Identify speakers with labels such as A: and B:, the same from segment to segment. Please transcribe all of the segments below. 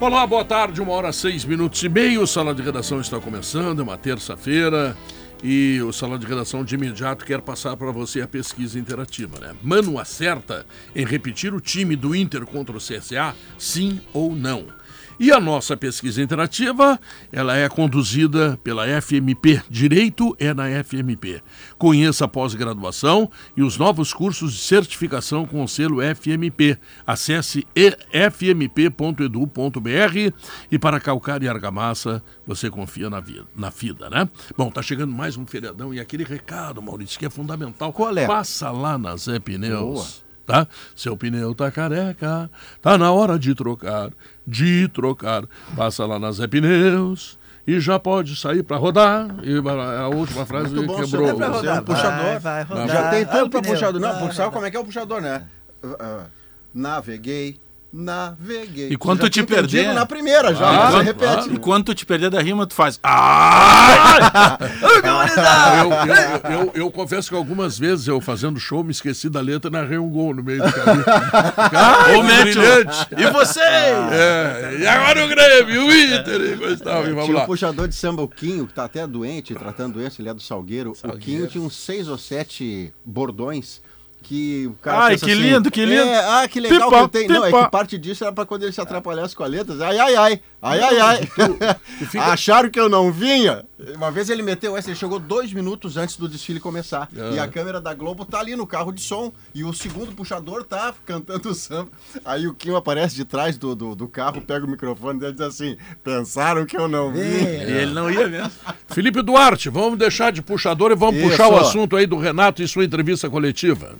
A: Olá, "Ah, boa tarde, uma hora seis minutos e meio. O Sala de Redação está começando, é uma terça-feira. E o Sala de Redação de imediato quer passar para você a pesquisa interativa, né? Mano acerta em repetir o time do Inter contra o CSA, sim ou não? E a nossa pesquisa interativa, ela é conduzida pela FMP. Direito é na FMP. Conheça a pós-graduação e os novos cursos de certificação com o selo FMP. Acesse fmp.edu.br e para calcar e argamassa, você confia na vida, na FIDA, né? Bom, tá chegando mais um feriadão e aquele recado, Maurício, que é fundamental.
B: Qual é?
A: Passa lá na Zé Pneus. Boa tá? Seu pneu tá careca, tá na hora de trocar, de trocar. Passa lá na Zé Pneus e já pode sair para rodar. E a última frase
B: Muito bom,
A: quebrou.
B: senhor. Vai pra
A: o-
B: rodar.
C: Tem um puxador.
D: vai rodar.
C: Já tem
D: Ah, o
C: tanto pra
D: pneu.
C: puxador. Não,
D: Vai,
C: por-
D: vai,
C: sabe
D: vai.
C: como é que é o puxador, né? Ah, ah, naveguei, naveguei.
E: E quando
C: Você já
E: te
C: tinha entendido
E: perder-
C: Na primeira já,
A: Ah,
C: mas você
A: claro.
C: repete. né?
E: E quando tu te perder da rima, tu faz. Ah!
A: Eu, eu, eu, eu confesso que algumas vezes eu fazendo show me esqueci da letra e narrei um gol no meio do caminho. Ai,
E: Ô,
A: que
E: Métio,
A: brilhante!
E: E vocês?
A: É, e agora o Grêmio, o Inter e coisa e tal. E vamos
C: Tinha um
A: lá.
C: puxador de samba, o Quinho, que tá até doente, tratando doença, ele é do Salgueiro. O Quinho tinha uns seis ou sete bordões que o cara
E: Ai,
C: pensa
E: que
C: assim,
E: lindo, que lindo.
C: É, ah, que legal
E: Pipa,
C: que tem. Não, é
E: pipa.
C: que parte disso era pra quando ele se atrapalhasse com a letra. Ai, ai, ai, ai, ai, ai. Acharam que eu não vinha? Uma vez ele meteu essa, ele chegou dois minutos antes do desfile começar.
E: É.
C: E a câmera da Globo tá ali no carro de som. E o segundo puxador tá cantando o samba. Aí o Quinho aparece de trás do, do, do carro, pega o microfone dele e diz assim: pensaram que eu não É. vinha.
A: É.
E: E ele não ia mesmo.
A: Felipe Duarte, vamos deixar de puxador e vamos
C: Isso.
A: puxar o assunto aí do Renato e sua entrevista coletiva.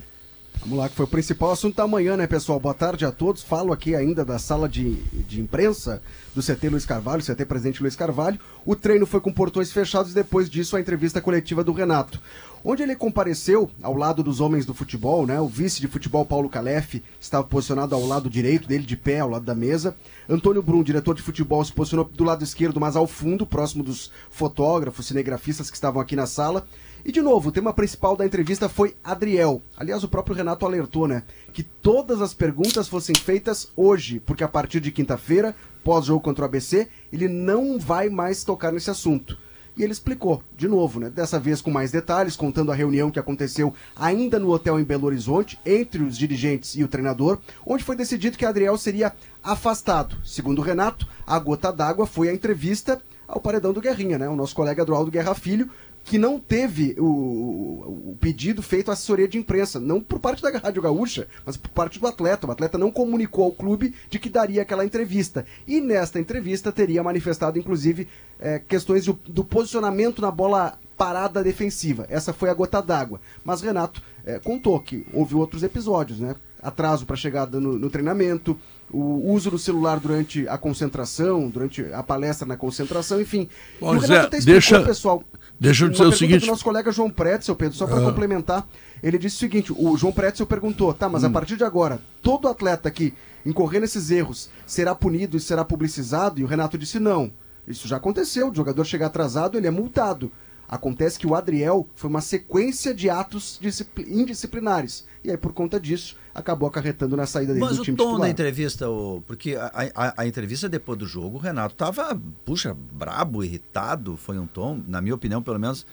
F: Vamos lá, que foi o principal assunto da manhã, né, pessoal? Boa tarde a todos. Falo aqui ainda da sala de, de imprensa do CT Luiz Carvalho, CT presidente Luiz Carvalho. O treino foi com portões fechados e depois disso a entrevista coletiva do Renato. Onde ele compareceu ao lado dos homens do futebol, né? O vice de futebol Paulo Calef estava posicionado ao lado direito dele, de pé, ao lado da mesa. Antônio Brum, diretor de futebol, se posicionou do lado esquerdo, mas ao fundo, próximo dos fotógrafos, cinegrafistas que estavam aqui na sala. E de novo, o tema principal da entrevista foi Adriel. Aliás, o próprio Renato alertou, né? Que todas as perguntas fossem feitas hoje, porque a partir de quinta-feira, pós-jogo contra o ABC, ele não vai mais tocar nesse assunto. E ele explicou, de novo, né? Dessa vez com mais detalhes, contando a reunião que aconteceu ainda no hotel em Belo Horizonte, entre os dirigentes e o treinador, onde foi decidido que Adriel seria afastado. Segundo o Renato, a gota d'água foi a entrevista ao paredão do Guerrinha, né? O nosso colega Eduardo Guerra Filho, que não teve o, o- o pedido feito à assessoria de imprensa, não por parte da Rádio Gaúcha, mas por parte do atleta. O atleta não comunicou ao clube de que daria aquela entrevista. E nesta entrevista teria manifestado, inclusive, eh, questões do, do posicionamento na bola parada defensiva. Essa foi a gota d'água. Mas Renato eh, contou que houve outros episódios, né? Atraso para chegada no, no treinamento, o uso do celular durante a concentração, durante a palestra na concentração, enfim.
A: Bom,
F: E o
A: Zé,
F: Renato até explicou,
A: deixa-
F: pessoal,
A: deixa eu
F: uma
A: dizer o
F: pergunta
A: seguinte.
F: do nosso colega João Pretzel, Pedro, só para complementar, ele disse o seguinte: o João Pretzel perguntou, tá, mas a partir de agora, todo atleta que incorrer nesses erros será punido e será publicizado? E o Renato disse: não. Isso já aconteceu, o jogador chegar atrasado, ele é multado. Acontece que o Adriel foi uma sequência de atos discipli- indisciplinares. E aí, por conta disso, acabou acarretando na saída dele
D: Mas
F: do
D: o tom
F: time
D: da
F: titular.
D: entrevista, o- porque a, a- a entrevista depois do jogo, o Renato tava, puxa, brabo, irritado, foi um tom, na minha opinião, pelo menos,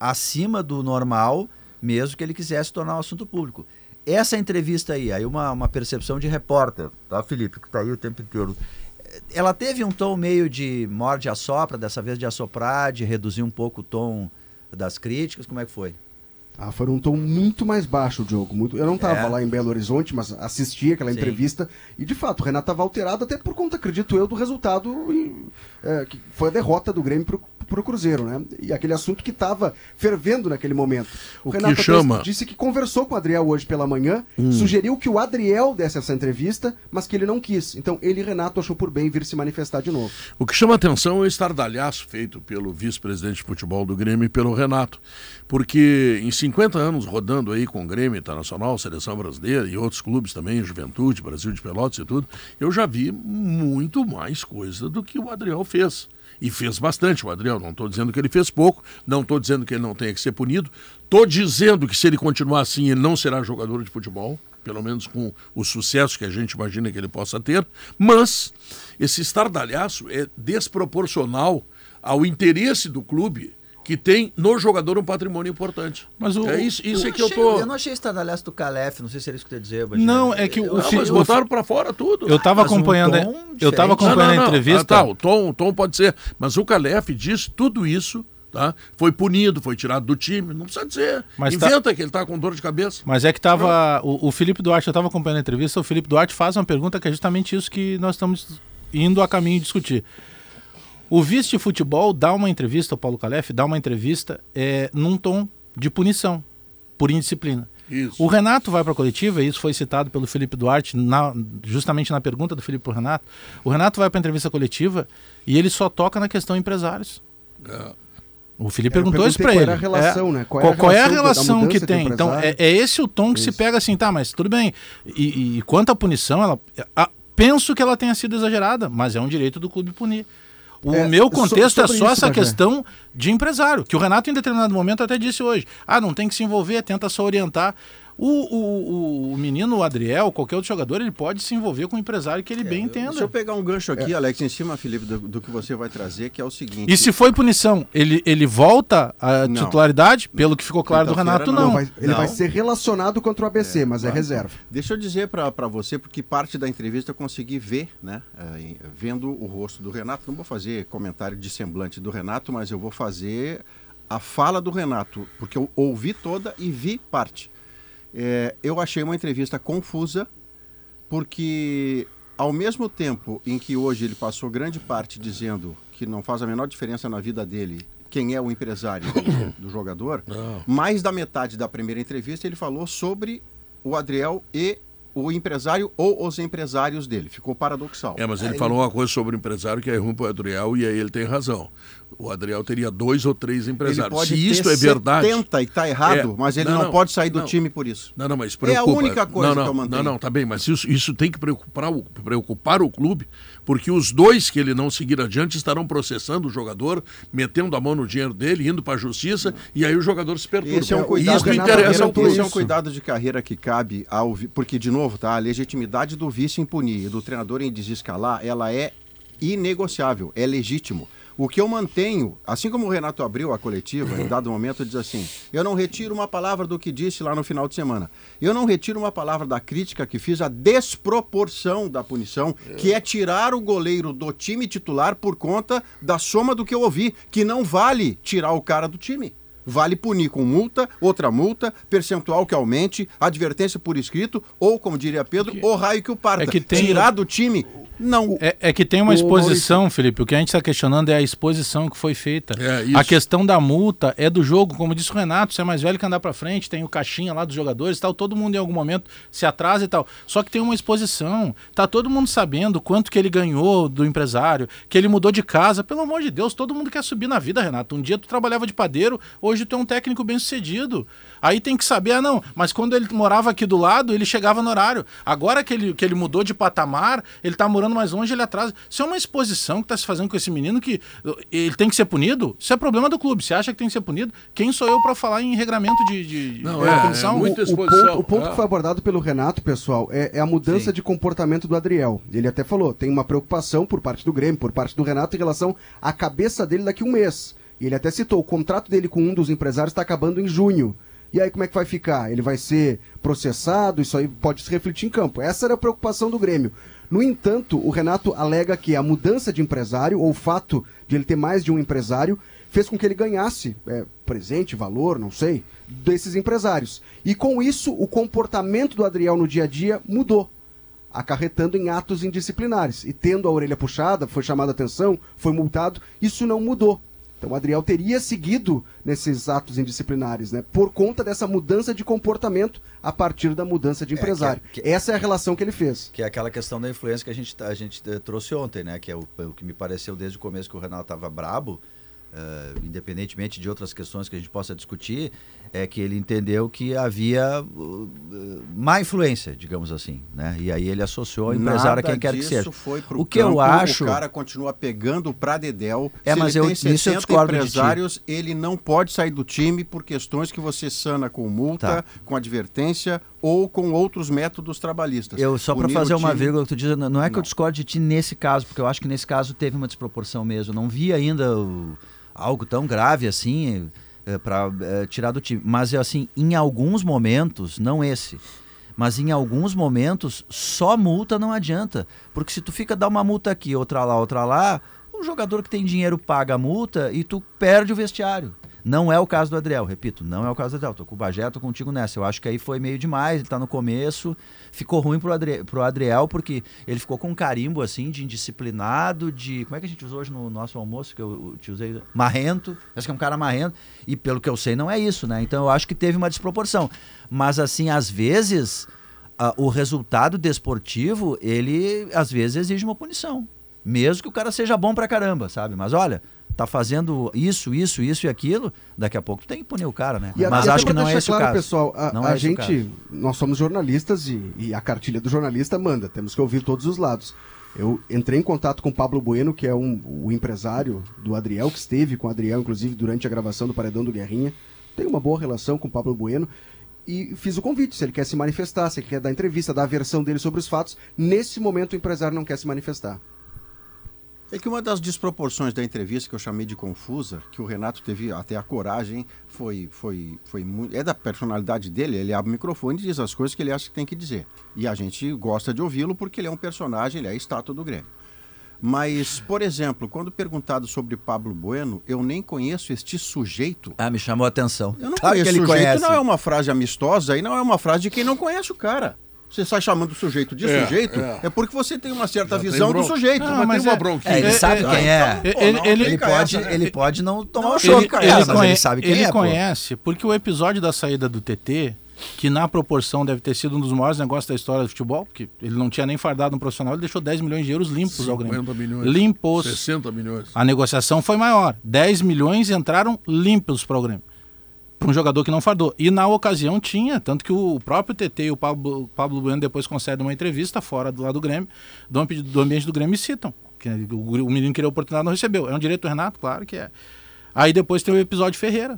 D: acima do normal, mesmo que ele quisesse tornar um assunto público. Essa entrevista aí, aí uma, uma percepção de repórter, tá, Felipe, que tá aí o tempo inteiro. Ela teve um tom meio de morde a sopra, dessa vez de assoprar, de reduzir um pouco o tom das críticas, como é que foi?
F: Ah, foi um tom muito mais baixo o jogo. Muito... Eu não estava
D: É.
F: lá em Belo Horizonte, mas assisti aquela
D: Sim.
F: entrevista. E de fato, o é, Renato estava alterado, até por conta, acredito eu, do resultado e, eh, que foi a derrota do Grêmio pro, para o Cruzeiro, né? E aquele assunto que estava fervendo naquele momento. O,
A: que
F: Renato Augusto
A: chama-
F: disse que conversou com o Adriel hoje pela manhã, sugeriu que o Adriel desse essa entrevista, mas que ele não quis. Então ele, Renato, achou por bem vir se manifestar de novo.
A: O que chama atenção é o estardalhaço feito pelo vice-presidente de futebol do Grêmio e pelo Renato. Porque em 50 anos rodando aí com o Grêmio Internacional, Seleção Brasileira e outros clubes também, Juventude, Brasil de Pelotas e tudo, eu já vi muito mais coisa do que o Adriel fez. E fez bastante o Adriel. Não estou dizendo que ele fez pouco, não estou dizendo que ele não tenha que ser punido. Estou dizendo que se ele continuar assim, ele não será jogador de futebol pelo menos com o sucesso que a gente imagina que ele possa ter, mas esse estardalhaço é desproporcional ao interesse do clube que tem no jogador um patrimônio importante.
E: Mas o-
A: é isso, isso
D: Eu
A: é que eu
D: achei-
A: tô.
D: Eu não achei estardalhaço do Calef, não sei se era isso que tu ia dizer.
E: Não, é que o
A: Ah,
E: fi-
A: mas botaram pra fora tudo.
E: Eu tava
D: Mas um
E: acompanhando.
D: tom
E: eu tava
D: diferente.
A: Não, não,
E: acompanhando
A: não.
E: a entrevista.
A: Ah, tá, o tom, o tom pode ser, mas o Calef diz tudo isso, tá? Foi punido, foi tirado do time, não precisa dizer.
E: Mas tá-
A: Inventa que ele tá com dor de cabeça.
E: Mas é que tava. O, o Felipe Duarte, eu tava acompanhando a entrevista, o Felipe Duarte faz uma pergunta que é justamente isso que nós estamos indo a caminho de discutir. O vice de futebol dá uma entrevista, o Paulo Calef dá uma entrevista é, num tom de punição por indisciplina.
A: Isso.
E: O Renato vai para a coletiva, e isso foi citado pelo Felipe Duarte, na- justamente na pergunta do Felipe para Renato. O Renato vai para a entrevista coletiva e ele só toca na questão empresários.
A: É.
E: O Felipe
F: Eu
E: perguntou isso para ele.
F: perguntei qual era a relação, né?
E: Qual, qual é a relação
F: da
E: que
F: mudança
E: tem?
F: do
E: Então, é,
F: empresário?
E: é esse o tom que se pega assim, tá, mas tudo bem. E, e- e quanto à punição, ela, a- penso que ela tenha sido exagerada, mas é um direito do clube punir. O
F: É,
E: meu
F: so-
E: contexto é
F: sobre
E: só
F: isso,
E: essa
F: Bagé.
E: questão de empresário, que o Renato, em determinado momento, até disse hoje: ah, não tem que se envolver, tenta só orientar. O, o- o- o menino, o Adriel, qualquer outro jogador, ele pode se envolver com o empresário
F: É,
E: que ele bem
C: Deixa eu
E: entenda.
C: pegar um gancho aqui, Alex, em cima, Felipe, do, do que você vai trazer, que é o seguinte.
E: É. E se foi punição, ele, ele volta à
C: Não.
E: titularidade? Pelo que ficou claro do
C: Quinta-feira,
E: Renato,
C: não.
E: não.
F: Não, vai- ele tá
C: Não.
F: vai ser relacionado contra o ABC, mas é reserva.
C: Deixa eu dizer para você, porque parte da entrevista eu consegui ver, né? eh, em- Vendo o rosto do Renato. Não vou fazer comentário de semblante do Renato, mas eu vou fazer a fala do Renato, porque eu ouvi toda e vi parte. Eh, eu achei uma entrevista confusa, porque ao mesmo tempo em que hoje ele passou grande parte dizendo que não faz a menor diferença na vida dele quem é o empresário do- do jogador, mais da metade da primeira entrevista ele falou sobre o Adriel e o empresário ou os empresários dele. Ficou paradoxal.
A: É, mas ele falou uma coisa sobre o empresário que é ruim para o Adriel e aí ele tem razão. O Adriel teria dois ou três
C: ele
A: empresários.
C: pode
A: Se isso
C: ter
A: é verdade.
C: 70 e tá errado,
A: É.
C: mas ele
A: Não,
C: não,
A: não,
C: pode sair do
A: não.
C: time por isso.
A: Não, não, mas
C: É a
A: preocupa.
C: única coisa
A: não, não,
C: que eu mantenho.
A: Não, não, tá bem, mas isso, isso tem que preocupar o, preocupar o clube, porque os dois que ele não seguir adiante estarão processando o jogador, metendo a mão no dinheiro dele, indo para a justiça, e aí o jogador se perturba.
C: Esse é um
A: E
C: cuidado,
A: isso
C: de
F: Renato,
A: interessa
C: carreira,
A: ao
F: Renato,
A: clube.
C: esse é um cuidado de carreira que cabe ao vi- porque de novo, tá? A legitimidade do vice em punir e do treinador em desescalar, ela é inegociável, é legítimo. O que eu mantenho, assim como o Renato abriu a coletiva, em dado momento diz assim: "Eu não retiro uma palavra do que disse lá no final de semana. Eu não retiro uma palavra da crítica que fiz à desproporção da punição, que é tirar o goleiro do time titular por conta da soma do que eu ouvi, que não vale tirar o cara do time." Vale punir com multa, outra multa, percentual que aumente, advertência por escrito, ou, como diria Pedro, o raio que o parta.
E: É que tem-
C: Tirar do time, não.
E: É, é que tem uma
F: Ô,
E: exposição, Felipe. O que a gente está questionando é a exposição que foi feita.
A: É, isso.
E: A questão da multa é do jogo. Como disse o Renato, você é mais velho que andar pra frente, tem o caixinha lá dos jogadores e tal. Todo mundo em algum momento se atrasa e tal. Só que tem uma exposição. Tá todo mundo sabendo quanto que ele ganhou do empresário, que ele mudou de casa. Pelo amor de Deus, todo mundo quer subir na vida, Renato. Um dia tu trabalhava de padeiro, hoje tu é um técnico bem sucedido. Aí tem que saber, ah não, mas quando ele morava aqui do lado, ele chegava no horário. Agora que ele, que ele mudou de patamar, ele tá morando mais longe, ele atrasa. Isso é uma exposição que tá se fazendo com esse menino que uh, ele tem que ser punido? Isso é problema do clube. Você acha que tem que ser punido? Quem sou eu para falar em regramento de, de
A: Não,
E: de
A: é,
E: punição?
A: é muito-
F: o
A: exposição.
F: ponto, o ponto
A: Ah.
F: que foi abordado pelo Renato, pessoal, é, é a mudança de comportamento do Adriel. Ele até falou, tem uma preocupação por parte do Grêmio, por parte do Renato, em relação à cabeça dele daqui a um mês. E ele até citou, o contrato dele com um dos empresários está acabando em junho. E aí como é que vai ficar? Ele vai ser processado? Isso aí pode se refletir em campo. Essa era a preocupação do Grêmio. No entanto, o Renato alega que a mudança de empresário, ou o fato de ele ter mais de um empresário, fez com que ele ganhasse é, presente, valor, não sei, desses empresários. E com isso, o comportamento do Adriel no dia a dia mudou, acarretando em atos indisciplinares. E tendo a orelha puxada, foi chamada a atenção, foi multado, isso não mudou. Então o Adriel teria seguido nesses atos indisciplinares, né? Por conta dessa mudança de comportamento a partir da mudança de empresário.
D: que-
F: Essa é a relação que ele fez.
D: Que é aquela questão da influência que a gente, tá- a gente eh, trouxe ontem, né? Que é o, o que me pareceu desde o começo que o Renato estava brabo, eh, independentemente de outras questões que a gente possa discutir, é que ele entendeu que havia uh, eh, má influência, digamos assim, né? E aí ele associou o empresário a quem quer que seja.
C: foi pro
D: o que eu
C: campo,
D: acho...
C: O cara continua pegando pra Dedel.
D: É,
C: Se
D: mas eu-
C: ele tem
D: nisso eu
C: 60
D: discordo de ti.
C: empresários, ele não pode sair do time por questões que você sana com multa,
D: Tá.
C: com advertência ou com outros métodos trabalhistas.
D: Eu só para
C: Punir o
D: fazer uma
C: time-
D: vírgula que tu diz, não não é que
C: Não.
D: eu discordo de ti nesse caso, porque eu acho que nesse caso teve uma desproporção mesmo. Eu não vi ainda o- algo tão grave assim para tirar do time. Mas é assim, em alguns momentos, não esse, mas em alguns momentos só multa não adianta, porque se tu fica dar uma multa aqui, outra lá, outra lá, o jogador que tem dinheiro paga a multa e tu perde o vestiário. Não é o caso do Adriel, repito, não é o caso do Adriel. Tô com o Bagé, tô contigo nessa. Eu acho que aí foi meio demais, ele tá no começo. Ficou ruim pro, Adrie, pro Adriel, porque ele ficou com um carimbo, assim, de indisciplinado, de. Como é que a gente usou hoje no nosso almoço, que eu eu te usei? Marrento. Parece que é um cara marrento. E pelo que eu sei, não é isso, né? Então eu acho que teve uma desproporção. Mas, assim, às vezes, ah, o resultado desportivo, ele, às vezes, exige uma punição. Mesmo que o cara seja bom pra caramba, sabe? Mas olha, tá fazendo isso, isso, isso e aquilo, daqui a pouco tu tem que punir o cara, né?
F: E a-
D: Mas
F: e até
D: acho que
F: pra
D: não é
F: deixar
D: esse
F: claro,
D: o caso.
F: pessoal, a,
D: Não
F: a
D: é esse o
F: gente, nós somos jornalistas e, e a cartilha do jornalista manda, temos que ouvir todos os lados. Eu entrei em contato com o Pablo Bueno, que é um, o empresário do Adriel, que esteve com o Adriel, inclusive, durante a gravação do Paredão do Guerrinha. Tenho uma boa relação com o Pablo Bueno. E fiz o convite, se ele quer se manifestar, se ele quer dar entrevista, dar a versão dele sobre os fatos. Nesse momento, o empresário não quer se manifestar.
C: É que uma das desproporções da entrevista que eu chamei de confusa, que o Renato teve até a coragem, foi foi foi muito, é da personalidade dele, ele abre o microfone e diz as coisas que ele acha que tem que dizer. E a gente gosta de ouvi-lo porque ele é um personagem, ele é a estátua do Grêmio. Mas, por exemplo, quando perguntado sobre Pablo Bueno, eu nem conheço este sujeito.
D: Ah, me chamou a atenção.
C: Eu não
D: Claro
C: conheço
D: que ele
C: sujeito,
D: conhece.
C: não é uma frase amistosa e não é uma frase de quem não conhece o cara. Você sai chamando o sujeito de
A: É,
C: sujeito,
A: é.
C: é. porque você tem uma certa
A: Já tem
C: visão do
A: bronca.
C: sujeito.
A: Ah, mas
E: mas
A: tem uma
E: é-
A: bronca.
D: É, ele
E: É,
D: sabe
E: é,
D: quem é.
C: Então, pô,
E: Ele-
C: não
E: ele-
D: Ele
C: fica
D: pode,
C: essa, né?
D: ele pode não tomar
C: Não,
D: o choque
C: ele-
D: com
C: ele
D: essa, É mas
E: conhe-
D: ele sabe quem
E: ele
D: é. pô.
E: conhece, porque o episódio da saída do TT, que na proporção deve ter sido um dos maiores negócios da história do futebol, porque ele não tinha nem fardado no profissional, ele deixou 10 milhões de euros limpos ao Grêmio.
A: 50 milhões.
E: Limpos.
A: 60 milhões.
E: A negociação foi maior. 10 milhões entraram limpos para o Grêmio. Para um jogador que não fardou. E na ocasião tinha, tanto que o próprio TT e o Pablo, Pablo Bueno depois concedem uma entrevista fora do lado do Grêmio, do, ambi- do ambiente do Grêmio e citam. Que o, guri- o menino queria a oportunidade não recebeu. É um direito do Renato? Claro que é. Aí depois tem o episódio Ferreira.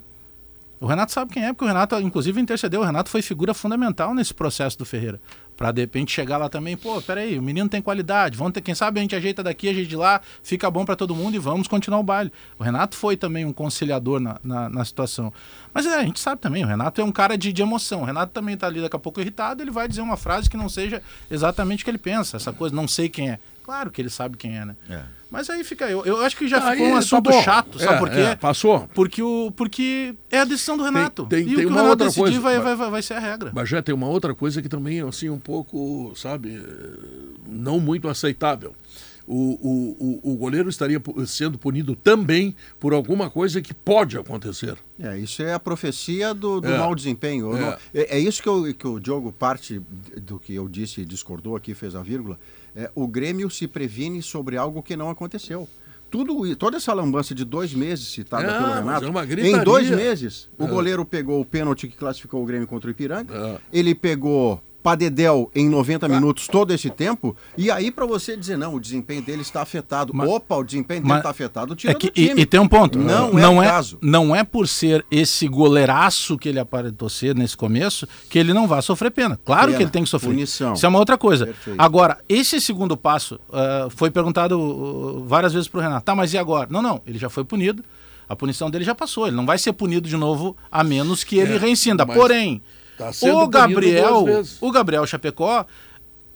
E: O Renato sabe quem é, porque o Renato, inclusive, intercedeu. O Renato foi figura fundamental nesse processo do Ferreira. Pra de repente chegar lá também, pô, peraí, o menino tem qualidade, vamos ter, quem sabe a gente ajeita daqui, ajeita de lá, fica bom pra todo mundo e vamos continuar o baile. O Renato foi também um conciliador na, na, na situação. Mas é, a gente sabe também, o Renato é um cara de, de emoção. O Renato também tá ali daqui a pouco irritado, ele vai dizer uma frase que não seja exatamente o que ele pensa, essa coisa, não sei quem é. Claro que ele sabe quem é, né?
D: É.
E: Mas aí fica, eu, eu acho que já
A: Aí
E: ficou um
A: tá
E: assunto
A: bom.
E: chato, sabe
A: É,
E: por quê?
A: é, passou.
E: Porque, o, porque é a decisão do Renato.
A: tem-
E: e
A: tem
E: o que o
A: uma
E: Renato
A: outra
E: decidir
A: coisa,
E: vai,
A: mas-
E: vai, vai, vai ser a regra.
A: Mas já tem uma outra coisa que também é assim um pouco, sabe, eh, não muito aceitável. O, o, o, o goleiro estaria pu- sendo punido também por alguma coisa que pode acontecer.
C: É, isso é a profecia do, do
A: É.
C: mau desempenho. Eu
A: É.
C: não- É. é isso que, eu- que o Diogo parte do que eu disse e discordou aqui, fez a vírgula. É, o Grêmio se previne sobre algo que não aconteceu. Tudo, i- toda essa lambança de dois meses citada
A: É,
C: pelo
A: mas
C: Renato,
A: é uma gritaria.
C: em dois meses, o
A: É.
C: goleiro pegou o pênalti que classificou o Grêmio contra o Ipiranga,
A: É.
C: ele pegou Padedel em 90 minutos todo esse tempo, e aí para você dizer, não, o desempenho dele está afetado.
E: Mas-
C: Opa, o desempenho dele
E: Mas-
C: está tá afetado, tira
E: é que,
C: do time.
E: E, e tem um ponto.
C: Não, é, o caso.
E: Não é por ser esse goleiraço que ele aparentou ser nesse começo que ele não vai sofrer pena. Claro
C: Pena,
E: que ele tem que sofrer.
C: punição.
E: Isso é uma outra coisa.
C: Perfeito.
E: Agora, esse segundo passo ah, foi perguntado ah, várias vezes pro Renato. Tá, mas e agora? Não, não. Ele já foi punido. A punição dele já passou. Ele não vai ser punido de novo, a menos que ele
A: É,
E: reincinda.
A: mas
E: Porém,
A: tá sendo
E: o
A: punido
E: Gabriel,
A: duas vezes.
E: o Gabriel Chapecó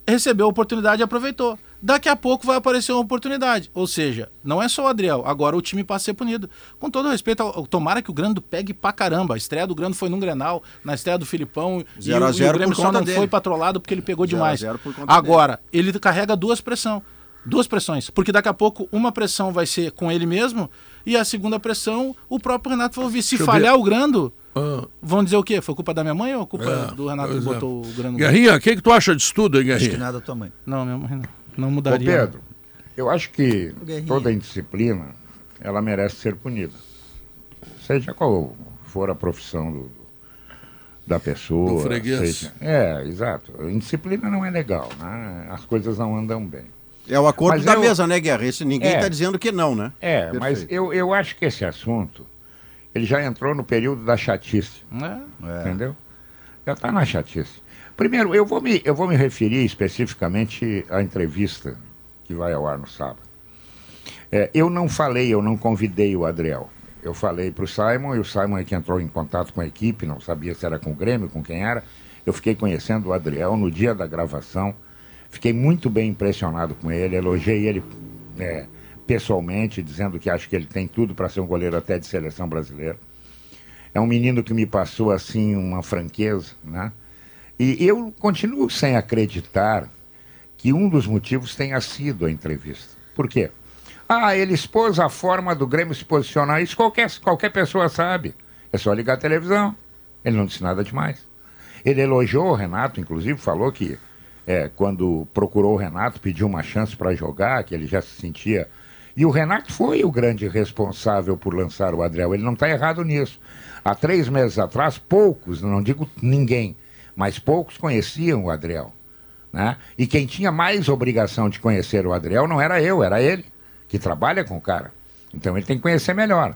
E: recebeu a oportunidade e aproveitou. Daqui a pouco vai aparecer uma oportunidade. Ou seja, não é só o Adriel, agora o time passa a ser punido. Com todo respeito, ao- ao- tomara que o Grando pegue pra caramba. A estreia do Grando foi num Grenal, na estreia do Filipão.
C: Zero
E: e,
C: a
E: o- e
C: zero
E: o Grêmio
C: por
E: só
C: conta
E: não
C: dele.
E: foi patrolado porque ele pegou
C: Zero a
E: demais.
C: zero por conta
E: agora, ele carrega duas pressão. Duas pressões, porque daqui a pouco uma pressão vai ser com ele mesmo e a segunda pressão o próprio Renato vai ouvir. Se
A: Deixa eu
E: falhar
A: ver.
E: o grando,
A: Ah,
E: vão dizer o quê? Foi culpa da minha mãe ou culpa
A: é,
E: do Renato que
A: pois é.
E: botou o grano? no gol?
A: Guerrinha, o que, que tu acha disso tudo, hein,
D: Acho que
A: Guerrinha?
D: nada tua mãe.
E: Não, minha mãe não. Não
B: Ô
E: mudaria.
B: Pedro, eu acho que
D: Guerrinha.
B: toda indisciplina, ela merece ser punida. Seja qual for a profissão do- do- da pessoa.
A: Do freguês.
B: seja- É, exato. Indisciplina não é legal, né? As coisas não andam bem.
C: É o acordo
B: Mas
C: da
B: eu-
C: mesa, né, Guerra? Esse ninguém
B: É.
C: está dizendo que não, né?
B: É,
C: Perfeito.
B: mas eu, eu acho que esse assunto, ele já entrou no período da chatice.
E: É.
B: Entendeu? Já está na chatice. Primeiro, eu vou, me, eu vou me referir especificamente à entrevista que vai ao ar no sábado. É, eu não falei, eu não convidei o Adriel. Eu falei para o Simon e o Simon é que entrou em contato com a equipe, não sabia se era com o Grêmio, com quem era. Eu fiquei conhecendo o Adriel no dia da gravação. Fiquei muito bem impressionado com ele, elogiei ele é, pessoalmente, dizendo que acho que ele tem tudo para ser um goleiro até de seleção brasileira. É um menino que me passou assim uma franqueza, né? E eu continuo sem acreditar que um dos motivos tenha sido a entrevista. Por quê? Ah, ele expôs a forma do Grêmio se posicionar. Isso qualquer, qualquer pessoa sabe. É só ligar a televisão. Ele não disse nada demais. Ele elogiou o Renato, inclusive, falou que é, quando procurou o Renato, pediu uma chance para jogar, que ele já se sentia. E o Renato foi o grande responsável por lançar o Adriel. Ele não está errado nisso. Há três meses atrás, poucos, não digo ninguém, mas poucos conheciam o Adriel. Né? E quem tinha mais obrigação de conhecer o Adriel não era eu, era ele, que trabalha com o cara. Então ele tem que conhecer melhor.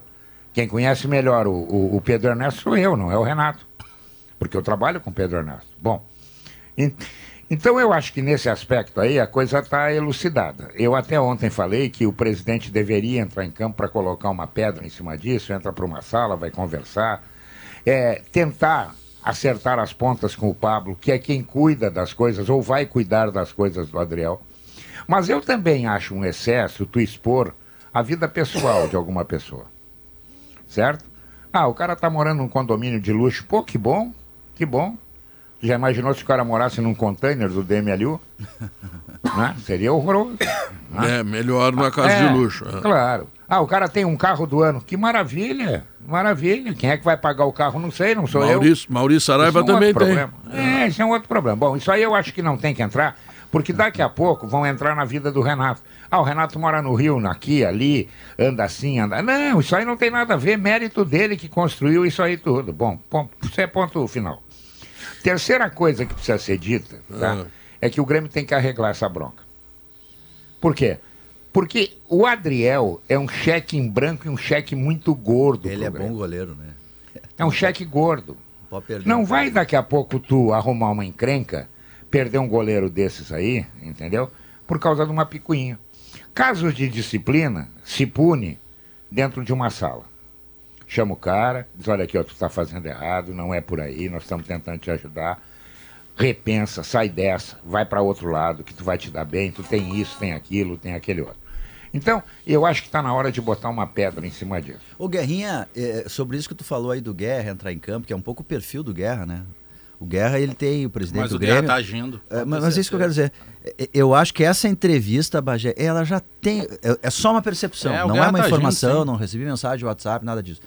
B: Quem conhece melhor o, o- o Pedro Ernesto sou eu, não é o Renato. Porque eu trabalho com o Pedro Ernesto. Bom, en- então eu acho que nesse aspecto aí a coisa está elucidada. Eu até ontem falei que o presidente deveria entrar em campo para colocar uma pedra em cima disso, entra para uma sala, vai conversar, é, tentar acertar as pontas com o Pablo, que é quem cuida das coisas ou vai cuidar das coisas do Adriel. Mas eu também acho um excesso tu expor a vida pessoal de alguma pessoa certo? Ah, o cara tá morando num condomínio de luxo. Pô, que bom, que bom. Já imaginou se o cara morasse num container do DMLU? né? Seria horroroso. né?
A: É, melhor na casa
B: É,
A: de luxo. é.
B: Claro. Ah, o cara tem um carro do ano. Que maravilha, maravilha. Quem é que vai pagar o carro? Não sei, não sou eu.
A: Maurício, Maurício Saraiva
B: Isso é um
A: também
B: outro
A: tem.
B: problema. É, isso é um outro problema. Bom, isso aí eu acho que não tem que entrar, porque daqui a pouco vão entrar na vida do Renato. Ah, o Renato mora no Rio, aqui, ali, anda assim, anda. Não, isso aí não tem nada a ver, mérito dele que construiu isso aí tudo. Bom, bom isso é ponto final. Terceira coisa que precisa ser dita, tá?
A: Ah.
B: É que o Grêmio tem que arreglar essa bronca. Por quê? Porque o Adriel é um cheque em branco e um cheque muito gordo.
D: Ele
B: pro
D: é
B: Grêmio.
D: bom goleiro, né?
B: É um cheque gordo.
D: Não Pode perder.
B: Não vai daqui a pouco tu arrumar uma encrenca, perder um goleiro desses aí, entendeu? Por causa de uma picuinha. Casos de disciplina se pune dentro de uma sala. Chama o cara, diz, olha aqui, ó, tu tá fazendo errado, não é por aí, nós estamos tentando te ajudar. Repensa, sai dessa, vai para outro lado, que tu vai te dar bem, tu tem isso, tem aquilo, tem aquele outro. Então, eu acho que tá na hora de botar uma pedra em cima disso.
D: Ô Guerrinha, eh, sobre isso que tu falou aí do Guerra entrar em campo, que é um pouco o perfil do Guerra, né? O Guerra, ele tem o presidente
E: Mas
D: do
E: o Guerra
D: Grêmio.
E: tá agindo.
D: É, mas, mas é isso que eu quero dizer. É, é, Eu acho que essa entrevista, Bagé, ela já tem. É, é só uma percepção.
E: É, o
D: não
E: Guerra
D: é uma
E: tá
D: informação,
E: agindo, sim.
D: não recebi mensagem, WhatsApp, nada disso.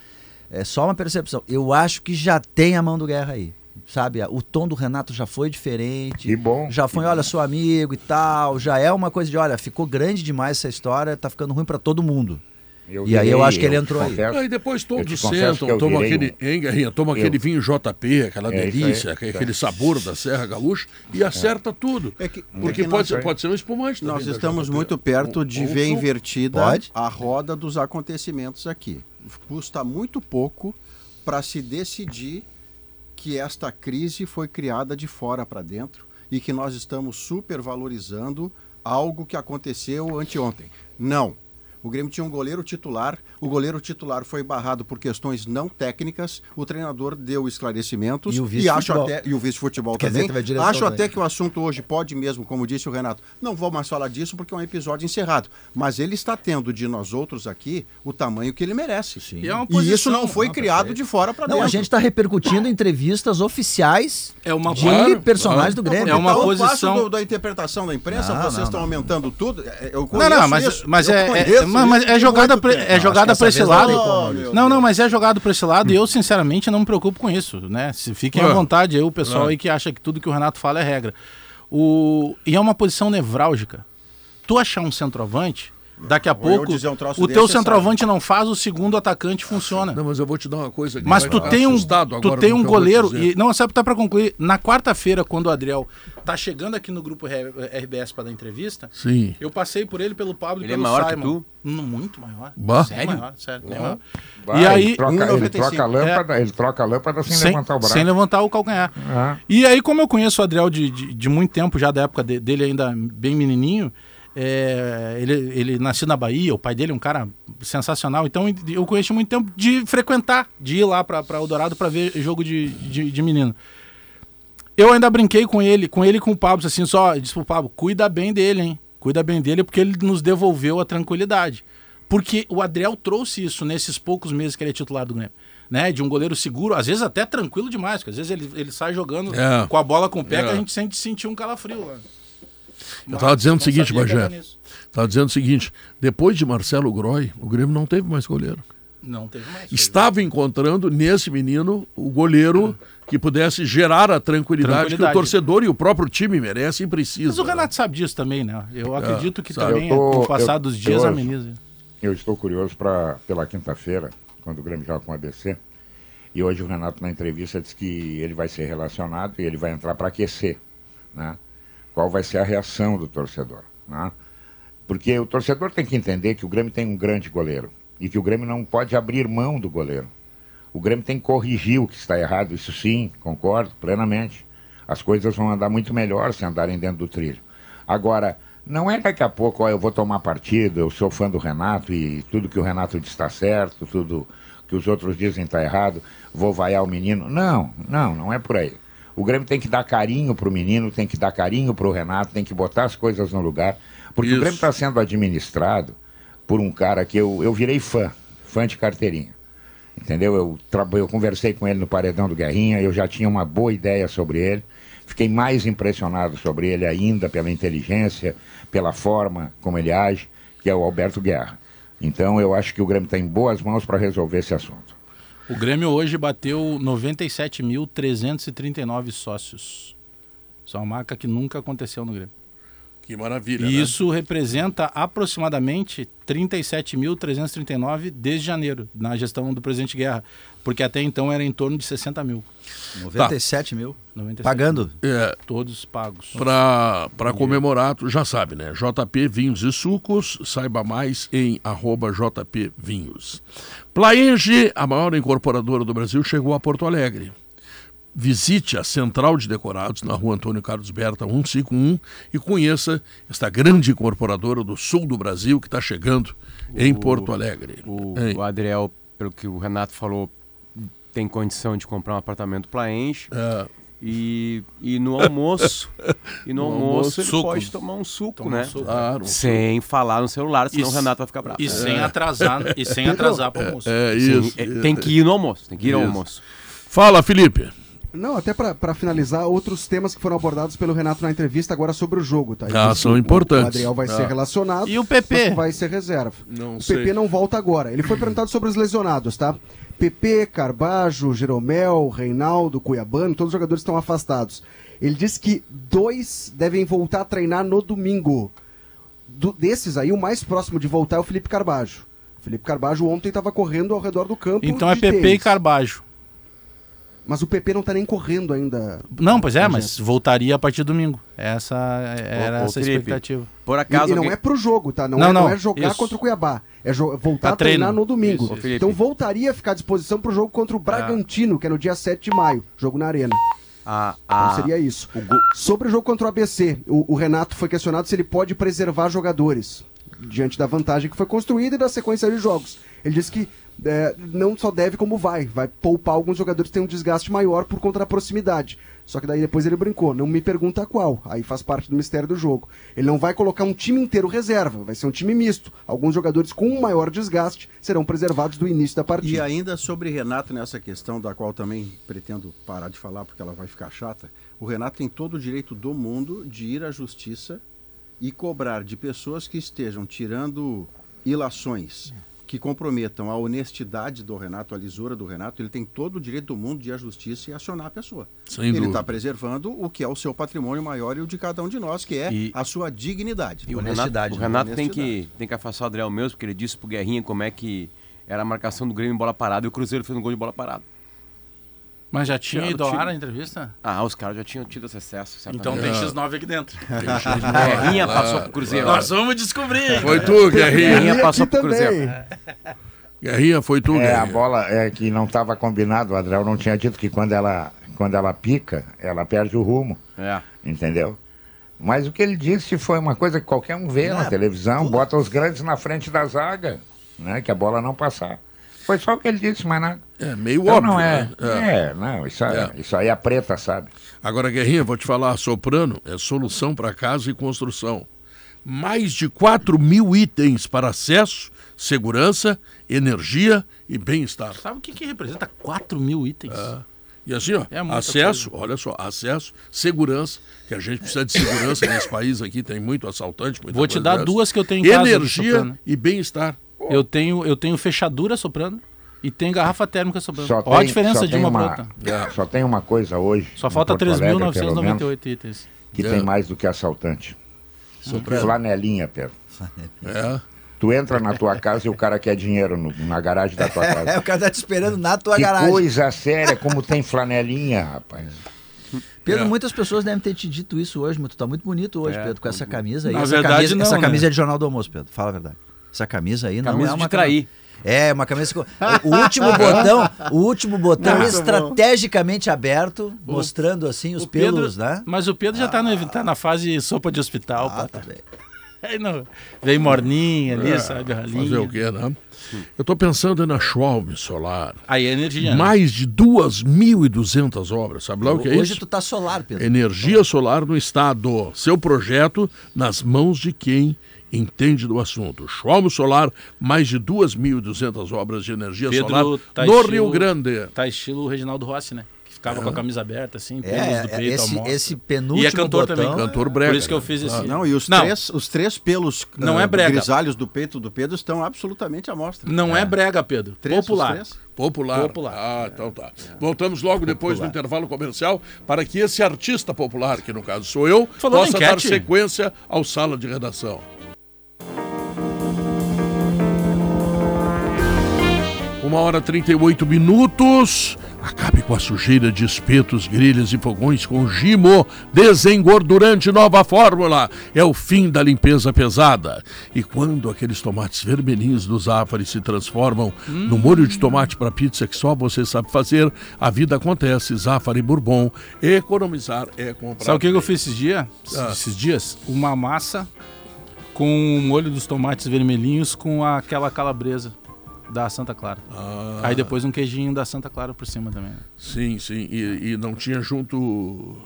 D: É só uma percepção. Eu acho que já tem a mão do Guerra aí. Sabe? O tom do Renato já foi diferente.
B: Que bom.
D: Já foi, olha, sou amigo e tal. Já é uma coisa de, olha, ficou grande demais essa história, tá ficando ruim pra todo mundo.
B: Eu
D: E aí eu
B: direi,
D: acho que ele
B: eu te
D: entrou aí.
B: confesso,
A: Aí depois
B: eu te
A: todos
B: confesso que
A: sentam,
B: eu
A: tomam
B: virei
A: aquele,
B: um-
A: hein, Guerrinha? Toma
B: Eu-
A: aquele vinho JP, aquela
B: É, isso aí,
A: delícia,
B: isso aí.
A: aquele sabor da Serra Gaúcha e acerta tudo.
C: É que- é
A: Porque
C: que
A: pode,
C: nós-
A: ser, pode ser um espumante também Um-
C: Nós
A: da
C: estamos
A: JP.
C: muito perto de
A: Ou-
C: ver
A: ou-
C: invertida
D: Pode?
C: a roda dos acontecimentos aqui. Custa muito pouco para se decidir que esta crise foi criada de fora para dentro e que nós estamos supervalorizando algo que aconteceu anteontem. Não. O Grêmio tinha um goleiro titular, o goleiro titular foi barrado por questões não técnicas, o treinador deu esclarecimentos
D: E o vice-futebol.
C: acho até e o vice-futebol
D: Quer dizer,
C: também.
D: teve a direção
C: acho
D: também.
C: até que o assunto hoje pode mesmo, como disse o Renato, não vou mais falar disso porque é um episódio encerrado, mas ele está tendo de nós outros aqui o tamanho que ele merece.
D: Sim.
E: E é
C: E
E: uma
C: isso
E: posição,
C: não foi
E: né,
C: criado de fora para
D: Não,
C: dentro.
D: a gente está repercutindo entrevistas oficiais
E: É uma
D: de
E: claro,
D: personagens do
E: claro.
D: Grêmio.
E: É uma
C: Então, eu passo
E: posição-
C: do- da interpretação da imprensa,
D: Não,
C: vocês
D: não,
C: estão
D: não.
C: aumentando tudo. É, Eu
E: Não,
C: conheço
E: não, mas,
C: isso,
E: mas,
C: eu
E: é, é-
C: conheço
E: mas- mas
C: isso
E: é
C: de
E: jogada
C: muito
E: pra,
C: tempo.
E: é jogada
D: dessa
E: pra esse
D: vez não
E: lado.
D: tem como,
E: Não,
C: Maurício.
E: não, mas é jogada pra esse lado e eu, sinceramente, não me preocupo com isso, né? Se fiquem à
C: Ah.
A: É.
E: vontade aí, o pessoal aí que acha que tudo que o Renato fala é regra. O... E é uma posição nevrálgica. Tu achar um centroavante, daqui a
C: Ou eu
E: pouco,
C: dizer um troço
E: o
C: desse,
E: teu
C: você sabe.
E: centroavante não faz, o segundo atacante funciona.
A: Não, mas eu vou te dar uma coisa que
E: Mas
A: vai
E: tu
A: ficar
E: tem um,
A: assustado
E: tu
A: agora
E: tem
A: no
E: um
A: que eu vou
E: goleiro
A: dizer.
E: e não, sabe, tá para concluir, na quarta-feira quando o Adriel tá chegando aqui no grupo R- RBS para dar entrevista,
A: Sim.
E: eu passei por ele pelo Pablo e
G: Ele é
E: pelo
G: maior que
E: Simon.
G: tu?
E: Não, muito maior.
A: Bah.
E: Bem
G: Sério?
E: Maior, sério, bem maior.
B: Vai,
E: e É,
B: ele
E: aí
B: troca, ele
C: 1,95.
B: troca a lâmpada, ele troca a lâmpada sem,
E: sem,
B: levantar o braço.
E: sem levantar o calcanhar.
B: Ah.
E: E aí, como eu conheço o Adriel de, de, de muito tempo, já da época de- dele ainda bem menininho, é, ele, ele nasceu na Bahia, o pai dele é um cara sensacional, então eu conheço muito tempo de frequentar, de ir lá para Eldorado para ver jogo de, de, de menino. Eu ainda brinquei com ele, com ele e com o Pablo, assim, só disse pro Pablo, cuida bem dele, hein? Cuida bem dele, porque ele nos devolveu a tranquilidade. Porque o Adriel trouxe isso nesses poucos meses que ele é titular do Grêmio. Né? De um goleiro seguro, às vezes até tranquilo demais, porque às vezes ele, ele sai jogando
A: É.
E: com a bola com o pé que
A: É.
E: a gente sente sentir um calafrio. Lá.
A: Eu tava dizendo o seguinte,
E: sabia pegar
A: Bagé.
E: nisso.
A: Tá dizendo o seguinte: depois de Marcelo Groy, o Grêmio não teve mais goleiro.
E: Não teve mais.
A: Estava encontrando nesse menino o goleiro que pudesse gerar a tranquilidade, que o
E: Tranquilidade.
A: torcedor e o próprio time merecem e precisam.
E: Mas o Renato sabe disso também, né? Eu acredito que
A: É, sabe.
E: também,
B: Eu tô-
E: com o passar
B: eu-
E: dos dias,
B: eu-
E: ameniza.
B: Eu estou curioso para pela quinta-feira, quando o Grêmio joga com o ABC. E hoje o Renato, na entrevista, disse que ele vai ser relacionado e ele vai entrar para aquecer. Né? Qual vai ser a reação do torcedor? Né? Porque o torcedor tem que entender que o Grêmio tem um grande goleiro e que o Grêmio não pode abrir mão do goleiro. O Grêmio tem que corrigir o que está errado, isso sim, concordo plenamente. As coisas vão andar muito melhor se andarem dentro do trilho. Agora, não é daqui a pouco, ó, eu vou tomar partido, eu sou fã do Renato e tudo que o Renato diz está certo, tudo que os outros dizem está errado, vou vaiar o menino. Não, não, não é por aí. O Grêmio tem que dar carinho pro menino, tem que dar carinho pro Renato, tem que botar as coisas no lugar. Porque
A: Isso.
B: o Grêmio está sendo administrado por um cara que eu, eu virei fã, fã de carteirinha. Entendeu? Eu, tra- eu conversei com ele no Paredão do Guerrinha, eu já tinha uma boa ideia sobre ele. Fiquei mais impressionado sobre ele ainda pela inteligência, pela forma como ele age, que é o Alberto Guerra. Então eu acho que o Grêmio está em boas mãos para resolver esse assunto.
E: O Grêmio hoje bateu 97.339 sócios. Isso é uma marca que nunca aconteceu no Grêmio.
A: Que maravilha.
E: E
A: né?
E: isso representa aproximadamente 37.339 desde janeiro, na gestão do presidente Guerra. Porque até então era em torno de 60 mil.
D: 97 mil.
E: 97
D: Pagando.
A: É,
E: Todos pagos.
A: Pra pra comemorar, tu já sabe, né? JP Vinhos e Sucos, saiba mais em arroba JP Vinhos. Plaenge, a maior incorporadora do Brasil, chegou a Porto Alegre. Visite a Central de Decorados na rua Antônio Carlos Berta 151 e conheça esta grande incorporadora do sul do Brasil que tá está chegando em Porto Alegre.
G: O,
A: Hein?
G: o Adriel, pelo que o Renato falou, tem condição de comprar um apartamento para enche.
A: É,
G: E, e no almoço, e no, almoço,
A: almoço,
G: ele
A: suco.
G: pode tomar um suco, né?
A: claro. um
G: Sem falar no celular, senão
E: E
G: o
E: s-
G: Renato vai ficar bravo.
E: E sem atrasar, e sem atrasar para o almoço.
A: É
G: Sim,
A: isso.
G: é, tem que ir no almoço, tem que ir ao
A: Isso.
G: almoço.
A: Fala, Felipe.
F: Não, até para finalizar, outros temas que foram abordados pelo Renato na entrevista agora sobre o jogo, tá? Ele
A: Ah,
F: disse
A: são
F: que o-
A: importantes. Ah.
F: O Adriel vai ser relacionado.
E: E o PP?
F: mas que Vai ser reserva.
A: Não
F: o
A: sei.
F: PP não volta agora. Ele foi perguntado sobre os lesionados, tá? PP, Carbajo, Jeromel, Reinaldo, Cuiabano, todos os jogadores estão afastados. Ele disse que dois devem voltar a treinar no domingo. Do- desses aí, o mais próximo de voltar é o Felipe Carbajo. O Felipe Carbajo ontem estava correndo ao redor do campo.
E: Então é
F: de
E: PP e
F: tênis.
E: Carbajo.
F: Mas o PP não tá nem correndo ainda.
E: Não, pois é, mas voltaria a partir de domingo. Essa era
G: Ô, ô,
E: essa a
G: Felipe,
E: expectativa.
G: Por
F: E,
G: acaso.
F: e não
G: alguém-
F: é pro jogo, tá? Não,
E: Não,
F: é, não
E: não, Tá
F: é jogar
E: isso.
F: contra o Cuiabá. É jo- voltar
E: Pra
F: a treinar
E: treino.
F: no domingo.
G: Isso, ô, Felipe.
F: então voltaria a ficar à disposição pro jogo contra o Bragantino, que é no dia 7 de maio, jogo na Arena.
G: Ah,
F: Então
G: ah,
F: seria isso.
G: o go-
F: Sobre o jogo contra o ABC, o, o Renato foi questionado se ele pode preservar jogadores. diante da vantagem que foi construída e da sequência de jogos. Ele disse que é, não só deve como vai, vai poupar alguns jogadores que têm um desgaste maior por conta da proximidade. Só que daí depois ele brincou, não me pergunta qual, aí faz parte do mistério do jogo. Ele não vai colocar um time inteiro reserva, vai ser um time misto. Alguns jogadores com um maior desgaste serão preservados do início da partida.
C: E ainda sobre Renato nessa questão, da qual também pretendo parar de falar porque ela vai ficar chata, o Renato tem todo o direito do mundo de ir à justiça e cobrar de pessoas que estejam tirando ilações que comprometam a honestidade do Renato, a lisura do Renato, ele tem todo o direito do mundo de ir à justiça e acionar a pessoa.
A: Sem
C: ele
A: dúvida.
C: está preservando o que é o seu patrimônio maior e o de cada um de nós, que é
G: E-
C: a sua dignidade.
G: E o Renato,
D: Honestidade,
G: o
D: né?
G: Renato tem, que,
C: Honestidade.
G: tem que afastar o Adriel mesmo, porque ele disse pro Guerrinha como é que era a marcação do Grêmio em bola parada e o Cruzeiro fez um gol de bola parada.
E: Mas já tinha
G: Tiago,
E: ido ao
G: tira-
E: ar a entrevista?
G: Ah, os caras já tinham tido esse acesso.
E: Então
A: Ah.
G: certamente.
E: tem X9 aqui dentro.
G: Guerrinha passou pro Cruzeiro.
E: Nós vamos descobrir.
A: Foi tu, Guerrinha.
G: Guerrinha
F: aqui
G: passou pro
F: também.
G: Cruzeiro.
A: Guerrinha, foi tu,
B: É, a
A: Guerrinha.
B: bola é que não estava combinado, o Adriel não tinha dito que quando ela, quando ela pica, ela perde o rumo,
G: É.
B: entendeu? Mas o que ele disse foi uma coisa que qualquer um vê na televisão, bota os grandes na frente da zaga, né, que a bola não passar. Foi só o que ele disse, mas nada.
A: É meio
B: Então
A: óbvio.
B: não é.
A: né? É.
B: É, não, isso, aí-
A: É.
B: isso aí é preta, sabe?
A: Agora, Guerrinha, vou te falar, Soprano é solução para casa e construção. Mais de 4 mil itens para acesso, segurança, energia e bem-estar.
E: Sabe o que, que representa 4 mil itens?
A: E assim, ó,
E: É muita
A: acesso, olha só, acesso, segurança, que a gente precisa de segurança nesse país aqui, tem muito assaltante. muita
E: Vou te
A: coisa
E: dar
A: dessa.
E: duas que eu tenho em casa,
A: é Energia
E: Soprano.
A: e bem-estar.
E: Eu, tenho, eu tenho fechadura soprando e tenho garrafa térmica soprando.
B: Só
E: Olha a
B: tem-
E: diferença
B: só
E: de
B: tem é,
E: uma para outra.
A: outra.
B: Só tem uma coisa hoje.
E: Só
B: em
E: falta
B: Porto Alegre, pelo menos,
E: 3.998 itens.
B: Que
A: É.
B: tem mais do que assaltante. Flanelinha, Pedro.
A: É.
B: Tu entra na tua casa e o cara quer dinheiro no- na garagem da tua
D: É,
B: casa.
D: o cara tá te esperando na tua
B: que
D: garagem.
B: coisa séria, como tem flanelinha, rapaz.
D: Pedro,
A: É.
D: muitas pessoas devem ter te dito isso hoje, mas tu tá muito bonito hoje,
G: É,
D: Pedro, com essa camisa aí.
E: Na
D: essa
E: verdade,
D: camisa,
E: não,
D: Essa
E: né?
D: camisa é de Jornal do Almoço, Pedro. Fala a verdade. Essa camisa aí não
G: Camisa
D: é uma
G: de trair.
D: É, uma camisa. com- O último botão, o último botão estrategicamente aberto, mostrando assim os
E: O Pedro-
D: pelos, né?
E: Mas o Pedro já tá, no, tá na fase sopa de hospital.
D: Ah,
E: pô.
D: tá bem.
E: Aí não- vem morninha ali, sabe, ralinha.
A: É, Fazer o quê, né? Eu tô pensando na Schwalm Solar.
E: Aí é energia. né?
A: Mais de 2.200 obras. Sabe lá o que é
D: Hoje
A: isso?
D: tu tá solar, Pedro.
A: Energia solar no estado. Seu projeto nas mãos de quem entende do assunto. Schwalm Solar, mais de 2.200 obras de energia
E: Pedro
A: solar
E: tá
A: no
E: estilo-
A: Rio Grande.
E: Tá estilo o Reginaldo Rossi, né? Que ficava com a camisa aberta, assim,
D: É,
E: pelos do
D: é,
E: peito,
D: esse,
E: à mostra.
D: esse penúltimo
E: E é cantor
D: botão. Ah.
E: também,
A: Cantor brega.
E: Por isso que eu
A: né?
E: fiz esse.
C: Ah, Não, e os, Três, os três pelos
E: Não
C: ah,
E: é brega.
C: grisalhos do peito do Pedro estão absolutamente à mostra.
E: Não é, brega, Pedro.
C: Três, os
E: Popular.
C: três.
A: Popular.
E: Popular. É.
A: Ah, então tá. Voltamos logo depois do intervalo comercial para que esse artista popular, que no caso sou eu,
E: Falou na
A: possa
E: enquete.
A: dar sequência ao Sala de Redação. Uma hora e 38 minutos. Acabe com a sujeira de espetos, grelhas e fogões com Gimo Desengordurante Nova Fórmula. É o fim da limpeza pesada. E quando aqueles tomates vermelhinhos do Zafari se transformam
E: Hum.
A: no molho de tomate para pizza que só você sabe fazer, a vida acontece. Zafari Bourbon. Economizar é comprar.
E: Sabe o que, que eu fiz esses dias?
A: Ah.
E: Esses dias? Uma massa com o molho dos tomates vermelhinhos com aquela calabresa da Santa Clara.
A: Ah.
E: Aí depois um queijinho da Santa Clara por cima também. né?
A: Sim, sim. E, e não tinha junto.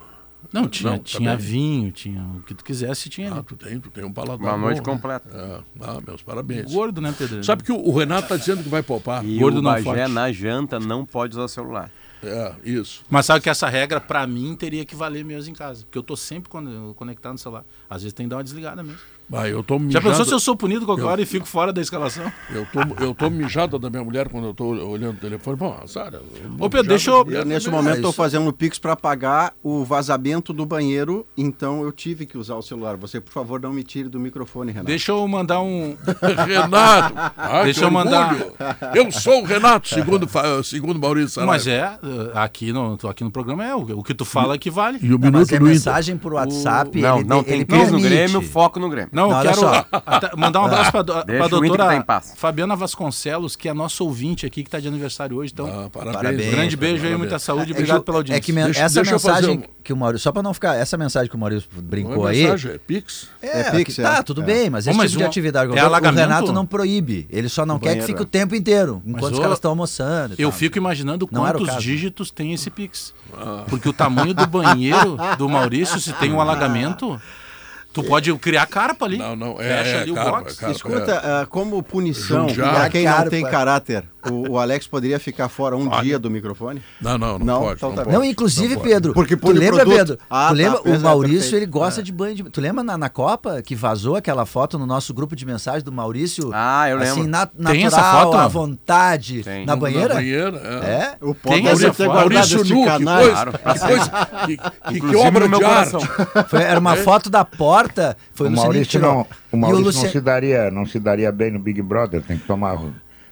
E: Não, tinha,
A: Não, tá
E: tinha
A: bem.
E: vinho, tinha o que tu quisesse, tinha
A: Ah,
E: ali.
A: tu tem, tu tem um paladar.
G: Uma
A: bom,
G: noite
A: né?
G: completa.
A: Ah, ah, meus parabéns.
E: Gordo, né, Pedro?
A: Sabe que o o Renato tá dizendo que vai poupar.
G: E
E: Gordo
G: o
E: não
G: Bagé,
E: forte.
G: na janta, não pode usar celular.
A: É, isso.
E: Mas sabe que essa regra, pra mim, teria que valer mesmo em casa. Porque eu tô sempre con- conectado no celular. Às vezes tem que dar uma desligada mesmo.
A: Mas eu tô
E: Já
A: mijado.
E: pensou se eu sou punido qualquer hora e fico fora da escalação?
A: eu tô, eu tô mijado da minha mulher quando eu tô olhando o telefone. Bom, azar. eu- eu
E: Ô,
A: mijado
E: Pedro, deixa
A: da
E: eu.
A: mulher
C: Eu, nesse
A: também.
C: momento,
D: isso.
C: estou fazendo o Pix para pagar o vazamento do banheiro, então eu tive que usar o celular. Você, por favor, não me tire do microfone, Renato.
E: Deixa eu mandar um.
A: Renato. Ah,
E: Deixa
A: que
E: eu mandar-
A: orgulho. Eu sou o Renato, segundo, fa- segundo Maurício Saraiva.
E: Mas é, eh, aqui no, aqui no programa é o, o que tu fala é que vale.
A: E
D: Não,
A: o
D: mas
A: minuto
D: é
A: do Inter.
D: mensagem por WhatsApp.
G: não,
D: ele,
G: não
D: ele
G: tem crise no
D: permite.
G: Grêmio, foco no Grêmio.
E: Não, eu
D: Não, olha
E: quero
D: só. Ah,
E: até mandar um abraço para
G: Deixa
E: a
G: o Inter que
E: doutora
G: tá em paz.
E: Fabiana Vasconcelos, que é a nossa ouvinte aqui, que está de aniversário hoje. Então,
A: Ah, parabéns.
D: Parabéns.
E: grande beijo aí,
A: Parabéns.
E: muita saúde.
D: É
E: Obrigado
D: que-
E: pela audiência.
D: É que men-
A: Deixa-
D: essa
A: deixa eu fazer
D: mensagem
A: um-
D: que o Maurício, só para não ficar, essa mensagem que o Maurício brincou
A: Não é
D: aí.
A: mensagem, é Pix.
D: É,
C: É Pix,
D: que tá,
C: é.
D: tudo bem, mas esse
E: Ô, mas
D: tipo de
E: uma-
D: atividade.
E: é
D: o Renato- o
E: alagamento?
D: Renato não proíbe, ele só não quer que
C: banheiro,
D: fique
C: é.
D: o tempo inteiro, enquanto os
E: ô,
D: caras estão almoçando. e
E: Eu
D: tal.
E: fico imaginando
D: tá. Não era o
E: quantos
D: caso.
E: dígitos tem esse Pix. Porque o tamanho do banheiro do Maurício, se tem um alagamento, tu pode criar carpa ali.
A: Não, não, é-
E: Fecha
A: é
E: ali o
A: carpa,
E: box.
A: carpa. é.
C: Escuta, ah, como punição
A: Judiar.
C: para quem não
D: Carpa.
C: tem caráter, o, o Alex poderia ficar fora um dia do microfone?
A: Não, não, não,
C: Não,
A: pode.
C: então
A: não
C: tá
A: pode,
C: bem.
D: Não,
A: não
D: inclusive,
A: pode.
D: Pedro,
C: Porque
D: tu
C: pune
D: lembra,
C: produto.
D: Pedro?
C: Ah,
D: tu
C: tá,
D: lembra, o
C: perfeito,
D: Maurício,
C: perfeito.
D: ele gosta de banho de... Tu lembra na, na Copa, que vazou aquela foto no nosso grupo de mensagem do Maurício?
G: Ah, eu
D: Assim,
G: lembro.
D: na, natural,
E: Tem essa foto?
D: à vontade,
G: Tem.
D: na banheira?
A: Na banheira, é.
D: É?
C: O Pó
E: Tem
C: deve
E: essa
C: ter
E: foto.
C: guardado
A: Maurício
C: esse
A: Nu, que
C: canalha.
A: coisa, que, coisa, que, que, que
G: Inclusive
A: obra
G: no meu
A: de arte. É.
G: coração.
D: Foi- era uma foto da porta, foi
B: O
D: o Luciano que
B: Maurício,
D: tirou.
B: não, o
D: E
B: Maurício
D: Luciano-
B: não, se daria, não se daria bem no Big Brother, tem que tomar,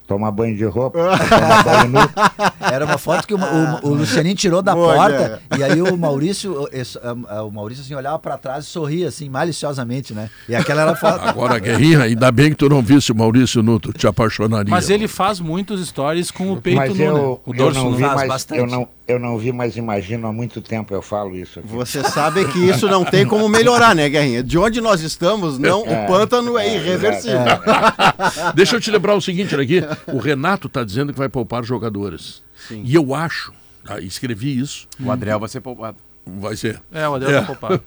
B: tomar banho de roupa, tomar banho nu.
D: Era uma foto que o, o, o Lucianinho tirou da
C: Olha.
D: porta
C: né?
D: e aí o Maurício, o- esse- a- a- o Maurício assim, olhava pra trás e sorria assim, maliciosamente, né? E aquela era a foto.
A: Agora, Guerrinha, ainda bem que tu não visse o Maurício Nu, tu te apaixonaria.
E: Mas ele faz muitos stories com o peito
B: Mas
E: nu, né?
B: eu,
E: O
B: eu,
E: dorso
B: não
E: nu.
B: vi
D: Faz
B: mais,
D: bastante.
B: eu, não, eu não vi, mas imagino há muito tempo eu falo isso aqui.
C: Você sabe que isso não tem como melhorar, né, Guerrinha? De onde nós estamos, não, o pântano é irreversível.
A: é, Deixa eu te lembrar o seguinte aqui. O Renato está dizendo que vai poupar jogadores. E eu acho, tá, escrevi isso,
G: O Adriel vai ser poupado.
A: vai ser.
E: É, o Adel tá poupado.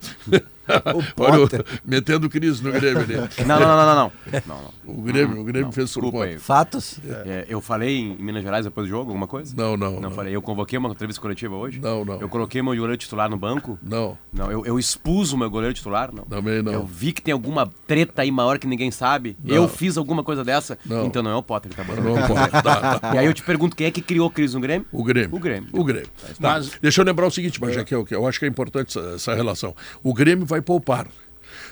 A: Olha, eu- metendo crise no Grêmio ali.
G: Não, não, não, não, não. não, não.
A: O Grêmio, o Grêmio fez por
G: Desculpa
A: conta.
G: aí.
D: Fatos.
G: É, eu falei em Minas Gerais depois do jogo, alguma coisa?
A: Não, não,
G: Não,
A: não.
G: falei. Eu convoquei uma entrevista coletiva hoje?
A: Não, não.
G: Eu coloquei meu goleiro titular no banco?
A: Não,
G: Não, eu, eu expus o meu goleiro titular? Não.
A: também não.
G: Eu vi que tem alguma treta aí maior que ninguém sabe.
A: Não.
G: Eu fiz alguma coisa dessa.
A: Não.
G: Então não é o Potter que tá botando.
A: Não pode. Tá, tá.
G: E aí eu te pergunto quem é que criou a crise no Grêmio?
A: O Grêmio.
G: O Grêmio.
A: O Grêmio. Tá. Deixa eu lembrar o seguinte, mas já que eu, que eu acho que é importante essa, essa relação. O Grêmio vai poupar.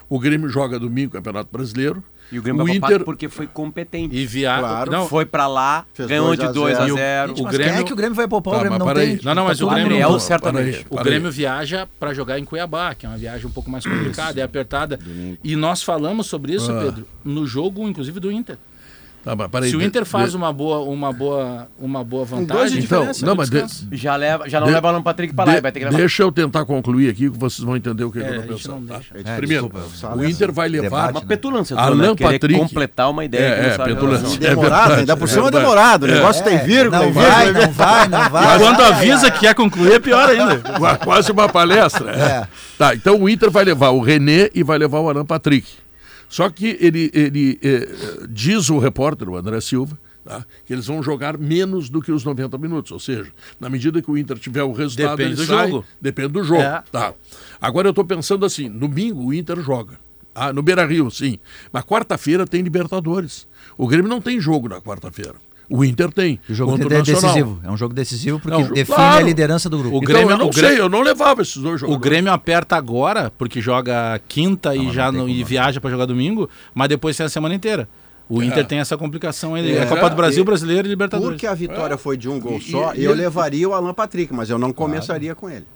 A: O Grêmio joga domingo Campeonato Brasileiro.
G: E o Grêmio vai poupar
A: Inter
G: porque foi competente.
E: E viaja.
C: Claro.
E: Não,
G: Foi pra lá,
C: Fez
G: ganhou
C: dois a
G: de 2 a
C: zero.
G: 0
E: o
D: Mas quem
E: Grêmio-
D: é que o Grêmio vai poupar?
A: Tá,
D: o Grêmio
A: mas
D: não
A: peraí.
D: tem.
E: Não, não, mas
D: tá
E: o
D: todo
E: Grêmio-
D: mundo-
G: Adriel,
A: Não,
G: é certamente.
A: para aí,
E: O
A: para
E: Grêmio
A: aí.
E: viaja para jogar em Cuiabá, que é uma viagem um pouco mais complicada, é apertada. E nós falamos sobre isso, Pedro, no jogo, inclusive, do Inter.
A: Tá, mas peraí,
E: Se o
A: de-
E: Inter faz
A: de-
E: uma boa, uma boa, uma boa
C: dois de
E: vantagem,
A: Então,
E: diferença,
A: não, mas de-
E: descansa.
G: Já, leva, já não
A: De-
G: leva o Alan Patrick pra lá,
A: de-
G: vai ter que levar.
A: Deixa eu tentar concluir aqui que vocês vão entender o que,
E: É,
A: eu
E: a
A: tô
E: gente
A: pensando.
E: não
A: tá?
E: deixa.
D: É,
A: Primeiro,
D: desculpa,
A: o Inter vai levar.
D: Debate,
G: Uma petulância tua,
A: Alan
G: né? Querer
A: Patrick.
G: completar uma ideia que
A: É,
G: não
A: é,
G: sabe a
A: petulância.
G: relação.
A: É
C: Demorado,
A: verdade,
C: ainda por cima
A: é
C: é demorado. O negócio tem vírgula,
D: Não
C: tem vírgula.
D: vai, não vai, não vai.
E: Quando avisa que quer concluir, é pior ainda.
A: Qua- Quase uma palestra.
D: É.
A: Tá, então o Inter vai levar o René e vai levar o Alan Patrick. Só que ele, ele eh, diz o repórter, o André Silva, tá, que eles vão jogar menos do que os 90 minutos. Ou seja, na medida que o Inter tiver o resultado,
E: Depende
A: ele
E: do
A: sai,
E: jogo.
A: Depende do jogo.
E: É.
A: Tá. Agora eu tô pensando assim: domingo o Inter joga. Ah, no Beira Rio, sim. Na quarta-feira tem Libertadores. O Grêmio não tem jogo na quarta-feira. O Inter tem.
D: O jogo
A: contra
D: é
A: o Nacional.
D: decisivo. É um jogo decisivo porque
A: Não,
D: define
A: claro.
D: a liderança do grupo.
E: O
A: Então,
E: Grêmio-
A: eu não
E: o
A: sei,
E: Grêmio-
A: eu não levava esses dois
E: O
A: jogadores.
E: Grêmio aperta agora, porque joga quinta e já não, e viaja para jogar domingo, mas depois tem a semana inteira. O Inter tem essa complicação aí. É.
A: É.
E: A Copa do Brasil,
C: E-
E: Brasileiro e Libertadores.
C: Porque a vitória foi de um gol
A: E-
C: só,
A: e-
C: eu
A: e-
C: levaria o Alan Patrick, mas eu não começaria com ele.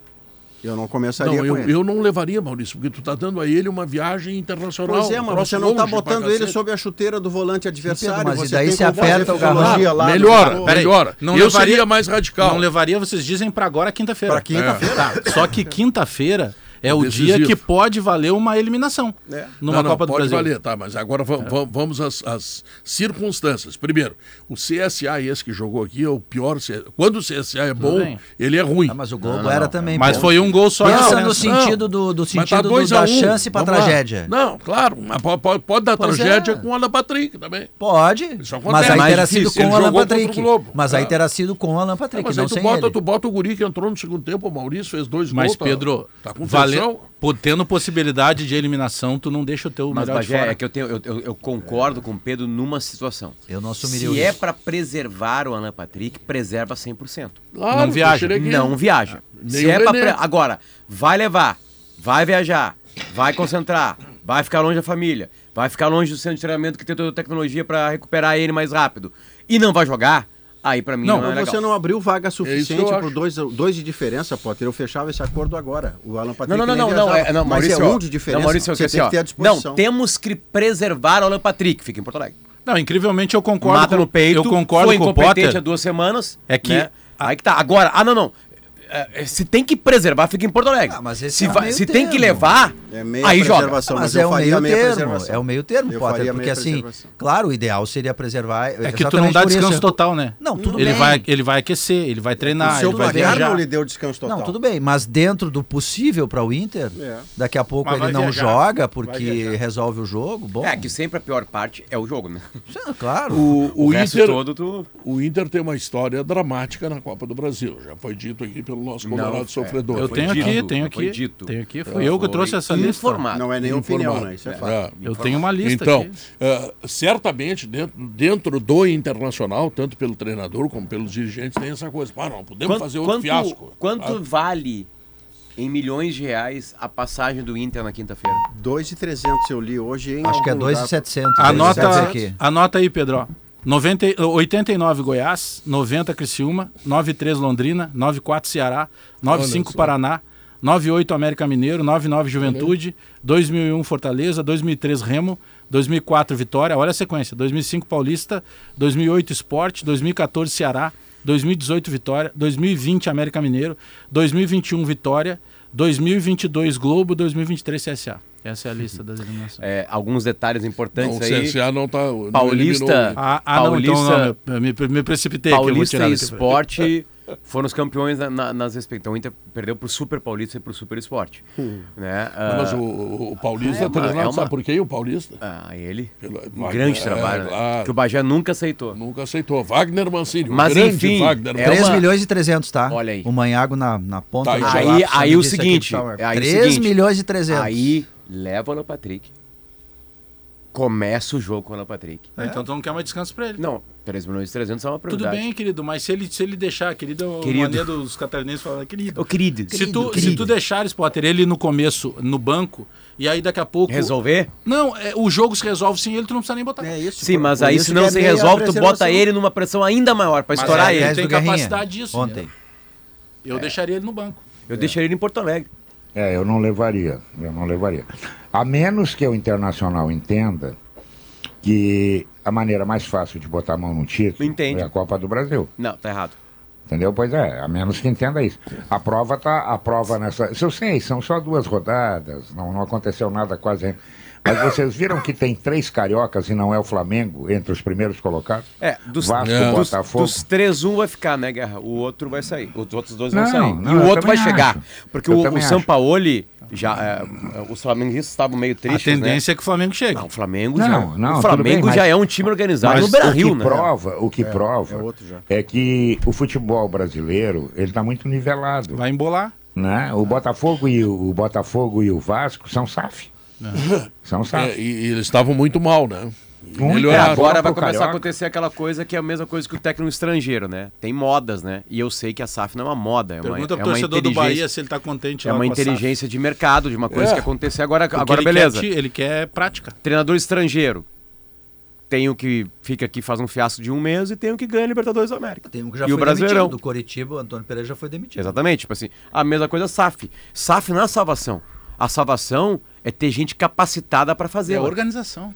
C: Eu não começaria
A: Não,
C: com
A: eu,
C: ele.
A: eu não levaria, Maurício, porque tu tá dando a ele uma viagem internacional.
C: Pois é,
A: um
C: mas
A: troço
C: você não tá
A: longe pra
C: botando ele
A: cacete.
C: sob a chuteira do volante adversário.
D: mas e
C: você
D: daí
C: tem
D: se
C: como fazer
D: aperta o
C: fisiologia
D: garrão?
C: lá no
A: Melhora,
C: jogo.
E: é né? Peraí,
A: melhora.
E: não
A: eu
E: levaria-
A: seria mais radical.
E: Não levaria, vocês dizem, para agora, quinta-feira.
C: Pra quinta-feira.
E: Tá, Só que quinta-feira é o
A: Decisivo.
E: dia que pode valer uma eliminação
C: É.
E: numa
A: Não, não,
E: Copa do
A: pode
E: Brasil. É.
A: valer, tá, mas agora va- va- vamos às, às circunstâncias. Primeiro, o CSA, esse que jogou aqui, é o pior. CSA. Quando o CSA é bom,
E: bem.
A: ele é ruim.
D: Ah, mas o Globo era também.
E: Mas
D: pô.
E: foi um gol só. de
D: Pensa
E: diferença.
D: no sentido do, do
A: Mas tá
D: sentido do-
A: dois a
D: da
A: um.
D: chance pra
A: Vamos lá.
D: tragédia.
A: Não, claro, mas po- po- pode, dar
D: Pois
A: tragédia
D: é.
A: com o Alan Patrick também.
D: Pode,
A: Isso acontece.
D: mas aí
A: Mais
D: terá
A: difícil.
D: sido com
A: Ele
D: o Alan
A: jogou contra o
D: Globo.
A: Globo.
D: Mas aí
A: Ah.
D: terá sido com o Alan Patrick,
A: mas
D: não
A: aí tu
D: sem
A: bota,
D: ele.
A: tu bota o Guri que entrou no segundo tempo, o Maurício fez dois
E: Mas,
A: gols. tá-
E: Pedro,
A: tá com
E: vale-
A: pressão.
E: pô, tendo possibilidade de eliminação, tu não deixa o teu
G: Mas,
E: melhor de
G: Bagé,
E: fora.
G: é que eu, tenho, eu, eu- eu concordo com o Pedro numa situação.
D: Eu não assumiria
G: Se
D: isso.
G: é pra preservar o Alan Patrick, preserva 100%.
A: Claro,
E: Não viaja.
A: deixa ele aqui.
G: Não viaja.
C: Ah,
G: Se
A: nem
G: é
A: o
G: pra
A: René.
G: pre- Agora, vai levar, vai viajar, vai concentrar, vai ficar longe da família, vai ficar longe do centro de treinamento que tem toda a tecnologia pra recuperar ele mais rápido e não vai jogar, Aí pra mim
E: Não,
G: não,
C: Mas
G: é legal.
C: você não abriu vaga
A: É isso
C: suficiente
A: que eu
C: por
A: acho.
C: dois, dois de diferença, Potter. Eu fechava esse acordo agora. O Alan
G: Não,
C: Patrick
G: não, não,
C: nem
G: não, não,
C: viajava.
G: é, não,
C: Mas
G: Maurício,
C: é
G: ó.
C: um de diferença.
G: Não, Maurício, é o que
C: você
G: assim,
C: tem
G: ó.
C: que ter à
G: Não,
C: disposição.
G: temos que preservar o Alan Patrick, fica em Porto Alegre.
E: Não, incrivelmente eu concordo.
G: Mata
E: com-
G: no peito,
E: eu concordo
G: foi
E: com o
G: incompetente há
E: Potter.
G: duas semanas.
E: É que-
G: né? Aí que tá. Agora, ah, não, não. É, é, Se tem que preservar, fica em Porto Alegre.
D: Ah, mas esse
G: se
D: é um
G: vai-
D: meio
G: se tem que
D: termo.
G: levar,
C: É meia
G: aí joga.
C: preservação,
D: Mas
C: eu
D: é o
C: faria
D: meio
C: meia
D: termo,
C: preservação.
D: é o meio termo,
C: Eu
D: Potter,
C: faria
D: porque
C: meia
D: assim,
C: preservação.
D: claro, o ideal seria preservar...
E: É que tu não dá descanso total, né?
D: Não, tudo
E: ele
D: bem.
E: Vai, ele vai aquecer, ele vai
C: o
E: treinar,
C: seu
E: ele vai
C: placar
E: viajar.
C: Hum. não lhe deu descanso total.
D: Não, tudo bem, mas dentro do possível para o Inter,
C: É.
D: daqui a pouco
E: Mas vai
D: ele não
E: viajar.
D: joga
A: Vai
D: porque
A: viajar.
D: resolve o jogo, bom.
G: É que sempre a pior parte é o jogo, né?
D: Sim, Claro.
A: O,
G: O,
A: o
G: resto
A: Inter,
G: todo tu.
A: o Inter tem uma história dramática na Copa do Brasil. Já foi dito aqui pelo nosso
G: Não,
A: Colorado
G: é.
A: sofredor. É,
E: Eu
G: Foi
E: tenho
G: dito,
E: aqui, tenho
G: foi
E: aqui.
G: dito.
E: Tenho aqui, fui eu que
G: Foi
E: trouxe essa lista.
G: informado.
C: Não é nem opinião,
A: Informado.
C: né? Isso é fato.
A: É.
E: Eu tenho uma lista
A: Então,
E: aqui.
A: eh, certamente dentro, dentro do Internacional, tanto pelo treinador como pelos dirigentes, tem essa coisa. Ah, não, podemos
G: Quanto,
A: fazer outro
G: quanto-
A: fiasco. Ah,
G: quanto vale em milhões de reais a passagem do Inter na quinta-feira?
C: 2,300 eu li hoje em
D: Acho que é
C: algum lugar.
D: 2,700.
E: A
D: né? Isso
E: nota,
D: aqui.
E: a nota aí, Pedro. ó. 90, e- 89 Goiás, 90 Criciúma, 93 Londrina, 94 Ceará, 95
A: só.
E: Paraná, 98 América Mineiro, 99 Juventude, 2001 Fortaleza, 2003 Remo, 2004 Vitória, olha a sequência, 2005 Paulista, 2008 Esporte, 2014 Ceará, 2018 Vitória, 2020 América Mineiro, 2021 Vitória, 2022 Globo, 2023 CSA. Essa é a lista das eliminações.
G: É, alguns detalhes importantes
A: Não, o
G: Né, aí.
A: CSA não está.
G: Paulista-
E: Ah, ah, não, então
G: Paulista-
E: não, eu me, me precipitei aqui, eu vou
G: Paulista
E: tirar
G: e
E: daqui pra-
G: Esporte foram os campeões na, na, nas respectivas. Então, o Inter perdeu pro Super Paulista e pro Super Esporte. Né? Ah,
A: Hum. Mas o, o- o Paulista
G: É
A: é
G: uma-
A: treinado,
G: é uma-
A: sabe por quê? O Paulista
G: ah, ele.
A: Pelo-
G: Um grande
A: é,
G: trabalho. né?
A: claro.
G: Que o Bagé nunca aceitou.
A: nunca aceitou. Wagner Mancini, o
G: Mas,
A: grande
G: enfim,
A: Wagner
G: é
D: 3
G: uma-
D: milhões e 300, tá?
G: Olha aí.
D: O Manhago na, na ponta
A: Tá,
D: do
A: aí-
D: lápis,
G: aí
D: me
G: o
D: disse aqui
G: seguinte,
D: que tá-
G: aí o
D: 3
G: seguinte,
D: milhões e 300.
G: Aí leva o Alan Patrick. Começa o jogo com o Alan Patrick.
E: Ah, Então tu não quer mais descanso pra ele.
G: Não, 3 milhões e 300 é uma
E: Tudo
G: prioridade.
E: bem, querido, mas se ele, se ele deixar, querido,
G: Querido.
E: a mania dos catarinenses falar, querido.
G: Ô, querido,
E: se, tu, se tu deixares, Potter, ele no começo, no banco, e aí daqui a pouco.
G: resolver?
E: Não, é, o jogo se resolve sem ele, tu não precisa nem botar.
C: É isso.
G: Sim,
C: por-
G: mas
C: por
G: aí
C: isso
G: se
C: que
G: não
C: é
G: se
C: meia
G: resolve, tu bota
C: preservação.
G: ele numa pressão ainda maior pra
E: Mas
G: estourar
E: é,
G: ele.
E: aliás, tem
D: do Guerrinha,
E: capacidade disso, né?
D: Ontem.
G: É.
E: Eu deixaria ele no banco.
G: Eu deixaria ele em Porto Alegre.
B: É, eu não levaria, eu não levaria. A menos que o Internacional entenda que a maneira mais fácil de botar a mão no título
G: Entende.
B: é a Copa do Brasil,
G: Não, tá errado.
B: entendeu? Pois é, a menos que entenda isso. A prova tá, a prova nessa, eu sei, são só duas rodadas, não, não aconteceu nada quase ainda. Mas vocês viram que tem três cariocas e não é o Flamengo entre os primeiros colocados?
G: É, dos,
B: Vasco,
G: dos-
B: Botafogo.
G: dos três, um vai ficar, né, Guerra? O outro vai sair. Os outros dois vão
B: Não,
G: sair.
B: não,
G: e
B: eu
G: o outro vai
B: também
G: chegar.
B: acho.
G: Porque
B: Eu
G: o,
B: também
G: o
B: acho.
G: Sampaoli, já, é, os flamenguistas estavam meio
E: A
G: tristes,
E: tendência é que o Flamengo chegue.
G: né? Não, o Flamengo
B: Não,
G: já,
B: não,
G: o
B: tudo
G: Flamengo
B: bem,
G: já
B: mas-
G: é um time organizado
B: Mas
G: no Brasil,
B: o que
G: né?
B: prova, o que prova
C: é outro já.
B: é que o futebol brasileiro, ele tá muito nivelado.
E: Vai embolar.
B: né? O Botafogo e o, o Botafogo e o Vasco são SAF. São SAF.
A: É, e, e eles estavam muito mal, né? E
B: Muito.
G: É,
A: melhoraram.
G: agora vai
B: Pro
G: começar a
B: Carioca.
G: acontecer aquela coisa que é a mesma coisa que o técnico estrangeiro, né? Tem modas, né? E eu sei que a SAF não é uma moda, é uma,
E: Pergunta
G: é
E: pro
G: uma
E: torcedor do Bahia
G: inteligência,
E: se ele tá contente
G: é
E: lá
G: uma
E: com a SAF.
G: inteligência de mercado, de uma coisa
A: É.
G: que acontecer agora,
E: Porque
G: agora
E: ele quer
G: beleza.
E: ti- ele quer prática.
G: treinador estrangeiro. Tem o que fica aqui faz um fiasco de um mês e tem o que ganha a Libertadores da América.
D: Tem um que já
G: e
D: foi
G: o Brasileirão.
D: demitido. Do Coritiba, o Antônio Pereira já foi demitido.
G: Exatamente, tipo assim, a mesma coisa é SAF. SAF não é salvação. A salvação é ter gente capacitada para fazer.
E: É organização.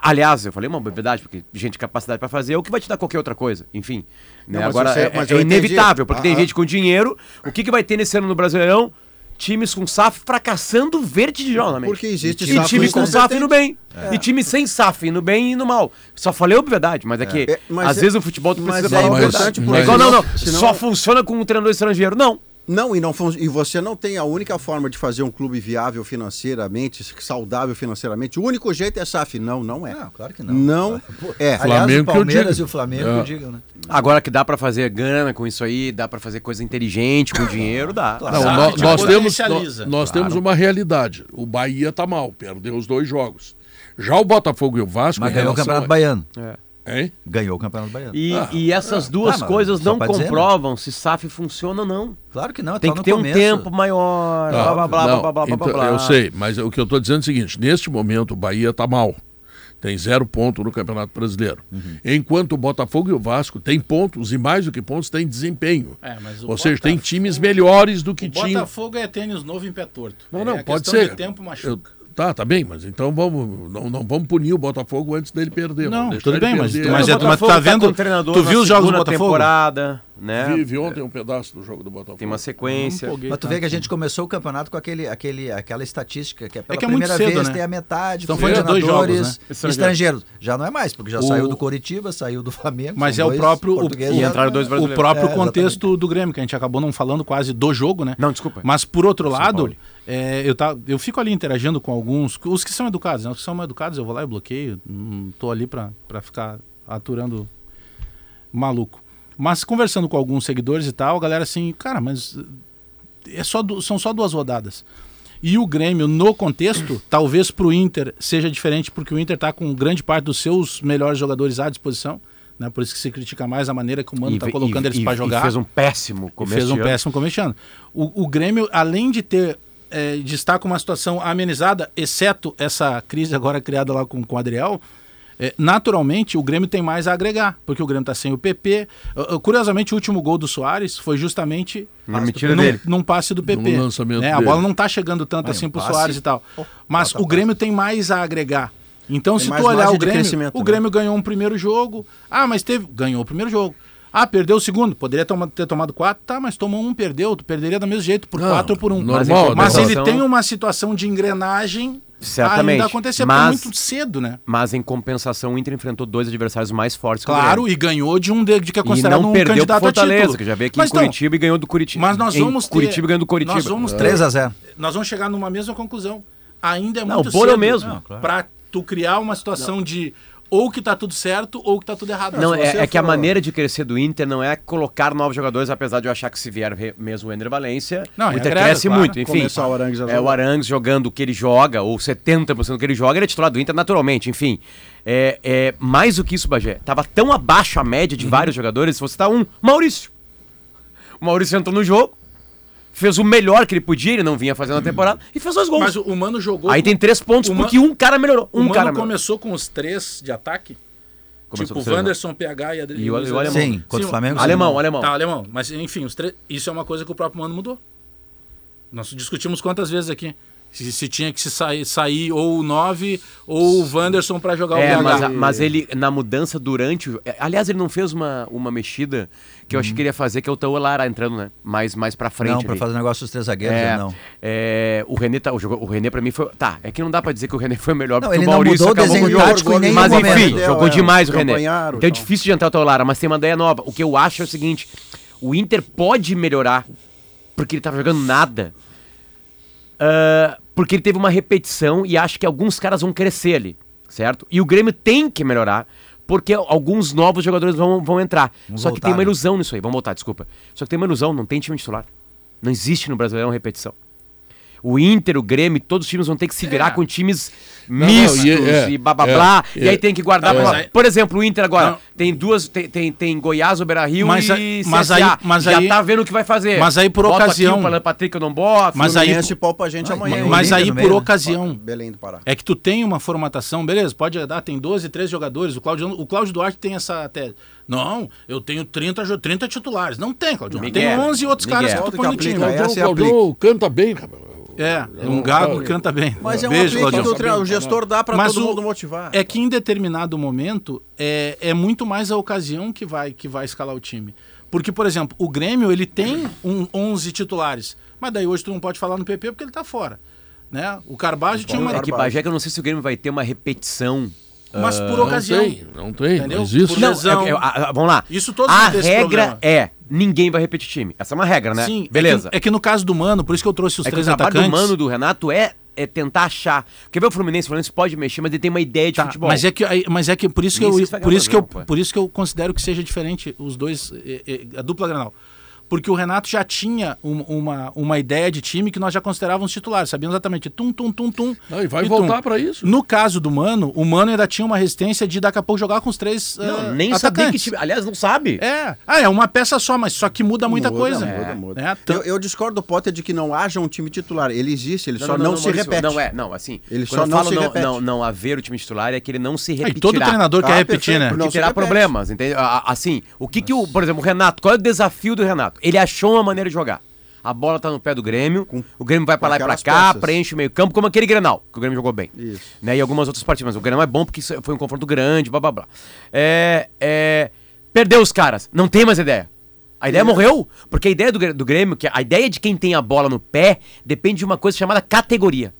G: Aliás, eu falei uma verdade, porque gente capacidade para fazer é o que vai te dar qualquer outra coisa. Enfim, né?
C: Não, mas
G: agora
C: eu sei-
G: é,
C: mas
G: é
C: eu entendi.
G: inevitável, porque tem
C: Ah, ah.
G: gente com dinheiro. O que, que vai ter nesse ano no Brasileirão? Times com SAF fracassando vertiginosamente.
C: Porque existe
G: né? E
C: SAF
G: time com
C: incompetente. É.
G: SAF indo bem. E time sem SAF indo bem e indo mal. Só falei a verdade, mas é que
C: É, mas
G: às
C: é-
G: vezes o futebol tu
C: mas
G: precisa
C: é
G: falar a
C: importante,
G: verdade.
A: porque
G: É igual, não, não.
C: senão-
G: Só funciona com um treinador estrangeiro. Não.
C: Não, e, não fun- e você não tem a única forma de fazer um clube viável financeiramente, saudável financeiramente. O único jeito é SAF. Não, não é.
D: Não, claro que não.
C: Não é.
D: Aliás,
A: Flamengo
D: o
A: que eu
D: Palmeiras e
A: digo.
D: o Flamengo,
A: É.
D: eu digo, né?
G: Agora que dá para fazer grana com isso aí, dá para fazer coisa inteligente com dinheiro, dá.
D: Claro.
A: Não,
D: Exato,
A: nó-
D: tipo,
A: nós temos, nó- nós,
E: potencializa.
A: temos uma realidade. O Bahia tá mal, perdeu os dois jogos. Já o Botafogo e o Vasco.
D: Mas
A: em
D: ganhou o
A: relação
D: Campeonato
A: a-
D: Baiano.
A: Hein?
D: Ganhou o Campeonato Baiano.
G: É. E, e essas duas
D: Ah, mas
G: coisas
D: só
G: não
D: pra dizer, né?
G: comprovam se SAF funciona ou não.
D: Claro que não, é
G: Tem
D: só
G: que
D: no
G: ter um
D: começo.
G: tempo maior, blá blá blá
A: Ah, Não,
G: blá blá blá
A: então,
G: blá.
A: Eu sei, mas o que eu estou dizendo é o seguinte: neste momento o Bahia está mal. Tem zero ponto no Campeonato Brasileiro.
G: Uhum.
A: Enquanto o Botafogo e o Vasco têm pontos, e mais do que pontos, têm desempenho.
E: É, mas o
A: Ou seja, tem
E: Botafogo-
A: times melhores do que
E: o
A: tinham.
E: Botafogo é tênis novo em pé torto.
A: Não, não,
E: é
A: pode
E: questão
A: ser.
E: de tempo machuca.
A: Eu- Tá, tá bem, mas então vamos, não, não vamos punir o Botafogo antes dele perder.
E: Não,
A: vamos deixar
E: tudo
A: ele
E: bem, mas-
A: perder.
E: mas
G: O
E: é- tu
G: Botafogo
E: tá vendo-
G: com o treinador
E: tu viu
G: na
E: os jogos do
G: segunda
E: Botafogo?
G: temporada, né?
A: Vive ontem um pedaço do jogo do Botafogo.
G: Tem uma sequência.
E: Empolguei
D: Mas tu
E: tanto.
D: vê que a gente começou o campeonato com aquele, aquele, aquela estatística que é pela
E: que é muito
D: primeira
E: cedo,
D: vez
E: né?
D: tem a metade
E: Estão
D: dos
E: falando de dois
D: treinadores
E: jogos, né?
D: estrangeiros. Já não é mais, porque já
E: O-
D: saiu do Coritiba, saiu do Flamengo.
E: Mas
D: são
E: é o
D: dois
E: próprio, o,
D: portugueses né?
E: o-
G: E
D: já-
G: entraram dois
E: o
G: brasileiros.
E: próprio
D: É,
E: contexto do Grêmio, que a gente acabou não falando quase do jogo, né?
G: Não, desculpa.
E: Mas por outro lado,
G: Paulo.
E: é, eu, tá, eu fico ali interagindo com alguns, os que são educados, né? Os que são educados eu vou lá e bloqueio, não tô ali pra, pra ficar aturando maluco. Mas conversando com alguns seguidores e tal, a galera assim, cara, mas é só du- são só duas rodadas. E o Grêmio, no contexto, talvez para o Inter seja diferente, porque o Inter está com grande parte dos seus melhores jogadores à disposição. Né? Por isso que se critica mais a maneira que o Mano está
G: ve-
E: colocando eles
G: e-
E: para
G: e
E: jogar.
G: fez um péssimo
E: E
G: começo.
E: fez um
G: de ano.
E: péssimo comerciante. O, o Grêmio, além de ter eh, de estar com uma situação amenizada, exceto essa crise agora criada lá com, com o Adriel, eh, naturalmente o Grêmio tem mais a agregar, porque o Grêmio está sem o PP. Ah, ah, curiosamente, o último gol do Soares foi justamente
G: Uma é mentira
E: num,
G: dele.
E: num passe do PP.
A: lançamento
E: né? A
A: dele.
E: bola não está chegando tanto assim para o
D: um passe. tá,
E: Soares e tal. Mas o Grêmio tem mais a agregar. Então, se
D: mais
E: tu olhar
D: margem
E: o
D: de
E: Grêmio,
D: crescimento,
E: o
D: né?
E: Grêmio ganhou um primeiro jogo. Ah, mas teve. Ganhou o primeiro jogo. Ah, perdeu o segundo. Poderia toma- ter tomado quatro. Tá, mas tomou um, perdeu. Tu perderia do mesmo jeito, por
A: Não,
E: quatro ou por um.
A: normal,
E: mas
A: né?
E: mas ele
G: Situação-
E: tem uma situação de engrenagem
G: Certamente,
E: ainda acontecer
G: mas-
E: porque é muito cedo, né?
G: Mas em compensação, o Inter enfrentou dois adversários mais fortes que o
E: Claro,
G: Grêmio.
E: e ganhou de um de, de que é
G: E
E: considerado
G: não
E: um
G: perdeu pro
E: candidato a
G: Fortaleza,
E: título.
G: que já veio aqui
E: Mas
G: em
E: então,
G: Curitiba e ganhou do Curitiba.
E: mas nós
G: Em
E: vamos ter-
G: Curitiba ganhou do Curitiba. É.
E: Nós vamos ter
D: 3 a 0
E: nós vamos chegar numa mesma conclusão. Ainda é
G: Não,
E: muito
G: o bolo é o
E: cedo
G: mesmo.
E: Não, claro. pra tu criar uma situação de ou que tá tudo certo ou que tá tudo errado.
G: Não,
E: Se
G: é,
E: você
G: é que a
E: for-
G: maneira de crescer do Inter não é colocar novos jogadores, apesar de eu achar que se vier re- mesmo o Ender Valência,
E: Não,
G: o
E: é
G: Inter
E: agrega,
G: cresce
E: claro.
G: muito. Enfim,
E: Começar o
F: Arangues a
G: é o
F: jogar.
G: Arangues jogando o que ele joga, ou 70% do que ele joga, ele é titular do Inter naturalmente. Enfim, é, é mais do que isso, Bagé. Tava tão abaixo a média de
E: Uhum.
G: vários jogadores, se você tá um, Maurício. O Maurício entrou no jogo, fez o melhor que ele podia, ele não vinha
E: Uhum.
G: fazendo na temporada, e fez dois gols.
E: Mas o, o Mano jogou.
G: Aí
E: com-
G: tem três pontos
E: o Ma-
G: porque um cara melhorou. Um
E: o Mano
G: cara melhorou.
E: começou com os três de ataque.
G: Começou com os
E: tipo,
G: três, né?
E: Wanderson, PH e Adriano.
G: E o- e o alemão.
D: Sim, contra o Flamengo,
G: Alemão, alemão.
E: Tá, alemão. Mas, enfim, os três- isso é uma coisa que o próprio Mano mudou. Nós discutimos quantas vezes aqui. Se, se tinha que se sair, sair ou o 9 ou o Wanderson pra jogar
G: É,
E: o
G: mas, a-
E: PH.
G: mas ele, na mudança durante. o- é, Aliás, ele não fez uma, uma mexida que eu acho que ele ia fazer, que é o Taolara entrando, né? Mais, mais pra frente.
D: Uhum. Não, pra
G: ali.
D: fazer o negócio dos três zagueiros,
G: É,
D: não.
G: é, o René, tá, o, jogo- o René pra mim foi. Tá, é que não dá pra dizer que o René foi o melhor,
D: Não,
G: porque
D: ele
G: o
D: não
G: Maurício
D: mudou o
G: acabou
D: desenho
G: com o jogo.
D: tático em nenhum
G: Mas
D: momento.
G: enfim,
D: Entendeu,
G: jogou
D: é,
G: demais o René. Então
F: acompanharam,
G: é difícil de adiantar o Taolara, mas tem uma ideia nova. O que eu acho é o seguinte: o Inter pode melhorar, porque ele tava jogando nada. Ah, porque ele teve uma repetição e acho que alguns caras vão crescer ali, certo? E o Grêmio tem que melhorar, porque alguns novos jogadores vão, vão entrar.
D: Vamos
G: Só que
D: voltar,
G: tem
D: né?
G: uma ilusão nisso aí, vamos voltar, desculpa. Só que tem uma ilusão, não tem time titular. Não existe no Brasileirão repetição. O Inter, o Grêmio, todos os times vão ter que se virar com times
A: não,
G: mistos
A: e é,
G: e blá blá
A: é,
G: blá.
A: é.
G: e aí tem que guardar.
E: Não, mas
G: pra-
E: aí-
G: Por exemplo, o Inter agora
E: Não.
G: tem duas. Tem, tem, tem Goiás, Beira Rio
E: Mas
G: e
E: aí- mas
G: CSA.
E: aí- mas
G: Já
E: aí-
G: tá vendo o que vai fazer.
E: mas aí por
G: Boto
E: ocasião-
G: Aqui, o Patrick eu um não boto.
E: Mas aí-
H: Fluminense poupa a gente
D: Ai,
H: amanhã.
D: mas-
H: hein?
E: mas
D: Olímpia
E: aí,
D: no
E: por
D: meio, né?
E: ocasião,
H: Belém do Pará.
E: É que tu tem uma formatação, beleza, pode dar, tem 12, 13 jogadores. O Cláudio, o Cláudio Duarte tem essa tese. Não, eu tenho 30, jo- 30 titulares. Não tem, Cláudio.
G: Ninguém
E: Tem
G: é.
E: 11 e outros
G: Ninguém
E: caras
G: é.
E: que tu
H: Outro
E: põe no
H: que
E: time.
H: aplica,
A: Caldô,
H: Essa é a
A: Caldô canta bem, rapaz.
E: É, é um gago que canta bem.
H: Mas é um
E: Beijo,
H: aplique
E: Claudião.
H: do tre- O gestor dá pra
E: Mas
H: todo
E: o-
H: mundo motivar.
E: É que em determinado momento é, é muito mais a ocasião que vai, que vai escalar o time. Porque, por exemplo, o Grêmio ele tem um 11 titulares, mas daí hoje tu não pode falar no PP porque ele tá fora. Né? O Carbajo tinha uma.
G: É que Bagé, que eu não sei se o Grêmio vai ter uma repetição. ah,
E: Mas por
A: Não
E: ocasião.
A: tem, não tem,
E: Entendeu?
A: mas isso...
E: Por lesão.
G: É, é, a- a- vamos lá.
E: Isso todos
G: A
E: vão ter esse
G: regra
E: problema.
G: é: ninguém vai repetir time. Essa é uma regra, né?
E: Sim,
G: Beleza.
E: É que, é que no caso do Mano, por isso que eu trouxe os
G: É que o
E: três
G: trabalho
E: atacantes.
G: do Mano, do Renato, é, é tentar achar. Quer ver o Fluminense? O Fluminense pode mexer, mas ele tem uma ideia de
E: Tá,
G: futebol.
E: mas é que aí- mas é que por isso que
G: Nem
E: eu
G: sei se vai
E: por
G: ganhar
E: isso que eu
G: Grenal, pô.
E: por isso que eu considero que seja diferente os dois eh, eh, a dupla Granal. porque o Renato já tinha um- uma, uma ideia de time que nós já considerávamos titulares, sabíamos exatamente tum, tum, tum, tum.
A: Não, e vai
E: tum.
A: voltar pra isso.
E: No caso do Mano, o Mano ainda tinha uma resistência de daqui a pouco jogar com os três
G: Não,
E: eh,
G: nem sabia que
E: atacantes.
G: time. Aliás, não sabe.
E: É, ah, é uma peça só, mas só que muda muita
C: Muda,
E: coisa.
C: muda,
E: É.
C: muda.
E: Né? Tan-
C: Eu, eu discordo do Potter de que não haja um time titular. Ele existe, ele só não, se
G: Maurício,
C: repete.
G: Não é, não, assim.
C: Ele
G: quando
C: só
G: eu
C: não
G: falo
C: se
G: não,
C: repete.
G: não, não haver o time titular é que ele não se
E: Ah, e
G: repetirá.
E: todo treinador
C: Tá,
E: quer repetir,
C: perfeito.
E: né?
G: Porque
C: Não se
G: terá
C: repete.
G: problemas, entende? A- a- Assim, o que que o, por exemplo, o Renato, qual é o desafio do Renato? Ele achou uma maneira de jogar. A bola tá no pé do Grêmio, o Grêmio vai pra
C: com
G: lá e pra
C: aquelas
G: cá,
C: peças.
G: preenche o meio-campo, como aquele Grenal, que o Grêmio jogou bem.
C: Isso.
G: Né? E algumas outras partidas, mas o Grenal é bom porque isso foi um confronto grande, blá blá blá. É, é, perdeu os caras, não tem mais ideia. A ideia morreu, porque a ideia do, Grê- do Grêmio, que a ideia de quem tem a bola no pé, depende de uma coisa chamada categoria,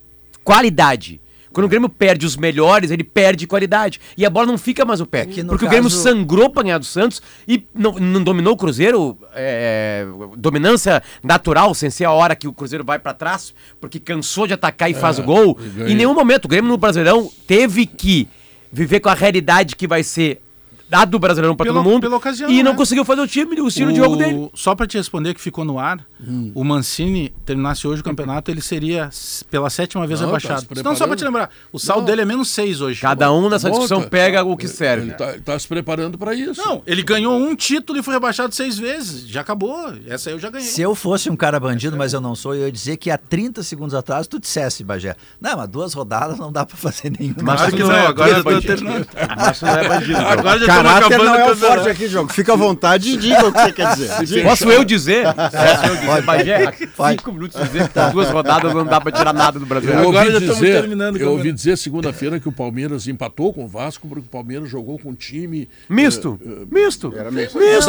G: qualidade. Quando o Grêmio perde os melhores, ele perde qualidade. E a bola não fica mais no pé.
D: É que
G: Porque
D: no
G: o Grêmio
D: caso-
G: sangrou pra ganhar do Santos e não, não dominou o Cruzeiro. é, dominância natural, sem ser a hora que o Cruzeiro vai pra trás, porque cansou de atacar e faz o gol.
A: e ganha.
G: Em nenhum momento o Grêmio no Brasileirão teve que viver com a realidade que vai ser dado do Brasileirão pra
E: Pela-
G: todo mundo.
E: pela ocasião,
D: é?
G: e não
E: né?
G: conseguiu fazer o time, o estilo de
E: O-
G: jogo dele.
E: Só pra te responder que ficou no ar,
A: Hum.
E: o Mancini terminasse hoje o campeonato, ele seria s- pela sétima vez
A: Não, tá se
E: rebaixado. Então,
A: preparando.
E: só pra te lembrar, o saldo
A: Não.
E: dele é menos seis hoje.
G: Cada um nessa
A: Bota.
G: discussão pega o
D: É.
G: que serve.
A: Ele tá, tá se preparando pra isso.
E: Não, ele ganhou um título e foi rebaixado seis vezes. Já acabou. Essa aí eu já ganhei.
D: Se eu fosse um cara bandido, mas eu não sou, eu ia dizer que há 30 segundos atrás tu dissesse, Bagé, não, mas duas rodadas não dá pra fazer nenhuma.
G: Mas
D: Claro
G: tu não é, agora
D: tu
G: é bandido.
D: terminando.
G: Mas não é bandido.
H: Agora já estamos
C: Caráter
H: acabando
C: não
H: o
C: é o
H: campeonato.
C: forte aqui, jogo. Fica à vontade e diga o que você quer dizer. Diga. É.
G: Posso eu dizer? Posso eu dizer, é.
D: pode,
G: Bagé?
D: pode.
G: Cinco minutos dizer que
A: tá.
G: com duas rodadas não dá pra tirar nada do Brasil.
A: Eu
E: Agora
A: ouvi
E: já estamos
A: dizer,
E: terminando o
A: Eu ouvi
E: campeonato.
A: dizer segunda-feira que o Palmeiras empatou com o Vasco porque o Palmeiras jogou com um time
G: Misto, misto.
D: Não,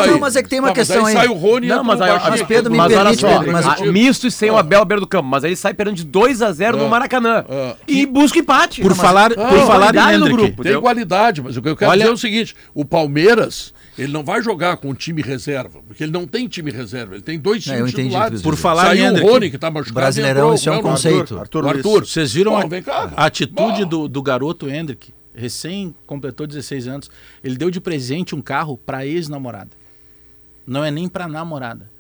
A: aí-
D: mas é que tem uma
A: Tá, mas
D: questão
A: aí.
D: aí.
A: Sai o Rony
G: Não,
A: entra
G: mas,
A: o
G: aí,
A: Pacheco.
D: mas é Pedro, me
G: mas olha
D: permite,
G: só,
D: Pedro, mas-
G: a- misto e sem o Abel à beira do campo, mas aí sai perdendo de 2 a 0 no Maracanã. E busca empate.
E: Por
G: Não, mas-
E: falar,
G: Ah,
E: por falar em
G: qualidade no
E: Hendrick,
G: grupo.
A: Tem
G: entendeu?
A: qualidade, mas o que eu quero
E: Olha-
A: dizer é o seguinte: o Palmeiras, ele não vai jogar com o time reserva, porque ele não tem time reserva, ele tem dois
D: Não,
A: times
D: É, eu entendi o que
A: titulares.
D: tu quis dizer.
E: Por falar
A: um Saiu
E: em Hendrick,
A: o Rony, que tá machucado.
D: Brasileirão,
A: entrou,
D: isso é um
A: qual o
D: conceito.
A: Arthur,
C: Arthur
A: O
C: Luiz.
A: Arthur.
E: Vocês viram
A: Bom,
E: a,
A: vem cá.
E: a atitude
A: Bom.
E: do, do garoto Hendrick, recém completou 16 anos. Ele deu de presente um carro pra ex-namorada. Não é nem pra namorada.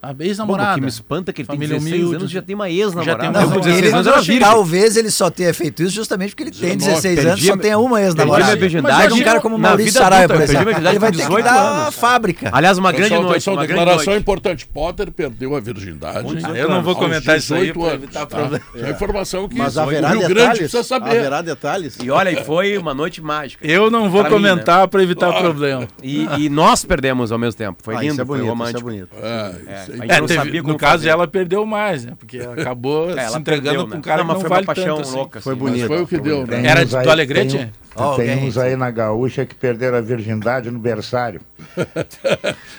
E: A
G: Bom,
E: ex-namorada.
G: o que me espanta é que ele tem
E: Família
G: 16
E: humilde.
G: anos e já tem uma
E: Já tem
G: ex-namorada.
E: uma
G: Eu com
D: Não,
E: namorada.
G: 16
D: ele,
G: anos era virgem.
D: talvez ele só tenha feito isso justamente porque ele tem
A: 19,
D: 16 anos,
G: perdi
D: só
G: a-
D: tem uma
G: Perdi minha
D: ex-namorada.
G: virgindade.
D: Mas um cara como
G: na
D: Maurício
G: vida
D: Saraiva, por
G: adulta, eu perdi
D: exemplo,
G: minha virgindade
D: ele vai
G: com
D: ter que
G: 18
D: dar a
G: anos.
D: fábrica.
G: Aliás, uma grande
A: Pessoal,
G: noite,
A: atenção,
G: uma grande
A: declaração
G: noite.
A: importante. Potter perdeu a virgindade. né?
H: Ah, eu não vou
A: aos
H: comentar isso aí
A: 18
H: pra
A: anos,
H: evitar
A: tá?
H: problema.
A: Isso É informação que
C: Mas
A: o Rio
C: haverá
A: Grande
C: detalhes?
A: precisa saber.
C: Haverá detalhes?
G: E olha, e foi uma noite mágica.
E: Eu não vou
G: Pra mim, né?
E: comentar pra evitar problema.
G: E, e nós perdemos ao mesmo tempo. Foi
C: Ah,
G: lindo,
C: isso é
G: foi
C: bonito, isso é
G: romântico.
C: bonito.
A: É, isso aí.
G: É,
E: É,
G: não
E: teve-
G: sabia como
E: no caso,
G: fazer.
E: ela perdeu mais, né? Porque ela acabou
G: É,
E: se
G: ela
E: entregando
G: perdeu,
E: pra um
G: né?
E: cara
G: Não, mas
E: que
G: foi
E: não vale
G: uma paixão
E: tanto assim.
G: louca.
C: Foi
G: assim.
A: Mas
C: bonito.
A: foi o que deu, né?
B: Tem
E: Era
B: uns
E: de
B: aí-
E: Porto Alegre,
B: tem
E: tia?
B: um-
D: Ó,
B: Tem
D: alguém-
B: uns aí na gaúcha que perderam a virgindade no berçário.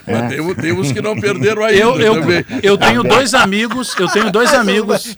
A: Mas tem, um- tem uns que não perderam aí.
E: Eu, eu, eu tenho dois amigos, eu tenho dois amigos.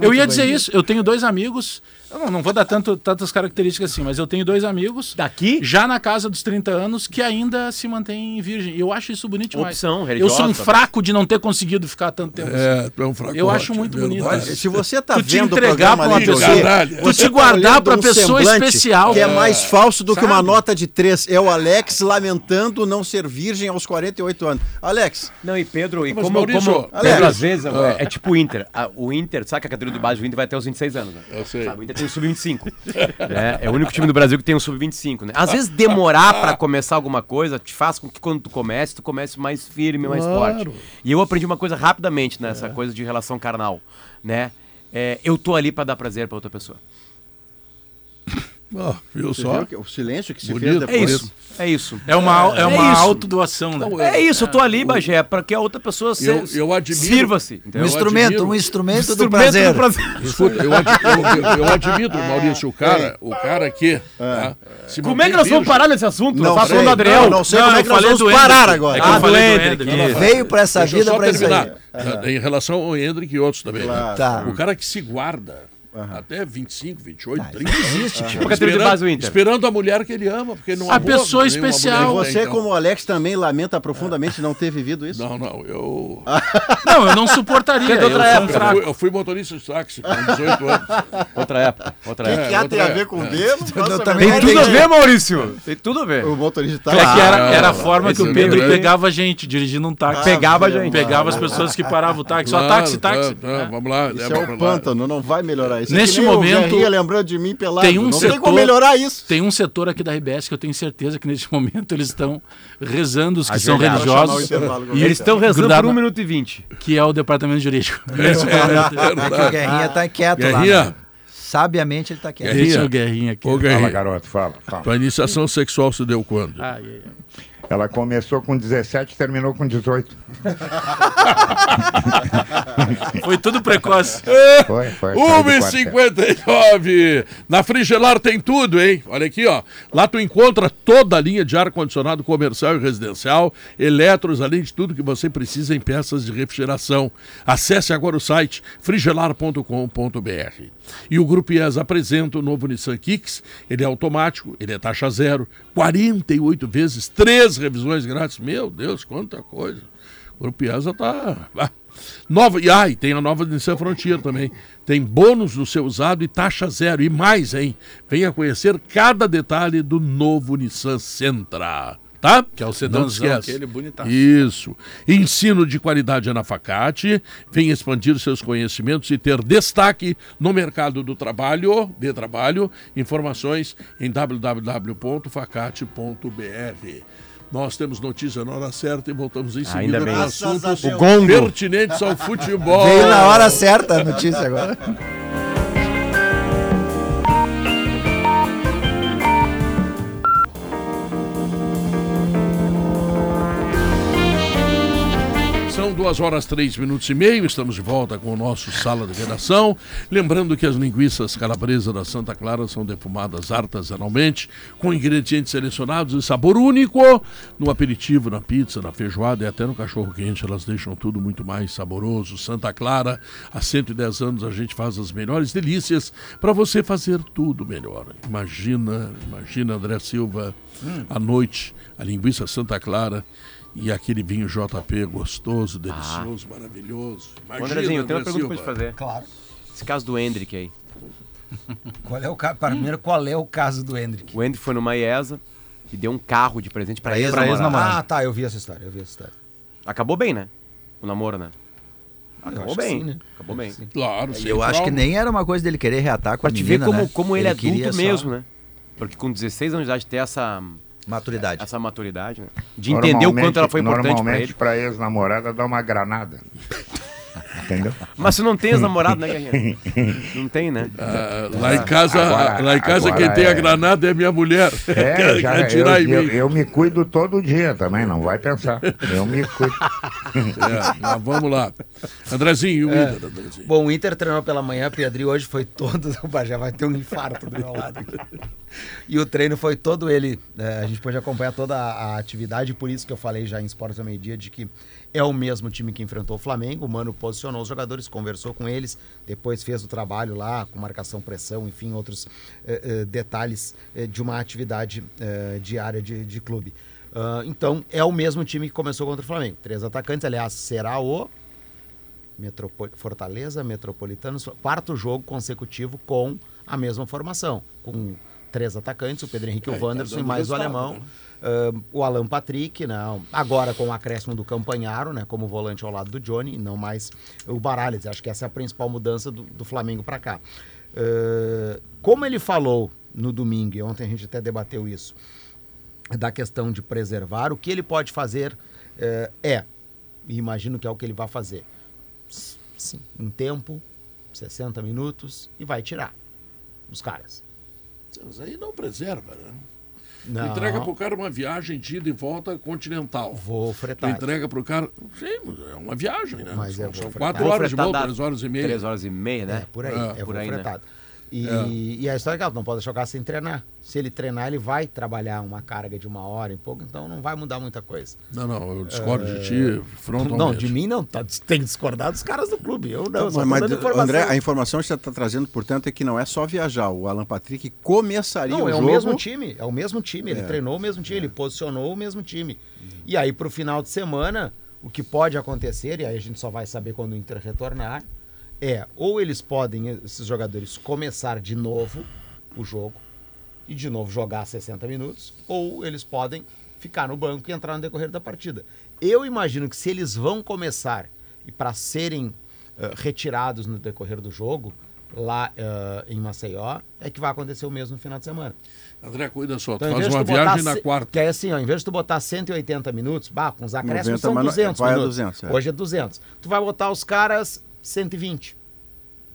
E: Eu ia dizer isso, eu tenho dois amigos. Eu não, não vou dar tanto, tantas características assim, mas eu tenho dois amigos.
G: Daqui?
E: Já na casa dos 30 anos, que ainda se mantém virgem. Eu acho isso bonito demais.
G: Opção
E: eu
G: religiosa,
E: sou um
G: talvez.
E: fraco de não ter conseguido ficar tanto tempo assim.
A: É, tu é um fracote,
E: Eu acho muito
A: é verdade.
E: bonito.
C: Olha, se você tá
E: Tu te
C: vendo o
E: entregar
C: programa
E: pra uma
C: ali de
A: pessoa,
C: hoje,
A: Caralho.
E: tu
C: você tá
E: te guardar
C: olhando
E: pra
C: um
E: pessoa
C: semblante
E: especial.
C: Que é mais falso do que uma
E: Sabe?
C: nota de três. É o Alex lamentando não ser virgem aos 48 anos. Alex,
G: Não, e Pedro, e
A: Mas,
G: como,
A: Maurício,
G: como
C: Alex.
G: Pedro, às vezes, é, é tipo o Inter. Ah, o Inter, sabe que a categoria do base do Inter vai até os 26 anos, né?
A: Eu sei.
G: Sabe, o Inter tem um sub-25. né? É o único time do Brasil que tem um sub-25, né? Às vezes demorar pra começar alguma coisa te faz com que quando tu comece, tu comece mais firme, mais forte. E eu aprendi uma coisa rapidamente nessa coisa de relação carnal, né? É, eu tô ali pra dar prazer pra outra pessoa.
A: Ó, viu
C: você
A: só?
C: viu que- o silêncio que se
A: Bonito.
C: fez
G: É
C: depois.
G: isso. É isso.
E: É uma, é uma
G: isso.
E: autodoação, né?
A: Não,
G: É isso, eu tô ali, Bagé, pra que a outra pessoa se,
A: Eu- eu admiro-
G: sirva-se.
D: Um
G: entendeu?
D: instrumento,
A: admiro.
D: um
C: é
D: instrumento do
G: Instrumento
D: prazer.
G: do prazer.
A: Escuta, eu, ad, eu, eu- eu admiro, Maurício, o
C: É.
A: cara, o cara que. tá, se
G: Como é
A: mantém
G: que nós vamos
A: virgem.
G: parar nesse assunto?
C: Não
G: tá
C: sei.
G: falando do Adriel.
C: Não, não sei
E: Não,
C: como é
E: eu
C: que nós
E: falei
C: vamos
E: do
C: parar
E: Hendrick.
C: agora.
E: É que eu
G: Ah,
E: falei do
G: do
E: Hendrick. né?
G: Hendrick.
D: Veio pra essa
A: né? Deixa eu Ah,
D: vida
A: só
D: pra isso aí.
A: terminar. Em relação ao Hendrick e outros também. né?
C: Claro.
D: Tá.
A: O cara que se guarda, até 25, 28,
E: Tá,
A: 30.
D: Existe, tipo.
G: Porque teve de base o
A: Ah, Esperando,
G: Inter.
A: esperando a mulher que ele ama, porque não
E: A
A: amou
E: pessoa
A: nenhuma mulher
E: especial.
A: até
C: E você,
A: então.
C: como o Alex, também lamenta profundamente não ter vivido isso?
A: Não, não, eu.
E: Não, eu não suportaria.
G: Teve
E: Eu
G: outra
E: sou um
G: época.
A: eu,
E: fraco.
A: fui, eu fui motorista de táxi com 18 anos.
G: Outra época, outra
C: O que,
G: época.
C: que há
A: outra
C: tem a
A: é.
C: ver com o dedo? Nossa,
D: também
C: mas
G: Tem tudo a
C: entendi.
G: ver, Maurício. Tem tudo a ver.
C: O motorista tá
E: É que
A: não,
E: era, era a
A: não,
E: forma
A: esse
E: que o
A: é
E: Pedro
A: grande.
E: pegava a gente dirigindo um táxi.
G: Pegava a gente.
E: Pegava as pessoas que paravam o táxi. Só
A: Claro,
E: táxi, táxi.
A: tá, tá,
E: É.
A: Vamos lá,
C: Isso
A: leva
C: é
A: pra
C: um
A: lá.
C: pântano, não vai melhorar isso. É
E: Neste
C: que nem o
E: momento,
C: Guerrinha lembrando de mim pelado.
E: tem um
C: não tem
E: setor-
C: como melhorar isso.
E: Tem um setor aqui da RBS que eu tenho certeza que neste momento eles estão rezando os que são
G: Ajoelhados.
E: religiosos,
C: Vou chamar o intervalo agora.
E: e
G: Eles estão rezando
E: Grudado.
C: um
G: por 1 minuto e 20.
E: que é o departamento jurídico.
G: né?
D: É que o Guerrinha tá quieto lá.
A: Guerrinha.
D: né? Sabiamente ele tá quieto.
A: Guerrinha.
E: Deixa o Guerrinha aqui.
A: Ô,
B: Fala,
A: Guerrinho,
B: garoto, fala, fala.
A: tua iniciação sexual se deu quando?
E: Ai, ai, ai.
B: Ela começou com 17 e terminou com 18.
E: Foi tudo precoce.
B: Foi, foi. saiu do quartel.
A: 1,59. Na Frigelar tem tudo, hein? Olha aqui, ó. Lá tu encontra toda a linha de ar-condicionado comercial e residencial, eletros, além de tudo que você precisa em peças de refrigeração. Acesse agora o site frigelar.com.br. E o Grupo IES apresenta o novo Nissan Kicks. Ele é automático, ele é taxa zero, 48 vezes, três revisões grátis. Meu Deus, quanta coisa. O Piazza tá. ah. Nova, e ai, tem a nova Nissan Frontier também. Tem bônus do seu usado e taxa zero. E mais, hein? Venha conhecer cada detalhe do novo Nissan Sentra. Tá? Que é o sedãzão
E: aquele bonitaço.
A: Isso. Ensino de qualidade é na Facate. Venha expandir seus conhecimentos e ter destaque no mercado do trabalho, de trabalho. Informações em www.facate.br. Nós temos notícia na hora certa e voltamos em seguida
G: Ainda bem.
A: com
C: Graças a
A: assuntos
C: Deus.
A: pertinentes ao futebol.
D: Veio na hora certa a notícia agora.
A: São duas horas, três minutos e meio. Estamos de volta com o nosso Sala de Redação. Lembrando que as linguiças calabresa da Santa Clara são defumadas artesanalmente, com ingredientes selecionados e sabor único. No aperitivo, na pizza, na feijoada e até no cachorro-quente, elas deixam tudo muito mais saboroso. Santa Clara, há 110 anos a gente faz as melhores delícias para você fazer tudo melhor. Imagina, imagina, André Silva, à noite, a linguiça Santa Clara. E aquele vinho JP gostoso, delicioso, maravilhoso. Imagina,
G: Andrezinho, eu tenho uma
A: André
G: pergunta pra te
A: Silva.
G: fazer.
D: Claro.
G: Esse caso do Hendrick aí.
D: Qual é o caso? Primeiro, qual é o caso do Hendrick?
G: O Hendrick foi numa IESA e deu um carro de presente pra,
D: Pra
G: ele.
D: ex-
G: pra
D: pra
G: namorada.
D: ex-namorada. Ah, tá, eu vi essa história, eu vi essa história.
G: Acabou bem, né? O namoro, né?
D: Eu
G: Acabou
D: acho que
G: bem.
D: sim, né?
G: Acabou bem.
A: Claro, sem
D: Eu acho que
A: trauma.
D: nem era uma coisa dele querer reatar com
G: Pra
D: a
G: te
D: menina,
G: ver como,
D: né?
G: como ele é
D: queria
G: adulto
D: só
G: mesmo, né? Porque com 16 anos de idade ter essa,
D: Maturidade.
G: essa maturidade, né? De entender o quanto ela foi importante pra
B: Normalmente,
G: ele.
B: pra ex-namorada, dá uma granada. Entendeu?
G: Mas você não tem ex-namorado, né, Guerrinha? Não tem, né?
A: Ah, lá em casa,
B: Agora-
A: lá em casa
B: agora
A: quem tem a
B: é-
A: granada é minha mulher.
B: É,
A: Quer-
B: já,
A: quer
B: eu,
A: tirar em
B: eu-
A: mim.
B: eu me cuido todo dia também, não vai pensar. Eu me cuido.
A: É, mas vamos lá. Andrezinho, e o Ida, Andrezinho.
H: É. Bom, o Inter treinou pela manhã, Pedrinho hoje foi todo. O Bajá vai ter um infarto do meu lado aqui. E o treino foi todo ele. é, a gente pôde acompanhar toda a, a atividade, por isso que eu falei já em Esportes ao Meio-Dia de que é o mesmo time que enfrentou o Flamengo. O Mano posicionou os jogadores, conversou com eles, depois fez o trabalho lá com marcação, pressão, enfim, outros é, é, detalhes é, de uma atividade é, diária de, de clube. Ah, então, é o mesmo time que começou contra o Flamengo. Três atacantes, aliás, será o. Metropo- Fortaleza, Metropolitanos, quarto jogo consecutivo com a mesma formação, com três atacantes, o Pedro Henrique, o Wanderson e mais o alemão, ah, o Alan Patrick, não, agora com o acréscimo do Campanharo, né, como volante ao lado do Johnny, e não mais o Baralhes. Acho que essa é a principal mudança do, do Flamengo para cá. Ah, como ele falou no domingo, e ontem a gente até debateu isso, da questão de preservar, o que ele pode fazer eh, é, e imagino que é o que ele vai fazer, s- sim, em tempo, 60 minutos, e vai tirar os caras.
A: Mas aí não preserva, né?
H: Não,
A: Entrega pro cara uma viagem de ida e volta continental.
H: Vou
A: Tu
H: fretar.
A: entrega pro cara. Sim, mas é uma viagem, né?
H: Mas é,
A: são
H: vou
A: são
H: fretar.
A: quatro
G: Vou
A: horas de
G: fretar
A: volta,
G: dá
A: três horas e meia.
G: 3 horas e meia, né?
H: É, por aí,
A: Ah,
H: é
G: por
H: voo
G: aí, né?
H: fretado. E, e a história é que ela não pode deixar o cara sem treinar. Se ele treinar, ele vai trabalhar uma carga de uma hora e pouco, então não vai mudar muita coisa. É.
A: Não, não, eu discordo de
B: É.
A: ti frontalmente. Tá,
H: Não, de mim não. Tá, tem que discordar dos caras do clube. Eu não, eu só tô
C: mas,
H: dando informação.
C: André, a informação que você está trazendo, portanto, é que não é só viajar. O Alan Patrick começaria
A: um
H: Não,
C: o
H: é
C: jogo.
H: o mesmo time, é o mesmo time. Ele treinou o mesmo time, ele posicionou o mesmo time. E aí, pro final de semana, o que pode acontecer, e aí a gente só vai saber quando o Inter retornar, é ou eles podem, esses jogadores, começar de novo o jogo e de novo jogar 60 minutos, ou eles podem ficar no banco e entrar no decorrer da partida. Eu imagino que se eles vão começar e para serem eh, retirados no decorrer do jogo, lá eh, em Maceió, é que vai acontecer o mesmo no final de semana.
A: André, cuida só, tu
H: Então, em
A: faz
H: vez de
A: uma
H: tu botar
A: viagem na
H: ce-
A: quarta.
H: Que é assim, ó, em vez de tu botar 180 minutos, bah, com os
C: 90,
H: acréscimos são
C: mas não-
H: 200
C: vai a
H: minutos.
C: 200, é.
H: Hoje é 200. Tu vai botar os caras 120.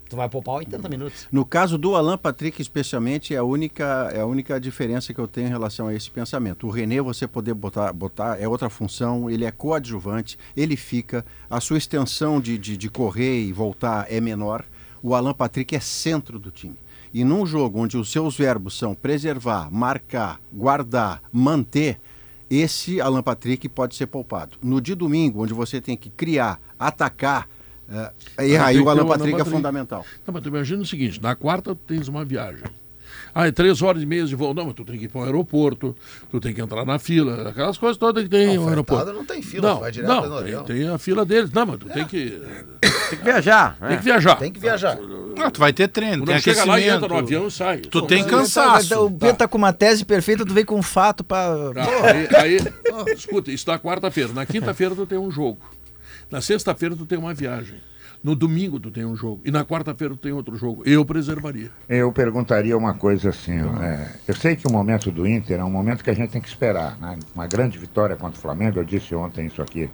H: Tu vai poupar 80 minutos.
C: No caso do Alan Patrick, especialmente, é a única, é a única diferença que eu tenho em relação a esse pensamento. O René, você poder botar, botar é outra função, ele é coadjuvante, ele fica, a sua extensão de, de, de correr e voltar é menor. O Alan Patrick é centro do time. E num jogo onde os seus verbos são preservar, marcar, guardar, manter, esse Alan Patrick pode ser poupado. No de domingo, onde você tem que criar, atacar, eh, e
A: Ah, tem
C: aí
A: que ter
C: o Alan
A: o Alan
C: Patrick é
A: Patrick.
C: fundamental.
A: Não, mas tu imagina o seguinte, na quarta tu tens uma viagem. Ah, é três horas e meia de voo. Não, mas tu tem que ir para o aeroporto, tu tem que entrar na fila, aquelas coisas todas que tem no aeroporto.
H: não tem fila,
A: não,
H: vai direto no
A: não, tem,
H: avião. É.
A: tem a fila deles. Não, mas tu tem que,
G: Tem que viajar. né?
A: tem que viajar.
H: Tem que viajar.
E: Ah, tu vai ter treino,
A: Tu
E: tem
A: não chega lá e entra
E: aquecimento.
A: no avião e sai.
E: Tu
A: Pô,
E: tem
A: aí-
E: cansaço.
D: O Pedro tá com uma tese perfeita, tu vem com um fato pra.
A: Tá, aí, aí- escuta, isso na quarta-feira. Na quinta-feira tu tem um jogo. Na sexta-feira tu tem uma viagem. No domingo tu tem um jogo. E na quarta-feira tu tem outro jogo. Eu preservaria.
B: Eu perguntaria uma coisa assim. ó, é, eu sei que o momento do Inter é um momento que a gente tem que esperar. né? Uma grande vitória contra o Flamengo, eu disse ontem isso aqui.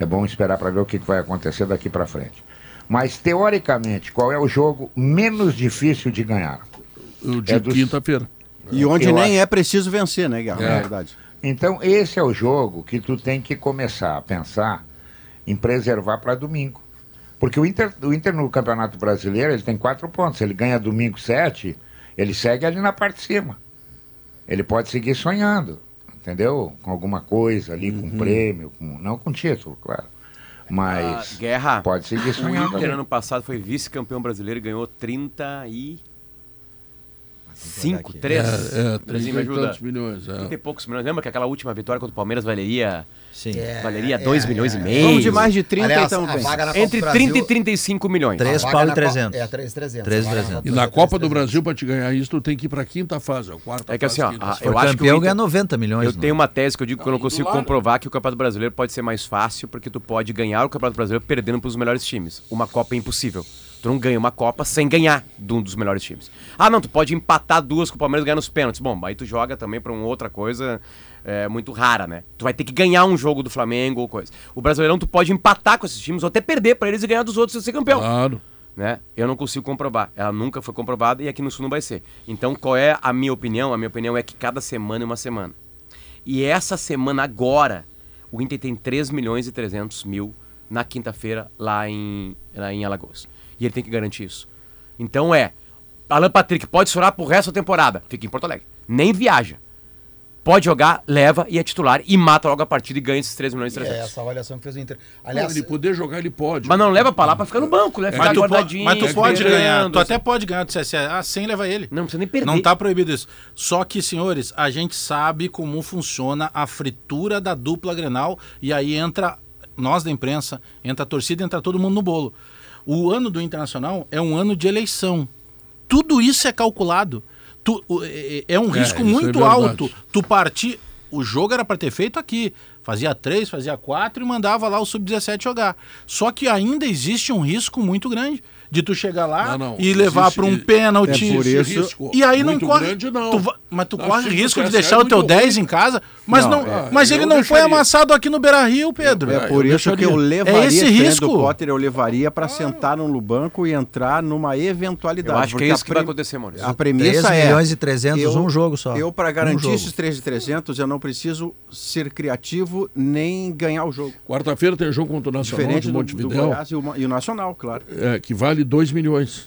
B: É bom esperar para ver o que que vai acontecer daqui para frente. Mas, teoricamente, qual é o jogo menos difícil de ganhar?
A: Eu de
B: É dos-
A: quinta-feira.
C: E onde
B: Eu
C: nem
B: acho.
C: é preciso vencer, né, Guerra?
A: tá É.
C: Na verdade.
B: Então, esse é o jogo que tu tem que começar a pensar em preservar para domingo. Porque o Inter, o Inter no Campeonato Brasileiro ele tem quatro pontos. Ele ganha domingo sete, ele segue ali na parte de cima. Ele pode seguir sonhando, entendeu? Com alguma coisa ali,
G: Uhum.
B: com prêmio, com, não com título, claro. Mas
G: Ah, Guerra.
B: pode seguir sonhando.
A: um
G: O Inter
B: ali.
G: ano passado foi vice-campeão brasileiro e ganhou 30 e... 5, 3.
A: É, é, 30 e tantos milhões. é.
G: 30 e poucos milhões. Lembra que aquela última vitória contra o Palmeiras valeria
D: Sim.
H: É,
G: valeria 2 milhões e meio?
C: Vamos de mais de 30,
H: Aliás,
C: então,
H: a
C: bem.
H: vaga na Copa
G: Entre
H: do
G: 30
H: Brasil-
G: e 35 milhões.
D: Três
H: a vaga
D: pau e
H: na Copa-
D: 300.
H: É, 3 300.
D: 3
H: A vaga
D: 300.
A: E na Copa do Brasil, tá para te ganhar isso, tu tem que ir para a quinta fase, ó, quarta
G: É que
A: fase,
G: assim, ó,
A: quinta
G: a-
A: fase.
G: eu
D: O
G: acho que o
D: campeão
G: Inter-
D: ganha 90 milhões.
G: Eu
D: não.
G: tenho uma tese que eu digo que eu não
A: e
G: consigo
A: claro.
G: comprovar que o Campeonato Brasileiro pode ser mais fácil, porque tu pode ganhar o Campeonato Brasileiro perdendo para os melhores times. Uma Copa é impossível. Tu não ganha uma Copa sem ganhar de um dos melhores times. Ah, não, tu pode empatar duas com o Palmeiras e ganhar nos pênaltis. Bom, aí tu joga também para uma outra coisa é, muito rara, né? Tu vai ter que ganhar um jogo do Flamengo ou coisa. O Brasileirão tu pode empatar com esses times ou até perder para eles e ganhar dos outros e ser campeão
A: Claro.
G: né? Eu não consigo comprovar. Ela nunca foi comprovada e aqui no Sul não vai ser. Então, qual é a minha opinião? A minha opinião é que cada semana é uma semana. E essa semana agora, o Inter tem 3 milhões e 300 mil na quinta-feira lá em, lá em Alagoas. E ele tem que garantir isso. Então é, Alan Patrick pode chorar pro resto da temporada. Fica em Porto Alegre. Nem viaja. Pode jogar, leva e é titular e mata logo a partida e ganha esses 3 milhões e
H: É
G: 300.
H: essa avaliação que fez o Inter.
A: Aliás,
H: Aliás,
A: ele poder jogar, ele pode.
G: Mas não leva pra lá pra ficar no banco, né? Ficar
E: É. Mas tu, po-
G: guardadinho,
E: mas tu pode
G: esperando,
E: ganhar, tu
G: assim.
E: até pode ganhar do CSA ah, sem levar ele.
G: Não precisa nem perder.
E: Não tá proibido isso. Só que, senhores, a gente sabe como funciona a fritura da dupla Grenal e aí entra nós da imprensa, entra a torcida, entra todo mundo no bolo. O ano do Internacional é um ano de eleição. Tudo isso é calculado. Tu- o- é- é um
A: É,
E: risco
A: isso é
E: muito
A: verdade.
E: alto. Tu partir. O jogo era para ter feito aqui. Fazia três, fazia quatro e mandava lá o sub-17 jogar. Só que ainda existe um risco muito grande de tu chegar lá
A: Não, não,
E: e levar
A: existe-
E: para um
A: é
E: pênalti.
C: por
A: Esse
C: isso-
A: risco
E: E aí não
A: muito
E: corre.
A: grande, não.
E: tu va- mas tu
A: Não,
E: corre
A: se
E: risco de
A: tivesse,
E: deixar
A: é
E: o teu
A: muito
E: 10 em casa, mas não,
C: Ah,
A: é,
E: mas
A: eu
E: ele não foi
A: deixaria.
E: amassado aqui no Beira-Rio, Pedro.
A: Ah,
C: É por
E: Eu
C: isso que
E: deixaria.
C: eu levaria,
E: é esse
C: diferente do
E: risco.
C: Potter, eu levaria para sentar no banco e entrar numa eventualidade.
G: Eu acho que
C: porque
G: é isso
C: a
G: que vai
C: pre-
G: acontecer, Maurício.
C: A premissa
D: 3
C: é...
D: milhões e 300,
C: eu-
D: um jogo só.
C: Eu, para
D: Um
C: garantir
D: jogo.
C: esses 3 de 300, eu não preciso ser criativo nem ganhar o jogo.
A: Quarta-feira tem jogo contra o Nacional
C: Diferente
A: de
C: do, do
A: Montevidéu,
C: Goiás e o, Ma- e o Nacional, claro.
A: é, que vale 2 milhões.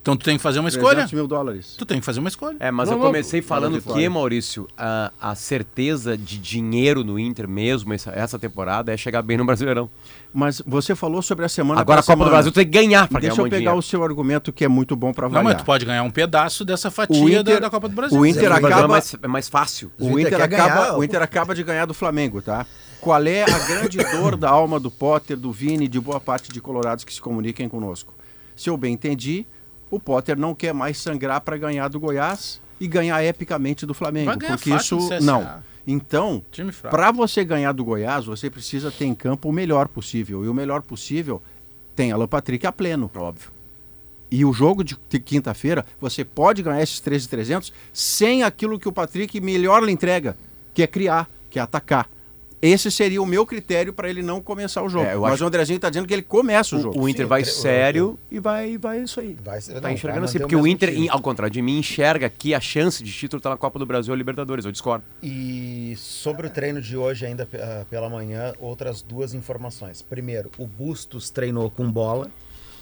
E: Então tu tem que fazer uma escolha.
C: 300 mil dólares.
E: Tu tem que fazer uma escolha.
G: É, mas
A: Não,
G: eu
A: não,
G: comecei falando
C: de
G: que,
C: fora.
G: Maurício, a, a certeza de dinheiro no Inter mesmo, essa, essa temporada, é chegar bem no Brasileirão.
C: Mas você falou sobre a semana
G: Agora a Copa
C: passada.
G: do Brasil tem que ganhar pra
C: Deixa
G: ganhar um
C: eu pegar
G: dinheiro.
C: o seu argumento que é muito bom para
E: Não,
C: avaliar.
E: mas tu pode ganhar um pedaço dessa fatia da, da Copa do Brasil.
C: O
E: um
G: Mas
C: Inter
G: é que
C: acaba
G: É mais, é mais fácil.
C: O
D: Inter
C: Inter,
D: quer ganhar,
C: acaba,
D: pô.
C: o Inter acaba de ganhar do Flamengo, tá? Qual é a grande dor da alma do Potter, do Vini, de boa parte de colorados que se comuniquem conosco? Se eu bem entendi, o Potter não quer mais sangrar para ganhar do Goiás e ganhar epicamente do Flamengo,
E: Vai ganhar
C: porque
E: fácil
C: isso
E: do CSA.
C: não. Então,
E: Time fraco.
C: para você ganhar do Goiás, você precisa ter em campo o melhor possível. E o melhor possível tem Alan Patrick a pleno, óbvio. E o jogo de de quinta-feira, você pode ganhar esses 13,300 sem aquilo que o Patrick melhor lhe entrega, que é criar, que é atacar. Esse seria o meu critério para ele não começar o jogo.
G: É, eu
C: Mas
G: acho-
C: o Andrezinho está dizendo que ele começa o, jogo.
G: O, o Inter
H: Sim,
G: vai
H: eu- eu-
G: sério e vai, vai isso aí.
H: Vai ser- não,
G: tá
H: vai
G: enxergando
H: manter
G: assim,
H: o
G: porque o
H: mesmo
G: Inter,
H: time.
G: em- ao contrário de mim, enxerga que a chance de título tá na Copa do Brasil ou Libertadores. Eu discordo.
H: E sobre o treino de hoje, ainda pe- ah, pela manhã, outras duas informações. Primeiro, o Bustos treinou com bola,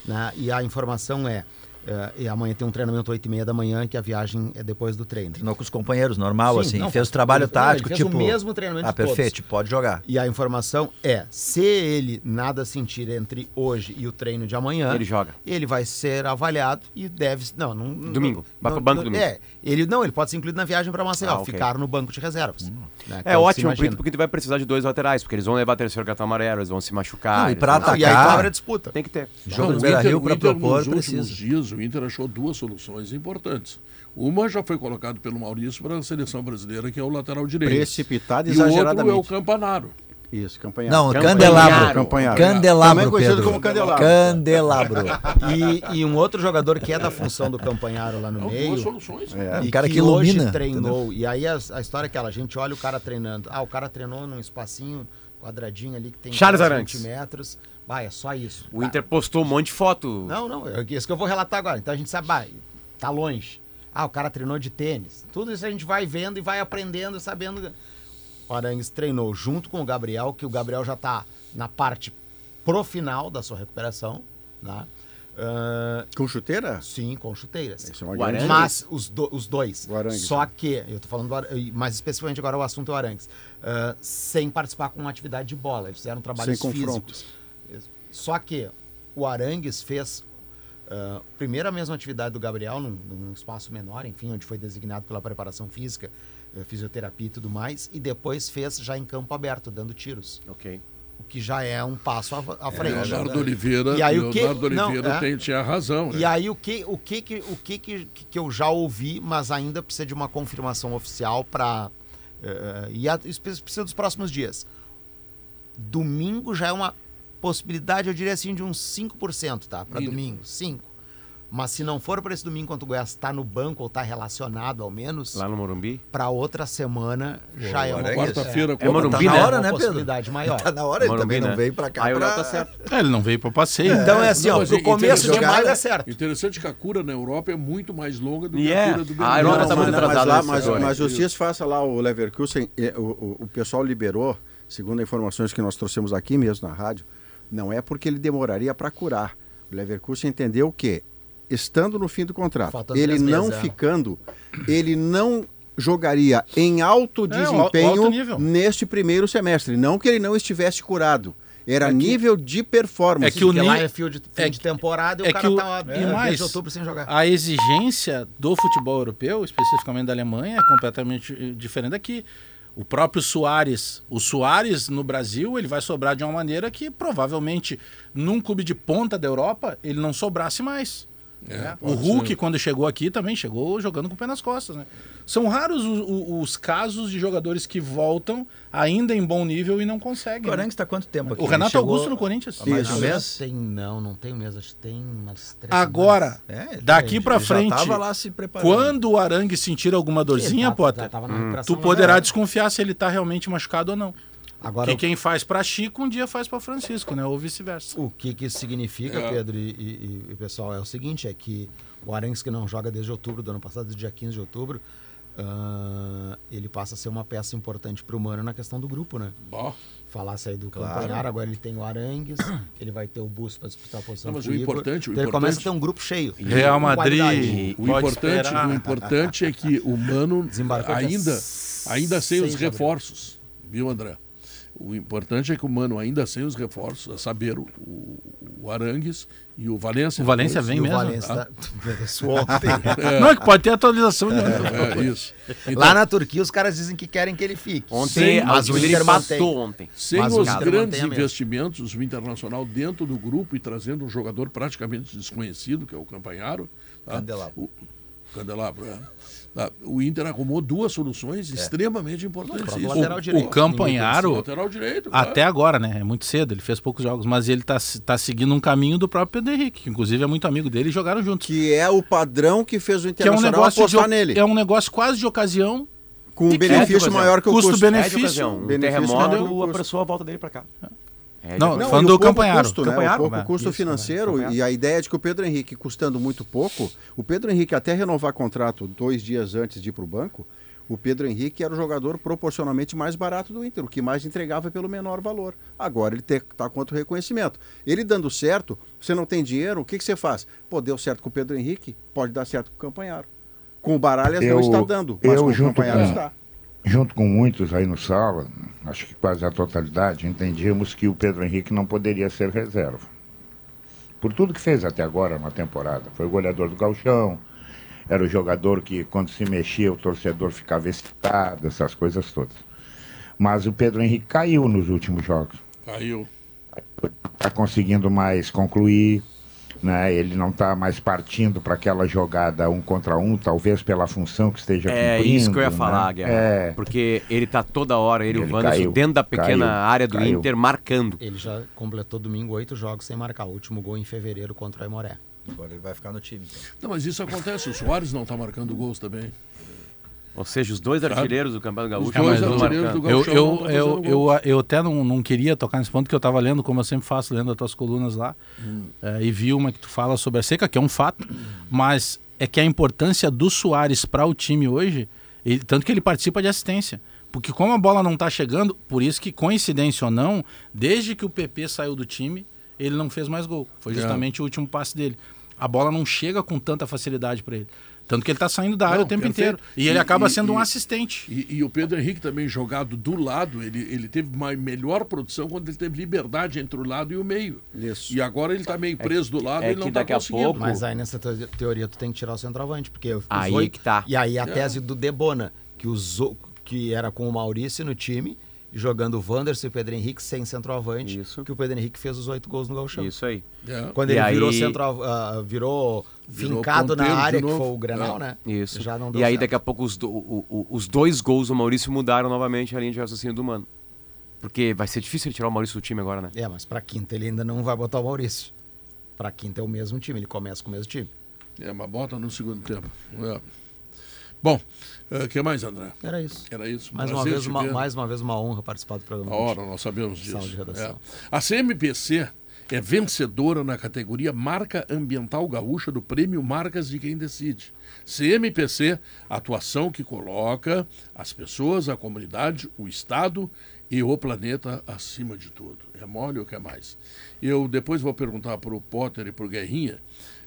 H: né? E a informação é, eh, e amanhã tem um treinamento 8 e meia da manhã, que a viagem é depois do treino.
D: Treinou com os companheiros, normal,
H: Sim,
D: assim.
H: não,
D: fez
H: faz-
D: o trabalho
H: ele-
D: tático,
H: ele fez
D: tipo.
H: o mesmo treinamento
D: Ah,
H: de todos.
D: perfeito, pode jogar.
H: E a informação é, se ele nada sentir entre hoje e o treino de amanhã,
G: Ele joga.
H: ele vai ser avaliado e deve não, não
G: Domingo. Vai
H: não-
G: pro banco
H: não-
G: domingo.
H: É, ele não, ele pode ser incluído na viagem para Maceió,
G: Ah, ok.
H: ficar no banco de reservas.
D: Hum.
H: né?
G: É
H: Então, se
G: ótimo,
H: imagina.
G: Brito, porque tu vai precisar de dois laterais, porque eles vão levar terceiro cartão amarelo, eles vão se machucar.
D: Não, e
G: eles
D: pra
G: vão-
H: Ah, e aí
D: atacar-
H: tu abre a disputa.
G: Tem que ter.
D: Jogo
A: Não,
D: no
A: o
D: Beira
A: Inter-
D: Rio
A: o
D: pra
G: é um
A: Inter,
D: propor,
A: nos últimos
D: precisa.
A: dias, o Inter achou duas soluções importantes. Uma já foi colocada pelo Maurício para a seleção brasileira, que é o lateral direito.
C: Precipitado
A: e o outro é o
C: exageradamente.
A: Campanaro.
C: Isso, campanhar.
D: Não,
G: Campanharo.
D: candelabro.
C: Campanharo. Também
D: Candelabro,
C: conhecido
D: Pedro.
C: como candelabro.
D: Candelabro.
H: E, e um outro jogador que é da função do Campanharo lá no
A: Então,
H: meio.
A: duas soluções.
D: É,
H: e
D: um cara que
H: hoje
D: ilumina,
H: treinou. E aí a, a história é aquela, a gente olha o cara treinando. Ah, o cara treinou num espacinho quadradinho ali que tem
G: Charles
H: 10,
G: Arantes.
H: metros. Vai, é só isso.
G: O Inter postou um monte de foto.
H: Não, não, é isso que eu vou relatar agora. Então a gente sabe, bah, tá longe. Ah, o cara treinou de tênis. Tudo isso a gente vai vendo e vai aprendendo, sabendo. O Arangues treinou junto com o Gabriel, que o Gabriel já tá na parte pro final da sua recuperação, né? Ah,
C: Com chuteira?
H: sim, com chuteiras.
C: Esse é uma
G: O Arangues?
H: Mas os, do- os dois.
C: O Arangues. né?
H: Só que, eu tô falando do Arangues, mas especificamente agora o assunto é o Arangues. Ah, sem participar com atividade de bola. Eles fizeram trabalhos
C: Sem
H: físicos.
C: confrontos.
H: Só que o Arangues fez ah, primeiro a mesma atividade do Gabriel, num, num espaço menor, enfim, onde foi designado pela preparação física, eh, fisioterapia e tudo mais, e depois fez já em campo aberto, dando tiros.
G: Ok.
H: O que já é um passo à, à frente.
A: Leonardo Oliveira,
H: E aí o que-
A: Leonardo
H: não,
A: Oliveira
H: é.
A: tem, tinha razão. né?
H: E aí o que o que que o que que, que eu já ouvi, mas ainda precisa de uma confirmação oficial para e a- isso precisa precisa dos próximos dias. Domingo já é uma possibilidade, eu diria assim, de uns 5%, tá? Para
A: Mínimo.
H: domingo, 5. Mas se não for para esse domingo quando o Goiás tá no banco ou tá relacionado ao menos,
G: Lá no Morumbi.
H: para outra semana já é uma
D: Arangues.
A: Quarta-feira,
G: É Morumbi,
D: tá na
G: né?
D: hora, né,
H: Uma
D: Pedro?
H: possibilidade maior.
D: Tá na hora, ele
G: Morumbi,
D: também
G: né?
D: não veio pra cá.
G: Aí o
D: pra-
G: Léo tá certo.
E: É, ele não veio para passeio.
H: Então é assim,
A: Não,
H: ó,
A: mas
H: pro
A: e-
H: começo de
A: entendeu?
H: maio é certo.
A: Interessante que a cura na Europa é muito mais longa do que
G: E é.
A: a cura do
G: A
E: Ah,
A: Brasil.
G: Europa
C: Não,
G: tá
C: mas-
G: muito
C: mas
G: atrasada
C: lá-
G: nessa
C: Mas,
G: história.
C: mas o Cis faça lá o Leverkusen, eh, o, o- o pessoal liberou, segundo informações que nós trouxemos aqui mesmo na rádio, não é porque ele demoraria para curar. O Leverkusen entendeu que, estando no fim do contrato,
H: Faltam
C: ele
H: três meses,
C: não
H: é.
C: ficando, ele não jogaria em alto
E: É, um al-
C: desempenho
E: alto nível.
C: neste primeiro semestre. Não que ele não estivesse curado. Era nível de performance.
E: é que o
H: Porque lá
E: ni-
H: é fio de, fim
E: é
H: de
E: que-
H: temporada e
E: é
H: o cara
E: que o-
H: tá
E: e
H: desde
E: mais- Ah,
H: outubro sem jogar.
E: A exigência do futebol europeu, especificamente da Alemanha, é completamente eh, diferente daqui. O próprio Soares, o Soares no Brasil, ele vai sobrar de uma maneira que provavelmente num clube de ponta da Europa ele não sobrasse mais.
H: É,
E: né? O
A: pode
E: Hulk,
A: ser.
E: quando chegou aqui, também chegou jogando com o pé nas costas. Né? São raros o- o- os casos de jogadores que voltam ainda em bom nível e não conseguem.
D: O
E: né?
D: Arangues tá quanto tempo aqui?
E: O Renato
D: Ele chegou-
E: Augusto no Corinthians.
D: mais de um
H: Acho
D: mês?
H: que Tem, não, não tem mesmo. Acho que tem umas três
E: Agora,
D: É, ele-
E: daqui pra
D: ele já
E: frente,
D: tava lá se preparando.
E: quando o Arangue sentir alguma dorzinha, Potter, tu poderá desconfiar se ele tá realmente machucado ou não.
H: Agora,
E: que quem faz pra Chico, um dia faz pra Francisco, né? Ou vice-versa.
H: o que, que isso significa,
A: É.
H: Pedro e, e- e- e pessoal, é o seguinte, é que o Arangues, que não joga desde outubro do ano passado, desde dia 15 de outubro, ah, ele passa a ser uma peça importante pro Mano na questão do grupo, né?
A: Bom,
H: falasse aí do
D: Claro.
H: Campanhar, agora ele tem o Arangues, ele vai ter o Bus para disputar a posição
A: Não, mas
H: com
A: o
H: Igor.
A: importante- o
H: então ele começa a
A: importante-
H: ter um grupo cheio.
E: Real
H: Com
E: Madrid.
H: qualidade.
A: O
E: Pode
A: importante,
E: esperar.
A: o importante é que o Mano
H: Desembarcou dia
A: ainda, ainda sem
H: seis
A: os
H: de abril.
A: reforços, viu, André? O importante é que o Mano ainda sem os reforços, a saber, o, o Arangues e o Valência.
E: O Valência
A: depois,
E: vem
H: E o
E: mesmo.
H: Valencia tá- Isso ontem.
E: Não, é que pode ter atualização de
A: É, isso. Então,
H: Lá na Turquia, os caras dizem que querem que ele fique.
G: Ontem,
H: mas
G: mas
H: o
G: o Inter
H: Inter mantém.
G: empatou ontem.
A: Sem
H: Mas o
A: os
H: cara
A: grandes
H: mantém a mesma.
A: investimentos, o Internacional dentro do grupo e trazendo um jogador praticamente desconhecido, que é o Campanharo. tá?
D: Candelabro.
A: O, Candelabro, é. Tá, O Inter arrumou duas soluções extremamente importantes.
H: próprio
A: Isso.
H: É. lateral
A: O-
H: direito.
E: o Campanharo-
A: o lateral direito.
E: Até
A: claro.
E: agora, né? É muito cedo, ele fez poucos jogos, mas ele tá, tá seguindo um caminho do próprio Pedro Henrique, que inclusive é muito amigo dele e jogaram juntos.
C: Que é o padrão que fez o
E: Que é um
C: Internacional
E: negócio de,
C: apostar
E: o-
C: nele.
E: é um negcusto quase de ocasião,
C: Com
E: E
C: um
E: que-
C: benefício
G: é,
C: maior que o custo.
G: É de
E: custo-benefício.
G: ocasião. Um
C: benefício maior que o
G: terremoto
C: custo.
G: apressou a volta dele pra cá. É de
E: Não,
G: ocasião.
E: não, Falando
C: e
E: do
C: o pouco
E: Campanharo.
C: Custo, né?
G: Campanharo,
C: o pouco
G: né?
C: custo
G: Isso,
C: financeiro
G: Campanharo.
C: e a ideia de que o Pedro Henrique, custando muito pouco, o Pedro Henrique até renovar contrato dois dias antes de ir para o banco, o Pedro Henrique era o jogador proporcionalmente mais barato do Inter, o que mais entregava pelo menor valor. Agora ele está com outro reconhecimento. Ele dando certo, você não tem dinheiro, o que, que você faz? Pô, deu certo com o Pedro Henrique, pode dar certo com o Campanharo. Com o Baralhas
B: Eu-
C: não está dando, mas
B: eu
C: com o
B: junto
C: Campanharo
B: com-
C: está.
B: junto com muitos aí no sala, acho que quase a totalidade, entendíamos que o Pedro Henrique não poderia ser reserva. Por tudo que fez até agora na temporada. Foi goleador do Galchão, era o jogador que quando se mexia o torcedor ficava excitado, essas coisas todas. Mas o Pedro Henrique caiu nos últimos jogos
A: Caiu.
B: está conseguindo mais concluir, né? Ele não está mais partindo para aquela jogada um contra um, talvez pela função que esteja
G: É
B: cumprindo.
G: isso que eu ia
B: né?
G: falar, Guerra.
B: É,
G: Porque ele tá toda hora, ele e o
B: Ele
G: Wanderson,
B: caiu,
G: dentro da pequena
B: caiu,
G: área do
B: caiu.
G: Inter, marcando.
H: Ele já completou domingo oito jogos sem marcar. O último gol em fevereiro contra o Aimoré.
D: Agora ele vai ficar no time. então.
A: Não, mas isso acontece. O Soares não está marcando gols também.
G: Ou seja, os dois artilheiros do Campeonato Gaúcho.
A: dois
G: estão
A: artilheiros
G: um marcando.
A: do
E: Eu,
A: Gauchão não
E: eu,
A: tá
E: eu,
A: fazendo
E: eu,
A: gol.
E: eu até não, não queria tocar nesse ponto que eu estava lendo, como eu sempre faço, lendo as tuas colunas lá, eh, e vi uma que tu fala sobre a seca, que é um fato, mas é que a importância do Soares para o time hoje, ele- tanto que ele participa de assistência. Porque como a bola não está chegando, por isso que, coincidência ou não, desde que o PP saiu do time, ele não fez mais gol.
A: É.
E: Foi justamente o último passe dele. A bola não chega com tanta facilidade para ele. Tanto que ele está saindo da área
A: Não,
E: Tá, é o tempo
A: perfeito.
E: inteiro. E ele
A: E-
E: acaba
A: e-
E: sendo um
A: e-
E: assistente.
A: E, e o Pedro Henrique também jogado do lado, ele, ele teve uma melhor produção quando ele teve liberdade entre o lado e o meio.
C: Isso.
A: E agora ele está meio preso do lado
G: é
A: ele não
G: que
A: está
G: daqui a
A: conseguindo.
G: pouco-
H: Mas é- aí nessa te- teoria tu tem que tirar o centroavante, porque os
G: Aí
H: oito-
G: que tá.
H: E aí
A: É.
H: a tese do Debona, que usou que era com o Maurício no time, jogando o Wanderson e o Pedro Henrique sem centroavante,
G: Isso.
H: que o Pedro Henrique fez os oito gols no Galchão.
G: Isso aí.
A: É.
H: Quando
G: E
H: ele
G: aí-
H: virou centro, virou
A: Virou
H: fincado
A: ponteiro
H: na
A: de
H: área que
A: novo.
H: foi o Granal,
A: É.
H: né?
G: Isso.
H: Já não deu
G: e aí,
H: certo.
G: daqui a pouco, os, do- o- o- os dois gols do Maurício mudaram novamente a linha de raciocínio do Mano. Porque vai ser difícil ele tirar o Maurício do time agora, né?
H: É, mas pra quinta ele ainda não vai botar o Maurício. Pra quinta é o mesmo time, ele começa com o mesmo time.
A: É, mas bota no segundo tempo. É. Bom, o que mais, André?
H: Era isso.
A: Era isso.
H: Mais uma,
A: Prazer
H: vez,
A: te
H: uma,
A: ver.
H: mais uma vez, uma honra participar do programa.
A: A hora, nós sabemos disso.
H: Sala de redação.
A: É. A CMPC é vencedora na categoria Marca Ambiental Gaúcha do Prêmio Marcas de Quem Decide. CMPC, atuação que coloca as pessoas, a comunidade, o Estado e o planeta acima de tudo. É mole ou quer mais? Eu depois vou perguntar para o Potter e para o Guerrinha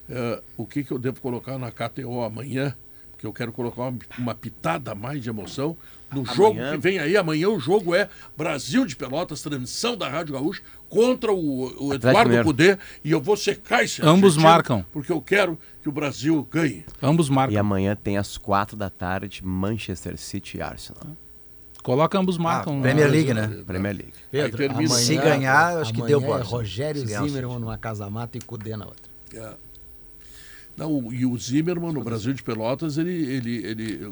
A: eh, o que, que eu devo colocar na KTO amanhã, porque eu quero colocar uma, uma pitada a mais de emoção no jogo
E: É.
A: que vem aí. Amanhã o jogo é Brasil de Pelotas, transmissão da Rádio Gaúcha, contra o, o Eduardo
G: Mineiro.
A: Cudê, e eu vou secar esse
E: Ambos
A: argentino,
E: marcam.
A: Porque eu quero que o Brasil ganhe.
E: Ambos marcam.
G: E amanhã tem às quatro da tarde Manchester City e Arsenal.
E: Coloca ambos marcam. É,
D: Premier League, né?
G: Premier League.
A: Aí termina-
D: Se ganhar, acho que
H: amanhã
D: deu
H: é
D: bosta.
H: Rogério
D: Se ganhar,
H: Zimmermann numa casa mata e Cudê na outra.
A: É. Não, o- e o Zimmermann, no Brasil de Pelotas, ele. ele, ele o,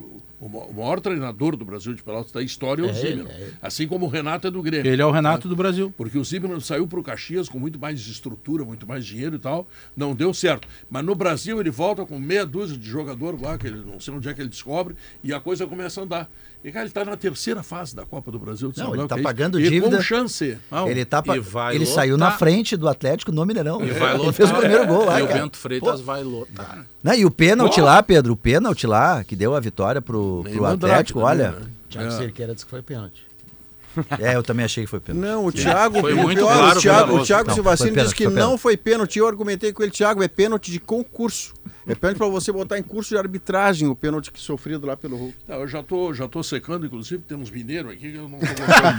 A: o- o maior treinador do Brasil de Pelotas da história é o
H: É ele,
A: Zimmermann.
H: é ele.
A: Assim como o Renato é do Grêmio.
E: Ele é o Renato do Brasil.
A: Porque o Zimmermann saiu para o Caxias com muito mais estrutura, muito mais dinheiro e tal. Não deu certo. Mas no Brasil ele volta com meia dúzia de jogador lá, que ele não sei onde é que ele descobre, e a coisa começa a andar. E cara, ele está na terceira fase da Copa do Brasil.
D: Não,
A: sabe
D: ele
A: lá o
D: tá
A: que é isso?
D: pagando
A: E com
D: dívida.
A: chance. Não,
D: ele tá pa-
E: e vai
D: ele saiu na
E: lotar.
D: frente do Atlético no Mineirão.
E: E vai
D: ele
E: lotar.
D: fez o primeiro gol lá,
E: É. E o
D: cara.
E: Bento Freitas vai lotar.
D: Não, e o pênalti lá, Pedro, o pênalti lá que deu a vitória pro, pro
A: Mandrake
D: Atlético,
A: também,
D: olha.
A: né?
H: Tiago Cerqueira disse que foi pênalti.
D: É, eu também achei que foi pênalti.
C: Não, o Thiago,
A: Foi
C: o
A: muito
C: pior,
A: claro, então.
C: o Thiago,
A: Veloso.
C: o Thiago
D: Não,
C: Silvacini
D: foi pênalti,
C: disse que
D: foi pênalti.
C: não foi pênalti. Eu argumentei com ele, Thiago, é pênalti de concurso. É pênalti para você botar em curso de arbitragem o pênalti que sofrido lá pelo Hulk.
A: Tá, eu já tô, já tô secando, inclusive, tem uns mineiros aqui que eu não tô gostando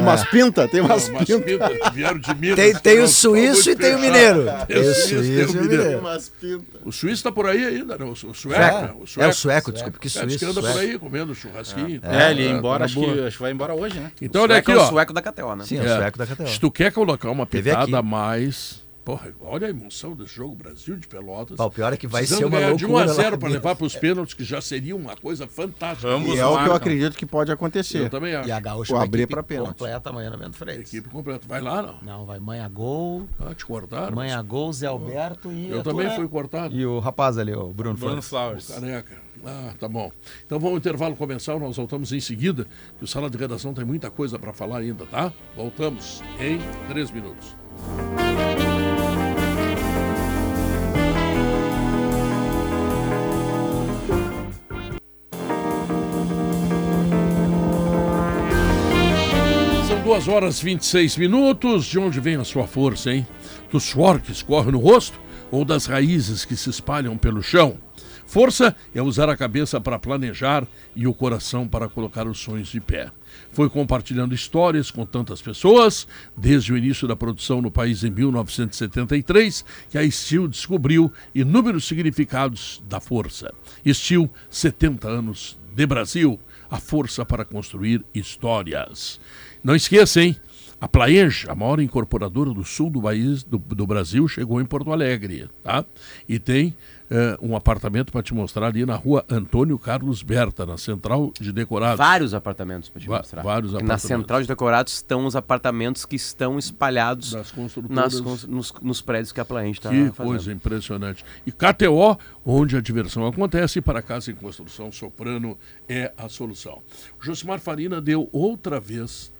C: Umas pintas, tem umas
A: Umas
C: pintas.
A: pintas vieram de Minas.
D: Tem, tem
A: Não,
D: o
A: tá muito
D: suíço e tem o
A: fechado.
D: mineiro.
A: Tem o
D: Isso,
A: suíço, tem
D: isso.
A: o mineiro.
C: Umas pintas.
A: O suíço tá por aí ainda, né? O, su- o sueco, né?
D: É, é o sueco, desculpa, que
A: É, diz que
D: suíço.
A: anda por
D: sueco.
A: aí comendo churrasquinho. e tal.
E: É, ele ia
A: tá
E: embora,
A: na
E: acho
A: boa.
E: que, acho que vai embora hoje, né?
A: Então olha aqui,
G: é o
A: ó.
G: sueco da KTO, né?
D: Sim, é
A: É.
D: o sueco da KTO.
A: Se tu quer colocar uma
D: Teve aqui.
A: pitada a mais... Porra, olha a emoção desse jogo, Brasil de Pelotas.
D: Pá, O pior é que vai
A: Precisando
D: ser uma
A: ganhar
D: loucura.
A: de 1 a 0
D: lá
A: para
D: dentro.
A: levar para os pênaltis, que já seria uma coisa fantástica.
C: E
E: Ambos
C: é o que eu
E: marcam.
C: acredito que pode
A: Eu
C: acontecer.
A: também acho.
H: E a Gaúcha
C: Vou
H: vai
C: abrir pra pênalti.
H: completa amanhã no Bento Freitas.
A: Equipe completa. Vai lá, Ah, não?
H: Não, vai Manha Gol,
A: Ah, te cortaram.
H: Manha Gol, Zé Alberto é. e.
A: Eu
H: a
A: também
H: tua-
A: fui cortado.
H: E o rapaz ali, o Bruno,
E: Bruno
H: Flores.
E: Flowers.
A: Careca. Ah, tá bom. Então vamos ao intervalo comercial, nós voltamos em seguida, que o Sala de Redação tem muita coisa para falar ainda, tá? Voltamos em três minutos. São duas horas e 26 minutos. De onde vem a sua força, hein? Do suor que escorre no rosto ou das raízes que se espalham pelo chão? Força é usar a cabeça para planejar e o coração para colocar os sonhos de pé. Foi compartilhando histórias com tantas pessoas, desde o início da produção no país em 1973, que a Steel descobriu inúmeros significados da força. Steel, 70 anos de Brasil a força para construir histórias. Não esqueça, hein? A Plaenge, a maior incorporadora do sul do, país, do, do Brasil, chegou em Porto Alegre, tá? E tem eh, um apartamento para te mostrar ali na rua Antônio Carlos Berta, na Central de Decorados.
G: Vários apartamentos pra te
A: Va-
G: mostrar.
A: vários
G: Porque
A: apartamentos.
G: Na central de decorados estão os apartamentos que estão espalhados
A: Das construtoras.
G: nas cons- nos, nos prédios que a Plaente está
A: Que
G: fazendo.
A: coisa impressionante. E KTO, onde a diversão acontece, para casa em construção, Soprano é a solução. O Josimar Farina deu outra vez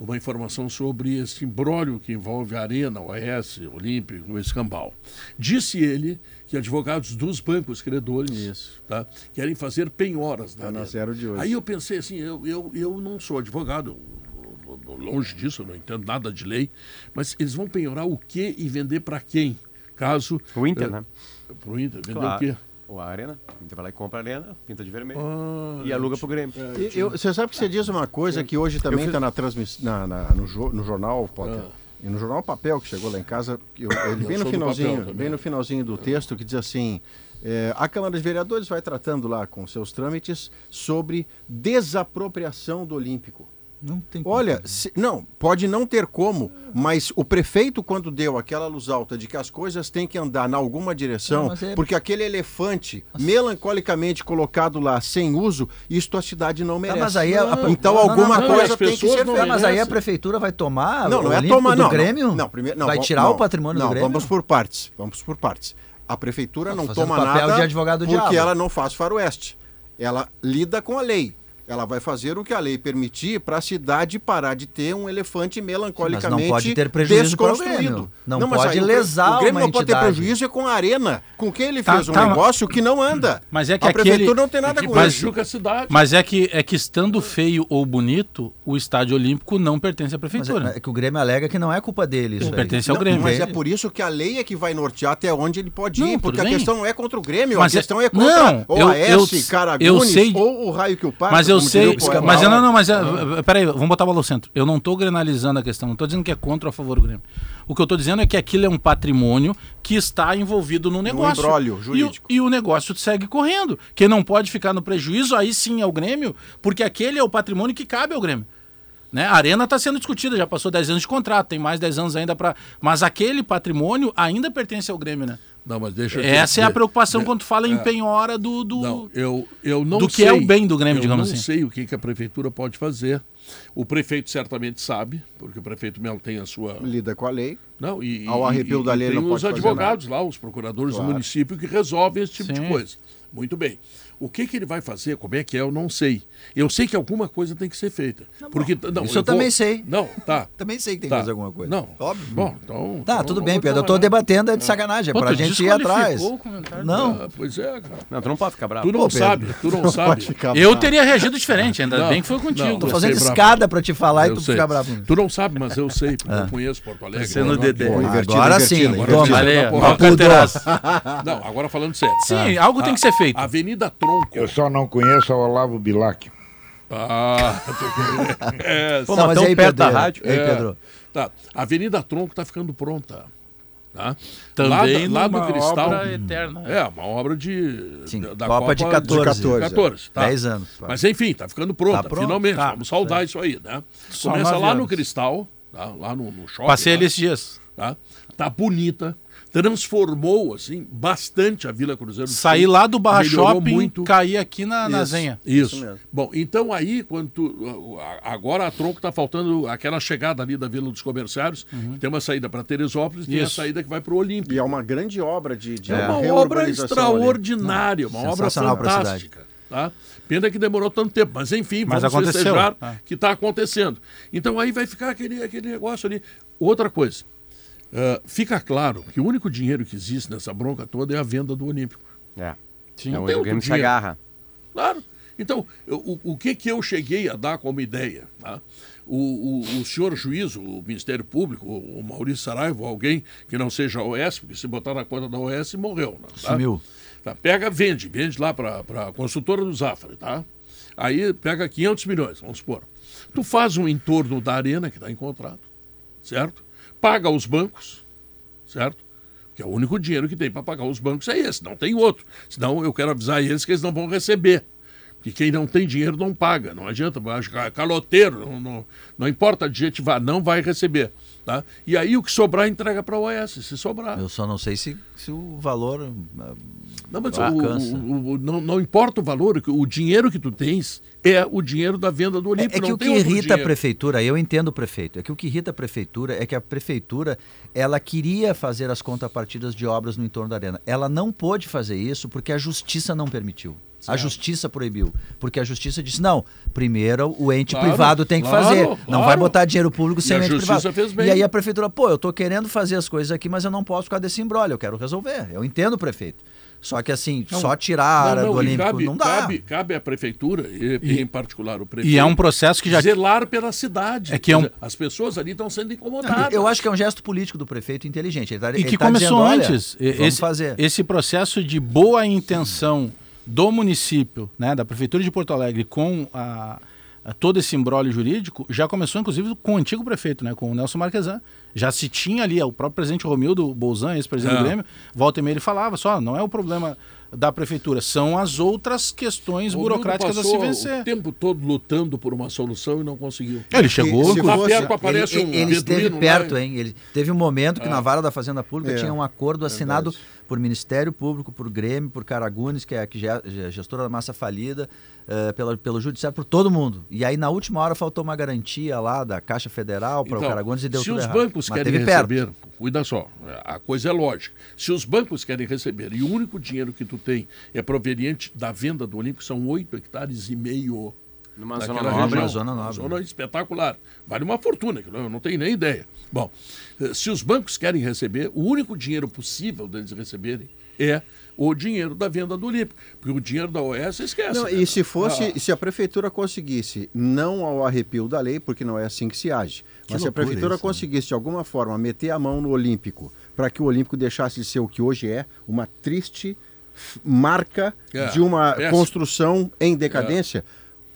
A: uma informação sobre esse imbróglio que envolve a Arena, OS, Olímpico, o Escambau. Disse ele que advogados dos bancos credores tá, querem fazer penhoras na Arena.
C: zero de hoje.
A: Aí eu pensei assim, eu, eu, eu não sou advogado, eu- eu- eu- longe disso, eu não entendo nada de lei, mas eles vão penhorar o que e vender para quem? Caso...
G: O Inter, né?
A: Para o É. Inter, vender o
G: Claro.
A: quê?
G: Ou a arena. O Inter vai lá e compra a arena, pinta de vermelho
A: Ah,
G: e aluga
A: é,
G: pro Grêmio.
C: E eu- Você sabe que você diz uma coisa que hoje também está na transmiss... na, na- no, jo- no jornal, Potter. E no jornal Papel, que chegou lá em casa, que eu- ele bem no
A: Ah. sou do papel
C: finalzinho,
A: também. né?
C: bem no finalzinho do texto, que diz assim: é, a Câmara dos Vereadores vai tratando lá com seus trâmites sobre desapropriação do Olímpico.
D: Não tem como.
C: Olha, se- não, pode não ter como, mas o prefeito, quando deu aquela luz alta de que as coisas têm que andar na alguma direção,
D: Não, mas é-
C: porque aquele elefante melancolicamente colocado lá sem uso, isto a cidade não merece.
D: Tá, mas aí a- a-
C: então
D: não, não,
C: alguma
D: não,
C: coisa
A: as
C: tem que
A: pessoas
C: ser
A: não
C: feita.
D: Ah, mas aí a
A: merece.
D: prefeitura vai tomar
C: Não,
D: o
C: não é
D: Ah, Olímpico
C: tomar,
D: do
C: não.
D: Grêmio?
C: Não, não, primeiro, não,
D: vai
C: vamos-
D: tirar
C: não,
D: o patrimônio
C: não,
D: do Grêmio? Tá
C: Vamos por partes. Vamos por partes. A prefeitura não
D: fazendo
C: toma
D: papel
C: nada
D: de advogado
C: porque
D: diabo.
C: ela não faz faroeste. Ela lida com a lei. Ela vai fazer o que a lei permitir para a cidade parar de ter um elefante melancolicamente
D: Mas não pode ter prejuízo para o
C: desconstruído.
D: Grêmio. Não
C: mas
D: pode
C: aí o Grê-
D: lesar
C: O Grêmio
D: uma
C: não pode ter
D: entidade.
C: prejuízo é com a arena. Com quem ele
E: Tá,
C: fez um
E: tá, mas-
C: negócio que não anda.
E: Mas é que
C: a
E: aquele-
C: prefeitura não tem nada
A: Que
C: com
E: Mas-
C: isso.
A: prejudica a cidade.
E: Mas é que, é que estando feio ou bonito, o estádio olímpico não pertence à
D: Mas é,
E: prefeitura.
D: mas é que o Grêmio alega que não é culpa dele isso
E: Não
D: aí.
E: pertence ao Grêmio.
C: Mas é
D: entende?
C: por isso que a lei é que vai nortear até onde ele pode
E: Não,
C: ir, porque
E: tudo
C: a
E: bem.
C: questão não é contra o Grêmio,
E: Mas
C: a
E: é-
C: questão é contra
E: não,
C: ou
E: eu-
C: a S,
E: eu-
C: Caragunes,
E: eu sei-
C: ou o raio que o passa.
E: Mas eu sei. Mas eu não, não, mas é, peraí, vamos botar o valor centro. Eu não tô granalizando a questão, não tô dizendo que é contra ou a favor do Grêmio. O que eu tô dizendo é que aquilo é um patrimônio que está envolvido no negócio.
C: imbróglio
E: E o-
C: um jurídico.
E: E, o negócio segue correndo. Quem não pode ficar no prejuízo, aí sim é o Grêmio, porque aquele é o patrimônio que cabe ao Grêmio. Né? A arena está sendo discutida, já passou 10 anos de contrato, tem mais 10 anos ainda para. Mas aquele patrimônio ainda pertence ao Grêmio, né?
A: Não, mas deixa eu te
E: Essa é a
A: dizer. é.
E: preocupação quando fala em penhora do. do...
A: Não, eu, eu não
E: Do que
A: sei.
E: é o bem do Grêmio,
A: eu
E: digamos
A: não
E: assim.
A: sei o que, que a prefeitura pode fazer. O prefeito certamente sabe, porque o prefeito Melo tem a
E: é-
A: sua.
C: Lida com a lei.
A: Não, e,
C: Ao
A: e-
C: arrepio
A: e-
C: da
A: e
C: lei
A: tem
C: não
A: os
C: pode fazer
A: advogados lá, os procuradores do município que resolvem esse tipo de
E: Sim.
A: coisa. Muito bem. O que, que ele vai fazer, como é que é, eu não sei. Eu sei que alguma coisa tem que ser feita. porque, não,
D: Tá Isso eu também sei.
A: Não, tá.
D: Também sei que tem
A: Tá.
D: que fazer alguma coisa.
A: Não.
D: Óbvio.
A: Bom, então.
D: Tá,
A: então
D: tudo
A: não
D: bem,
A: vou
D: Pedro. Eu tô
A: falar nada.
D: debatendo é de sacanagem, é
E: Pô,
D: pra
E: tu
D: gente ir atrás.
E: desqualificou o comentário
D: Não.
A: Ah, pois é, cara.
G: Não, tu não pode ficar bravo.
A: Tu não sabe, tu não, sabe.
E: Eu teria reagido diferente, ainda bem que foi contigo.
A: não,
D: Tô
A: Eu
D: fazendo é
A: sei, bravo.
D: escada pra te falar
A: Eu
D: e tu
A: sei.
D: ficar bravo.
A: Tu não sabe, mas eu sei, porque eu conheço
E: Tá
A: Porto Alegre.
D: Sendo
A: Agora,
D: Dedé.
A: pô,
I: invertido,
D: Ah. Agora
I: invertido,
D: sim.
I: invertido.
D: Toma.
A: Valeu,
D: Uma
A: uma
D: pulteraça.
A: Não, agora falando sério.
E: Sim, algo tem que ser feito.
A: Avenida Tronco.
B: Eu só não conheço o Olavo Bilac.
A: Ah, tô com- é,
D: Não,
G: mas
D: mas
G: tão
D: aí,
G: perto
D: Pedro.
G: da rádio.
D: Ei,
A: É.
D: Pedro.
A: Tá. A Avenida Tronco tá ficando pronta. Tá?
E: Também
A: lá, da- lá
E: numa
A: do Cristal.
E: obra eterna.
A: É, uma obra de.
D: Sim,
A: da-
D: Copa de 14.
A: 14, 14, tá.
D: 10 anos.
A: Mas enfim, tá ficando pronta,
D: Tá pronto?
A: finalmente.
E: Tá.
A: Vamos saudar isso aí, né?
E: Só
A: Começa
E: nove
A: lá no
E: anos.
A: Cristal, tá? lá no, no shopping. né?
E: Passei ali
A: lá,
E: esses dias.
A: Tá? tá bonita. Transformou, assim, bastante a Vila Cruzeiro. do
E: Saí
A: Sul,
E: lá do Barra
A: melhorou
E: Shopping,
A: muito.
E: caí aqui na, na Zenha.
A: Isso. Bom, então aí, quando tu- a- agora a Tronco está faltando aquela chegada ali da Vila dos Comerciários,
D: Uhum.
A: tem uma saída para Teresópolis e tem a
E: Isso.
A: saída que vai para o Olímpio.
C: E é uma grande obra de, de
A: É uma obra
C: reurbanização ali.
A: extraordinária, uma obra
D: sensacional pra
A: fantástica. Tá? Pena que demorou tanto tempo, mas enfim,
E: Mas
A: vamos
E: aconteceu,
A: festejar
E: tá.
A: que está acontecendo. Então aí vai ficar aquele, aquele negócio ali. Outra coisa, ah, fica claro que o único dinheiro que existe nessa bronca toda é a venda do Olímpico.
G: É.
E: Sim.
G: é onde
A: tem
G: o
A: outro
G: Grêmio se
A: dia.
G: agarra.
A: Claro. Então, eu- o, o que, que eu cheguei a dar como ideia? tá? O, o- o senhor juiz, o Ministério Público, o, o Maurício Saraiva, alguém que não seja a OS, porque se botar na conta da OS, morreu. Né, tá?
D: Sumiu.
A: Tá, pega, vende, vende lá para a consultora do Zafra, tá? Aí pega 500 milhões, vamos supor. Tu faz um entorno da arena que está em contrato, certo? Paga os bancos, certo? Que é o único dinheiro que tem para pagar os bancos é esse, não tem outro. Senão eu quero avisar eles que eles não vão receber. Porque quem não tem dinheiro não paga, não adianta, vai achar caloteiro, não, não, não importa adjetivar, não vai receber. Tá? E aí o que sobrar entrega para a OAS, se sobrar.
D: Eu só não sei se, se o valor. ah,
A: Não, mas
D: Ah,
A: o-
D: cansa.
A: o- o- não, não importa o valor, o dinheiro que tu tens é o dinheiro da venda do
D: É,
A: Olímpico.
D: é que
A: não
D: o que
A: tem outro
D: irrita a
A: dinheiro.
D: prefeitura, eu entendo o prefeito, é que o que irrita a prefeitura é que a prefeitura, ela queria fazer as contrapartidas de obras no entorno da arena. Ela não pôde fazer isso porque a justiça não permitiu. A justiça proibiu. Porque a justiça disse, não, primeiro o ente
A: Claro,
D: privado tem que
A: claro,
D: fazer. Não
A: claro.
D: vai botar dinheiro público sem
A: E a
D: o ente
A: justiça
D: privado.
A: fez bem.
D: E aí a prefeitura, pô, eu tô querendo fazer as coisas aqui, mas eu não posso por causa desse embrolho, eu quero resolver. Eu entendo o prefeito. Só que assim, só tirar a área do
A: e
D: Olímpico
A: cabe,
D: não dá.
A: Cabe, cabe à prefeitura, e, e em particular o prefeito,
E: E é um processo que já.
A: zelar pela cidade.
E: É que é um- Ah,
A: Quer dizer, As pessoas ali estão sendo incomodadas.
D: Eu acho que é um gesto político do prefeito inteligente. Ele tá,
E: E
D: ele
E: que
D: tá
E: começou
D: dizendo, "Olha,
E: antes. E-
D: Vamos
E: esse,
D: fazer.
E: esse processo de boa intenção do município, né, da Prefeitura de Porto Alegre, com a, a todo esse embrólio jurídico, já começou, inclusive, com o antigo prefeito, né, com o Nelson Marquesan. Já se tinha ali, ó, o próprio presidente Romildo Bolzan, ex-presidente
A: É.
E: do Grêmio, volta e meia ele falava só, não é o problema da prefeitura, são as outras questões
A: O
E: burocráticas a
A: Bruno
E: se
A: passou
E: vencer.
A: O tempo todo lutando por uma solução e não conseguiu.
E: É, Ele chegou,
C: se
A: Lá
C: fosse-
A: perto aparece
D: ele,
A: um
D: ele esteve
A: beduíno lá, né?
D: perto, hein? Ele teve um momento que na vara da Fazenda Pública
C: É,
D: tinha um acordo assinado
C: verdade.
D: por Ministério Público, por Grêmio, por Caragunes, que é a que ge- ge- gestora da massa falida, eh, pela, pelo Judiciário, por todo mundo. E aí, na última hora, faltou uma garantia lá da Caixa Federal para o Caragunes e deu
A: Então, se
D: tudo
A: os
D: errado.
A: bancos
D: Mas
A: querem
D: teve perto.
A: receber, cuida só, a coisa é lógica. Se os bancos querem receber e o único dinheiro que tu tem é proveniente da venda do Olímpico, são 8 hectares e meio.
G: Numa
A: daquela
G: zona nobre.
A: região.
D: Na zona nobre.
A: Zona espetacular. Vale uma fortuna, que eu não tenho nem ideia. Bom, eh, se os bancos querem receber, o único dinheiro possível deles receberem é o dinheiro da venda do Olímpico. Porque o dinheiro da OS esquece.
C: Não,
A: né?
C: e se fosse, se a prefeitura conseguisse, não ao arrepio da lei, porque não é assim que se age, mas se a
D: loucura
C: prefeitura
D: isso, né?
C: conseguisse de alguma forma meter a mão no Olímpico para que o Olímpico deixasse de ser o que hoje é, uma triste f- marca
A: É,
C: de uma
A: péssimo.
C: construção em decadência.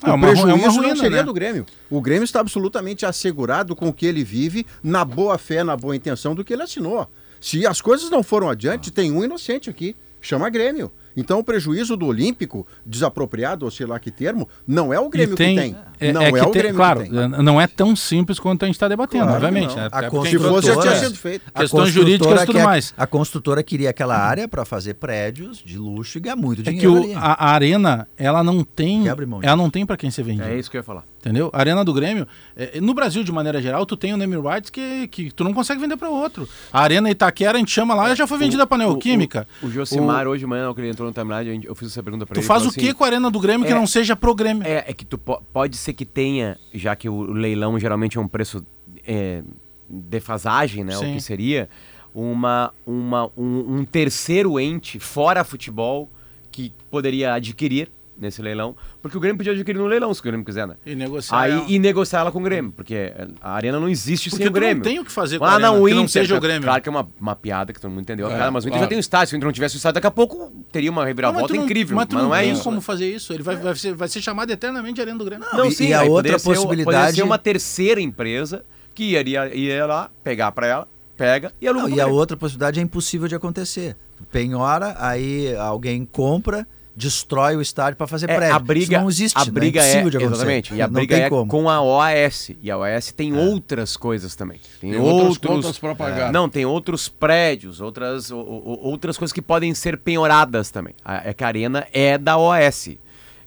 E: É
C: O
E: uma ru- é
C: prejuízo
E: uma
C: não
E: ruína,
C: seria
E: né?
C: do Grêmio. O Grêmio está absolutamente assegurado com o que ele vive, na boa fé, na boa intenção do que ele assinou. Se as coisas não foram adiante, tem um inocente aqui, chama Grêmio. Então o prejuízo do Olímpico, desapropriado, ou sei lá que termo, não é o Grêmio
E: E tem-
C: que tem.
E: É,
C: não é,
E: é que
C: o
E: tem-
C: Grêmio
E: claro,
C: que tem.
E: n- não é tão simples quanto a gente está debatendo,
C: Claro que
E: obviamente.
C: não.
E: Né?
D: A
E: Até porque
C: Se fosse, já tinha
D: construtora-
C: sido feito.
D: A
E: Questões
D: construtora
E: jurídicas e tudo
D: quer-
E: é mais.
D: A construtora queria aquela área para fazer prédios de luxo e ganhar muito
E: É
D: dinheiro.
E: que o-
D: ali.
E: a, a arena, ela não tem.
D: Que abre mão disso.
E: Ela não tem pra quem ser vendida.
G: É isso que eu ia falar.
E: Entendeu? A Arena do Grêmio, é, no Brasil, de maneira geral, tu tem o name rights que, que tu não consegue vender pra outro. A Arena Itaquera, a gente chama lá, já foi vendida pra Neoquímica.
G: O, o Josimar, hoje de manhã, que ele entrou falou no timeline, a gente- eu fiz essa pergunta pra
E: Tu
G: ele.
E: faz
G: falou
E: o
G: assim,
E: que com a Arena do Grêmio que
G: É.
E: não seja pro Grêmio?
G: É, é que tu po- pode ser que tenha, já que o leilão geralmente é um preço é, defasagem, né? O
E: Sim.
G: que seria, uma, uma, um, um terceiro ente fora futebol que poderia adquirir nesse leilão, porque o Grêmio podia adquirir no leilão, se o Grêmio quiser, né?
E: E negociar.
G: Aí,
E: ela.
G: e negociar ela com o Grêmio, porque é, a arena não existe
E: Porque
G: sem o
E: tu não
G: Grêmio.
E: tem o que fazer com a
G: ah,
E: arena,
G: não, o
E: que
G: Inter,
E: não seja o Grêmio.
G: Claro que é uma, uma piada que todo mundo entendeu.
A: É,
G: cara, mas o Inter
A: claro.
G: já tem o estádio. Se o Inter não tivesse o estádio, daqui a pouco teria uma
E: Não,
G: reviravolta
E: tu não-
G: incrível.
E: Mas
G: Mas,
E: tu não,
G: não é
E: tem
G: isso.
E: como fazer isso. Ele vai, vai, ser, vai ser chamado eternamente de Arena do Grêmio.
G: Não,
D: E-
G: sim,
D: e a
G: aí
D: outra
G: poderia ser- Poderia
D: possibilidade-
G: ser uma terceira empresa que iria, iria lá pegar pra ela, pega e aluga.
D: Não,
G: pro
D: e a
G: Grêmio.
D: outra possibilidade é impossível de acontecer. Penhora, aí alguém compra, destrói o estádio para fazer
G: É,
D: prédio.
G: a briga,
D: Isso não existe,
G: a
D: né?
G: briga
D: é
G: é,
D: impossível de acontecer.
G: exatamente. E a
D: não
G: briga
D: tem
G: é
D: como. É.
G: com a OAS. E a OAS tem outras coisas também. Tem,
A: Tem outras
G: outros É.
A: contas pra pagar.
G: Não, tem outros prédios, outras, o- o- outras coisas que podem ser penhoradas também. A- É que a arena é da OAS.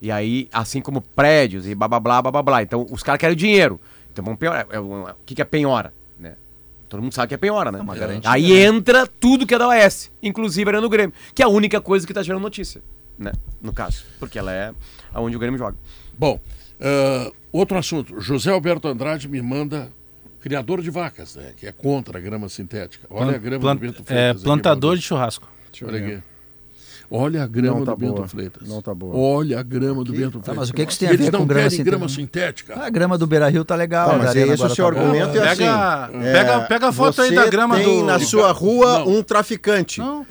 G: E aí, assim como prédios e blá blá blá blá blá, blá. Então, os caras querem dinheiro. Então vamos penhorar. É um- O que, que é penhora? Né? Todo mundo sabe que é penhora, né?
D: uma garantia,
G: aí entra tudo que é da OAS, inclusive a arena do Grêmio, que é a única coisa que tá gerando notícia, né? No caso. Porque ela é aonde o Grêmio joga.
A: Bom, ah, outro assunto. José Alberto Andrade me manda criador de vacas, né? Que é contra a grama sintética. Olha a grama do
E: Plant-
A: Bento
E: é,
A: Freitas. aqui,
E: plantador
A: Valdir.
E: de churrasco.
A: Olha aqui. Olha a grama
I: Não tá
A: do Bento
I: boa.
A: Freitas.
I: Não tá boa.
A: Olha a grama do Bento Freitas.
D: mas o que que isso tem a
A: Eles
D: ver com
A: não
D: grama
A: querem
D: sintética?
A: grama sintética.
D: A grama do Beira Rio tá legal.
I: Tá,
D: a da
I: mas é
D: Arena
I: esse o
D: agora
I: seu
D: tá boa.
I: argumento é assim.
E: Pega,
I: é,
E: pega, pega a foto aí
I: você
E: da grama
I: tem
E: do.
I: na sua rua
A: Não.
I: um traficante.
E: Não.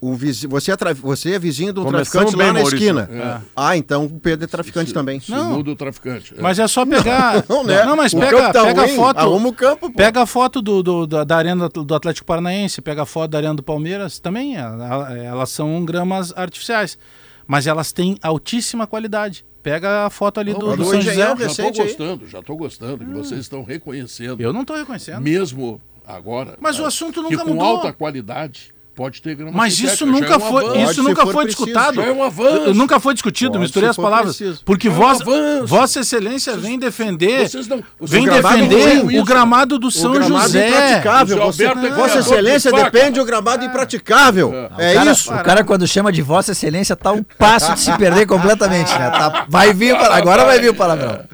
I: O viz... você, é tra- você é vizinho de um
G: Começamos
I: traficante
G: bem,
I: lá na
G: Maurício.
I: esquina. Ah, então o Pedro é traficante também.
E: Não.
A: Segundo o traficante. É.
E: Mas é só pegar.
I: Não, né?
E: não mas
I: O
E: pega,
I: campo tá
E: pega a
I: ruim,
E: foto.
I: Arruma o campo, pô.
E: Pega a foto do, do- da, da arena do Atlético Paranaense, pega a foto da arena do Palmeiras, também é, a- elas são um gramas artificiais, mas elas têm altíssima qualidade. Pega a foto ali do,
I: mas
E: do
I: o
E: São José. é um
I: engenheiro
A: já estou
I: recente aí.
A: é gostando, já estou gostando que vocês estão reconhecendo.
E: Hum. Eu não estou reconhecendo.
A: Mesmo agora.
E: Mas o
A: ah,
E: assunto
A: que
E: nunca
A: com
E: mudou.
A: alta qualidade pode ter grama
E: Mas
A: sintética,
E: isso
A: já é
E: nunca
A: um avanço.
E: foi,
I: Pode,
E: isso
I: se
E: nunca
I: for
E: foi
I: preciso,
E: discutado.
A: já é um avanço.
E: Eu- Nunca foi discutido,
I: Pode,
E: misturei
I: se
E: as
I: for
E: palavras.
I: preciso.
E: Porque
A: É um
E: vossa,
A: avanço.
E: vossa excelência vem defender,
A: vocês não- vocês
E: vem
A: não
I: gravaram
E: defender
A: isso. é
E: o gramado do São
I: gramado
D: É.
E: José.
I: impraticável.
A: José
I: Você,
A: Alberto é
I: Vossa
A: criador de
I: Excelência
A: vaca.
I: depende do gramado impraticável. É,
D: O cara-
I: isso.
D: O cara, quando chama de Vossa Excelência, tá um passo de se perder completamente, né? Tá- vai vir, o pala- agora vai vir o palavrão.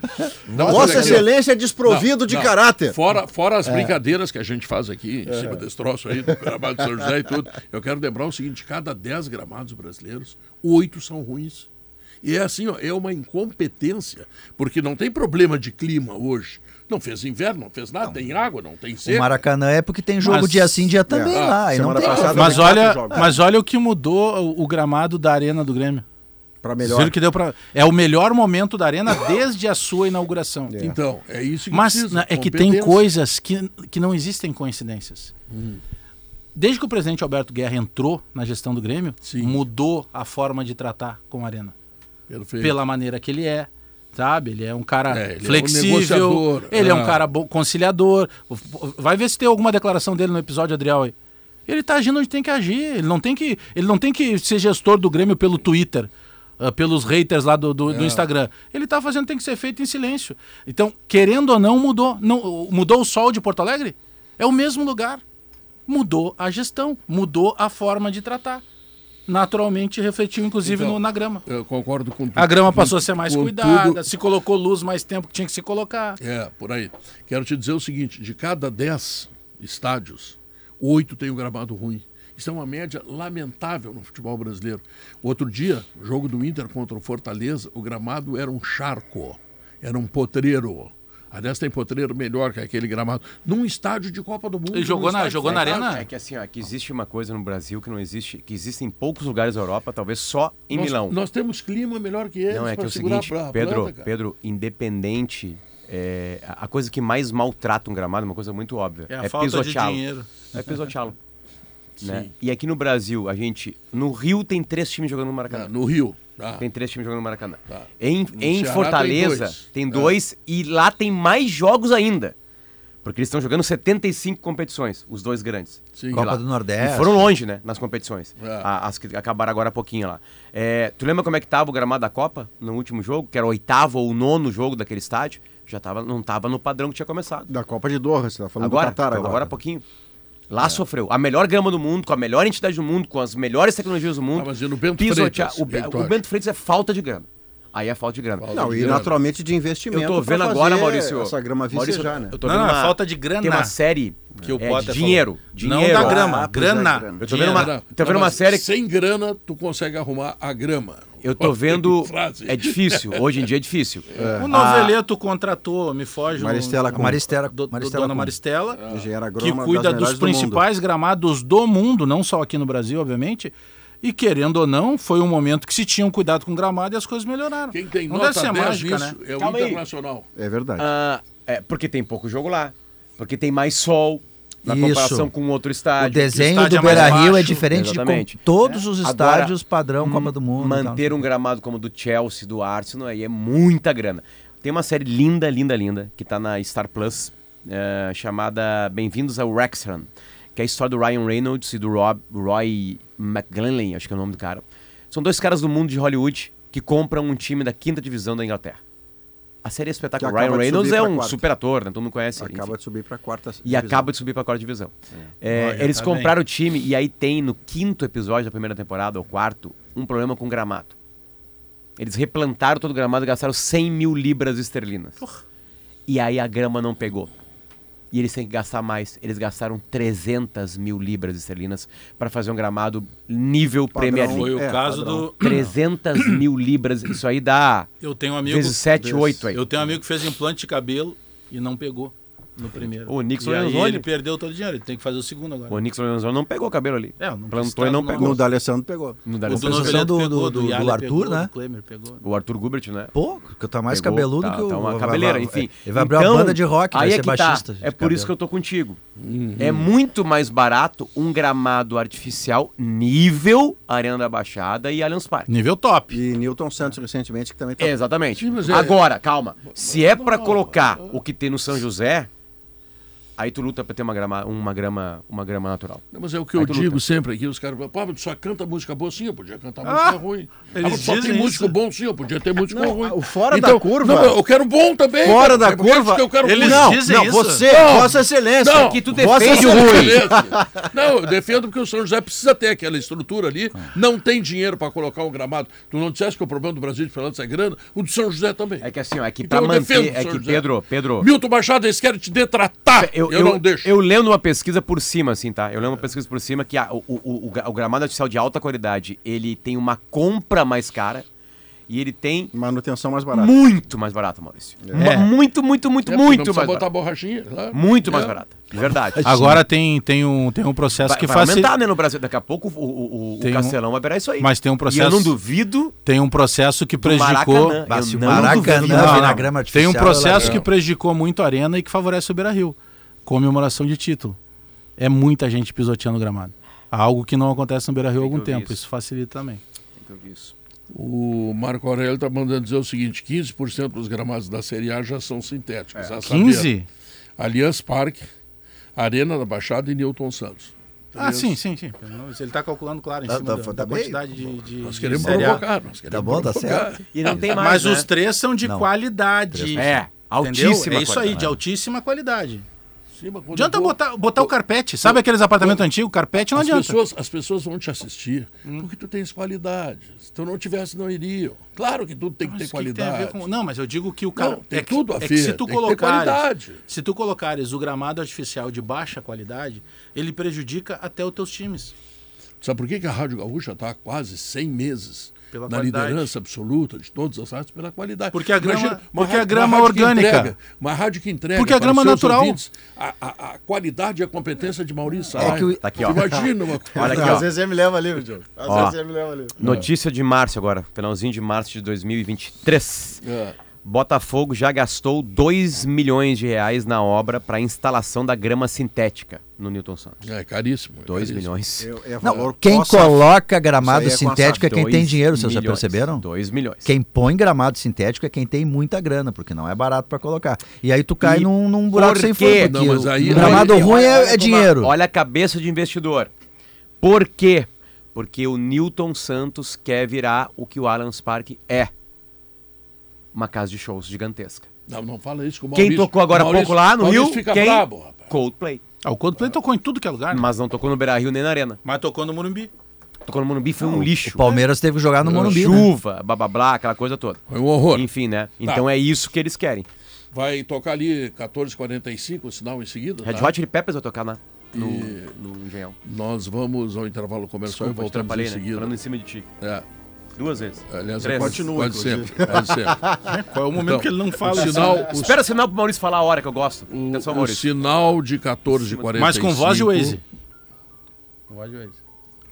A: Não,
I: Vossa
A: mas olha aqui, ó.
I: Excelência é desprovido
A: Não,
I: de
A: não.
I: caráter. É.
A: Fora, fora as brincadeiras que a gente faz aqui em cima desse troço aí, do gramado de São José e tudo, eu quero lembrar o seguinte: de cada 10 gramados brasileiros, oito são ruins. E é assim, ó, é uma incompetência, porque não tem problema de clima hoje. Não fez inverno, não fez nada, tem água, não tem
D: O
A: seca.
D: Maracanã é porque tem jogo
E: Mas-
D: dia sim, dia também
A: É.
D: lá. E não
I: Semana
D: tem
I: passada-
E: Mas
I: Quatro
E: olha,
I: jogos.
E: mas olha o que mudou o, o gramado da arena do Grêmio.
I: Pra
E: Vocês viram que deu para é o melhor momento da arena desde a sua inauguração.
A: Então, é isso que
E: Mas
A: precisa,
E: na- é que tem
A: competência.
E: coisas que, que não existem coincidências.
A: Hum.
E: Desde que o presidente Alberto Guerra entrou na gestão do Grêmio,
A: Sim.
E: mudou a forma de tratar com a arena
A: Perfeito.
E: pela maneira que ele é. Sabe? Ele é um cara
A: É, ele é um
E: flexível,
A: negociador.
E: ele é um
A: Ah.
E: cara bom- conciliador. Vai ver se tem alguma declaração dele no episódio, Adriel. aí. Ele tá agindo onde tem que agir. Ele não tem que, ele não tem que ser gestor do Grêmio pelo Twitter, ah, pelos haters lá do, do,
A: É.
E: do Instagram. Ele tá fazendo o que tem que ser feito em silêncio. Então, querendo ou não, mudou. Não, mudou o sol de Porto Alegre? É o mesmo lugar. Mudou a gestão, mudou a forma de tratar. Naturalmente refletiu, inclusive,
A: Então,
E: no- na grama.
A: Eu concordo com tu-
E: A grama
A: com-
E: passou a ser mais
A: com
E: cuidada,
A: tudo.
E: se colocou luz mais tempo que tinha que se colocar.
A: É, por aí. Quero te dizer o seguinte: de cada 10 estádios, oito tem o gramado ruim. Isso é uma média lamentável no futebol brasileiro. Outro dia, jogo do Inter contra o Fortaleza, o gramado era um charco, era um potreiro. Aliás, tem potreiro melhor que aquele gramado. Num estádio de Copa do Mundo.
E: Ele jogou
A: num
E: na-
A: estádio
E: jogou na
A: fantástico.
E: arena?
G: É que assim, ó, é que existe uma coisa no Brasil que não existe, que existe em poucos lugares da Europa, talvez só em
A: Nós-
G: Milão.
A: Nós temos clima melhor que eles
G: Não, é que
A: para
G: é o
A: segurar
G: seguinte,
A: pra- a
G: Pedro,
A: planta, cara.
G: Pedro, independente, é, a a coisa que mais maltrata um gramado é uma coisa muito óbvia.
E: É a falta de
G: pisoteá-lo.
E: dinheiro.
G: É pisoteá-lo. né? E aqui no Brasil, a gente. No Rio tem três times jogando no Maracanã.
A: Ah, no Rio. Ah,
G: Tem três times jogando no Maracanã.
A: Tá.
G: Em,
A: No
G: em
A: Ceará
G: Fortaleza
A: tem
G: tem dois,
A: dois.
G: e lá tem mais jogos ainda. Porque eles estão jogando 75 competições, os dois grandes.
A: Sim.
G: De
D: Copa
G: lá.
D: do Nordeste.
G: E foram longe, né? Nas competições.
A: É.
G: A- As que acabaram agora há pouquinho lá. É, tu lembra como é que tava o gramado da Copa no último jogo? Que era o oitavo ou o nono jogo daquele estádio? Já tava, não tava no padrão que tinha começado.
I: Da Copa de Doha, você tá falando
G: Agora,
I: do Catar
G: agora
I: agora.
G: há pouquinho. Lá sofreu. A melhor grama do mundo, com a melhor entidade do mundo, com as melhores tecnologias do mundo.
A: Ah, mas e no Bento
G: pisotear-
A: Freitas?
G: O, Be-
A: O que tu
G: o
A: acha?
G: Bento Freitas é falta de grana. Aí é falta de grana.
A: Falta
G: Não,
I: Não,
A: de
I: e
A: grana.
I: naturalmente de investimento.
G: eu tô
I: pra
G: vendo agora,
I: fazer
G: Maurício.
I: Essa grama
G: Maurício,
I: vicejar, né?
G: eu tô
E: Não,
G: vendo
E: não, é
G: uma-
E: falta de grana.
G: Tem uma série
J: Que o
G: é, de
J: Potter
G: dinheiro, dinheiro.
E: Não da grama,
I: Ah, pois é,
E: grana.
I: grana.
G: Eu tô vendo uma,
A: Não,
G: tô vendo
A: não,
G: uma
A: mas
G: série
A: Sem grana, tu consegue arrumar a grama.
G: Eu tô vendo.
A: Frase.
G: É difícil. Hoje em dia é difícil.
E: O noveleto contratou, me foge. o-
I: Ah. Maristela
D: A
I: com-
D: Maristela,
E: do, do-
D: Maristela
E: dona
D: com-
E: Maristela,
I: Engenheira
E: que
I: agrônoma
E: cuida
I: das
E: dos
I: melhores do mundo.
E: principais gramados do mundo, não só aqui no Brasil, obviamente. E querendo ou não, foi um momento que se tinham cuidado com gramado e as coisas melhoraram.
A: Quem tem
E: não
A: nota
E: deve ser
A: 10
E: mágica,
A: nisso
E: né?
A: é o
G: Calma aí.
A: Internacional.
I: É verdade.
G: Ah, é, porque tem pouco jogo lá. Porque tem mais sol na
D: Isso.
G: comparação com outro
D: O
G: estádio.
D: desenho
E: estádio
D: do
E: é mais
D: Beira Rio é
E: baixo.
D: diferente
G: Exatamente.
D: de
G: É.
D: com- todos os
G: Agora,
D: estádios padrão
G: hum,
D: Copa do Mundo. e tal.
G: Manter um gramado como o do Chelsea, do Arsenal, aí é muita grana. Tem uma série linda, linda, linda, que tá na Star Plus, eh, chamada Bem-vindos ao Wrexham, que é a história do Ryan Reynolds e do Rob, Roy McGlenley, acho que é o nome do cara. São dois caras do mundo de Hollywood que compram um time da quinta divisão da Inglaterra. A série é espetacular.
I: Que acaba
G: Ryan
I: de
G: Reynolds
I: subir
G: é
I: pra
G: um
I: quarta.
G: super ator, né? Todo mundo conhece. enfim.
I: acaba de subir para quarta
G: E
I: divisão.
G: acaba de subir para a quarta divisão. É,
E: Olha,
G: eles
E: tá
G: compraram o time e aí tem no quinto episódio da primeira temporada, ou quarto, um problema com o gramado. Eles replantaram todo o gramado e gastaram 100 mil libras esterlinas. E aí a grama não pegou. E eles têm que gastar mais. Eles gastaram 300 mil libras esterlinas para fazer um gramado nível Premier
I: Foi
G: League.
I: o É,
E: caso
I: caso padrão.
E: do.
G: 300 mil libras, isso aí dá
E: Eu tenho um amigo.
G: vezes 7, 8 aí.
E: Eu tenho um amigo que fez implante de cabelo e não pegou no primeiro.
G: O Nixon é
E: e aí
G: Lorenzoni.
E: ele perdeu todo o dinheiro, ele tem que fazer o segundo agora.
G: O Nixon Lorenzoni não pegou o cabelo ali.
E: É, eu
G: Plantou
E: não preciso
G: e não
E: estar no
G: pegou.
I: No D'Alessandro pegou.
G: No
E: O
G: D'Alessandro.
E: Noveleto
D: do-
E: pegou,
D: do- do
E: Yale
D: Arthur,
E: pegou,
D: né?
E: Do Klemer pegou.
G: O Arthur Gubert, né?
D: Pô, que tá mais
G: Pegou,
D: cabeludo
G: tá,
D: que o.
G: tá uma
D: vai-
G: cabeleira,
D: vai-
G: enfim.
D: Ele vai abrir uma banda de rock,
G: aí
D: vai
G: é
D: ser
G: que tá.
D: baixista. de
G: É por isso que eu
D: cabelo.
G: tô contigo. É muito mais barato um gramado artificial nível Arena da Baixada e Allianz Parque.
E: Nível top.
I: E Newton Santos recentemente que também tá...
G: É, Exatamente.
A: Sim, mas é-
G: Agora, calma. Se é pra colocar o que tem no São José, aí tu luta pra ter uma grama, uma grama, uma grama natural.
A: Não, mas é o que eu
G: Aí tu
A: digo
G: luta.
A: sempre aqui, os caras falam, pá, mas tu só canta música boa sim, eu podia cantar música ruim. Ah,
E: eles
A: mas só tem
E: dizem
A: músico bom sim, eu podia ter músico
I: Não,
A: ruim. Então,
I: o fora
E: Então,
I: da curva-
A: Não, eu quero um bom também.
I: Fora
A: cara,
I: da
A: é por isso
I: curva,
A: que eu quero
E: eles
A: ruim.
E: não, dizem isso.
I: Você, Vossa Excelência,
A: Não,
I: que tu
G: Vossa
I: defende o
A: Não,
I: ruim.
A: excelente. Não, eu defendo porque o São José precisa ter aquela estrutura ali, não tem dinheiro para colocar um gramado. Tu não disseste que o problema do Brasil de Pelotas é grana, o do São José também.
G: É que assim, ó, é que
A: Então
G: pra
A: eu defendo
G: manter,
A: o
G: é
A: São
G: que
A: José.
G: Pedro, Pedro,
A: Milton Machado, eles querem te detratar. Eu, não deixo.
G: Eu lendo uma pesquisa por cima, assim, tá? Eu lendo uma pesquisa por cima que a- o, o- o gra- o gramado artificial de alta qualidade, ele tem uma compra mais cara e ele tem
I: Manutenção mais barata. É.
G: muito mais barato, Maurício. Uma- Muito, muito, muito,
A: É, porque não
G: muito
A: precisa
G: mais
A: botar
G: barato.
A: a borrachinha. lá.
G: Muito
A: É.
G: mais barato, de verdade.
E: Agora tem, tem, um, tem um processo
G: vai,
E: que
G: vai
E: facilita.
G: aumentar, né, no Brasil. Daqui a pouco o, o, o- o
E: Tem um-
G: Castelão vai virar isso aí.
E: mas tem
G: E eu
E: um
G: não
E: processo-
G: duvido
E: Tem um processo que
G: do
E: prejudicou.
G: Maracanã.
D: Bah,
G: Eu
D: se o
G: não
D: Maracanã
G: duvido.
D: virar
E: Não, não.
D: grama
E: Tem
D: artificial,
E: um processo
D: ela-
E: que prejudicou muito a Arena e que favorece o Beira Rio. Comemoração de título. É muita gente pisoteando o gramado. Algo que não acontece no Beira Rio há algum
G: eu vi
E: tempo.
G: isso.
E: Isso facilita também.
A: O Marco Aurélio está mandando dizer o seguinte: 15% dos gramados da Série A já são sintéticos.
G: É.
A: a saber,
E: 15?
A: Allianz Parque, Arena da Baixada e Newton Santos.
E: Ah, sim, sim, sim. Ele está calculando, claro, em
D: Tá-
E: cima
D: tá-
E: da,
D: tá
E: da
D: bem?
E: quantidade de, de-
A: Nós
E: de
A: queremos
E: Série A.
A: provocar. Nós queremos
D: Tá bom, tá
A: provocar.
D: certo.
G: E não tem mais,
E: Mas
G: né?
E: os três são de
D: Não.
E: qualidade.
G: É,
E: Entendeu?
G: altíssima
E: É isso aí,
G: qualidade.
E: de altíssima qualidade.
A: Sim, mas quando
E: Adianta
A: eu vou-
E: botar, botar o carpete. Sabe aqueles apartamentos antigos? Carpete não
A: As
E: adianta. Hum.
A: pessoas, as pessoas vão te assistir porque tu tens qualidade. Se tu não tivesse, não iriam. Claro que tudo tem que
E: Mas
A: ter
E: o que que tem a ver
A: qualidade.
E: com- Não, mas eu digo que o cara.
A: Não, tem
E: é que,
A: tudo a
E: é que
A: ver,
E: se tu
A: tem que ter
E: colocares,
A: qualidade.
E: se tu colocares o gramado artificial de baixa qualidade, ele prejudica até os teus times.
A: Sabe por que, que a Rádio Gaúcha está há quase 100 meses
E: Pela
A: na
E: qualidade.
A: liderança absoluta de todas as rádios pela qualidade?
E: Porque a grama-
A: uma
E: porque a
A: rádio-
E: grama
A: uma rádio que
E: orgânica.
A: entrega- uma rádio que entrega.
E: Porque a
A: para
E: grama
A: os seus
E: natural.
A: ouvintes A, a- a qualidade e a competência de Maurício Saraiva.
D: que o-
G: Tá aqui, ó.
A: Imagina uma coisa.
G: Olha aqui, ó.
C: Às vezes ele me leva ali, Diogo. Às
G: Ó.
C: vezes ele me leva ali.
G: Notícia de março agora, finalzinho de março de 2023.
A: É.
G: Botafogo já gastou 2 milhões de reais na obra para instalação da grama sintética no Newton Santos.
A: É caríssimo. é
G: 2
A: caríssimo.
G: milhões.
I: É- é
D: Não,
I: valor
D: quem
I: possa-
D: coloca gramado
I: Isso aí é com a
D: sintético é quem tem
G: Dois
D: dinheiro, vocês já
G: milhões.
D: perceberam?
G: 2 milhões.
D: Quem põe gramado sintético é quem tem muita grana, porque não é barato pra colocar. E aí tu cai
G: E
D: num, num buraco
G: por
D: sem
G: quê?
D: fundo.
A: Não, mas aí-
D: porque o gramado
G: Olha-
D: ruim
G: olha
D: é, é
G: como-
D: dinheiro.
G: Olha a cabeça de investidor. Por quê? Porque o Newton Santos quer virar o que o Allianz Parque é. Uma casa de shows gigantesca.
A: Não, não fala isso com o
G: Quem
A: Maurício.
G: tocou agora há
A: Maurício-
G: pouco lá no
A: Maurício
G: Rio?
A: fica
G: quem?
A: brabo, rapaz.
G: Coldplay.
E: Ah, o Coldplay tocou em tudo que é lugar, né?
G: Mas não tocou no Beira Rio nem na Arena.
E: Mas tocou no Morumbi.
G: Tocou no Morumbi, foi um lixo.
D: O Palmeiras teve que jogar no Morumbi. né?
G: Chuva, blá blá blá, aquela coisa toda.
A: Foi um horror.
G: Enfim, né? Então é isso que eles querem.
A: Vai tocar ali 14h45, o sinal em seguida.
G: Red
A: tá?
G: Hot Chili Peppers vai tocar lá no, no Engenhão.
A: Nós vamos ao intervalo comercial
G: Desculpa,
A: e
G: te
A: voltamos
G: atrapalhei,
A: em
G: né?
A: seguida.
G: Falando em cima de ti.
A: É,
G: Duas vezes.
A: aliás,
G: Três.
A: continua, quase
K: inclusive.
A: sempre. Quase sempre.
E: Qual é o momento
A: Então,
E: que ele não fala assim?
A: o
E: isso?
A: sinal, o-
G: Espera o sinal pro Maurício falar a hora que eu gosto.
A: o-
G: Atenção,
A: o
G: Maurício.
A: sinal de 14h45.
E: Mas com voz de Waze.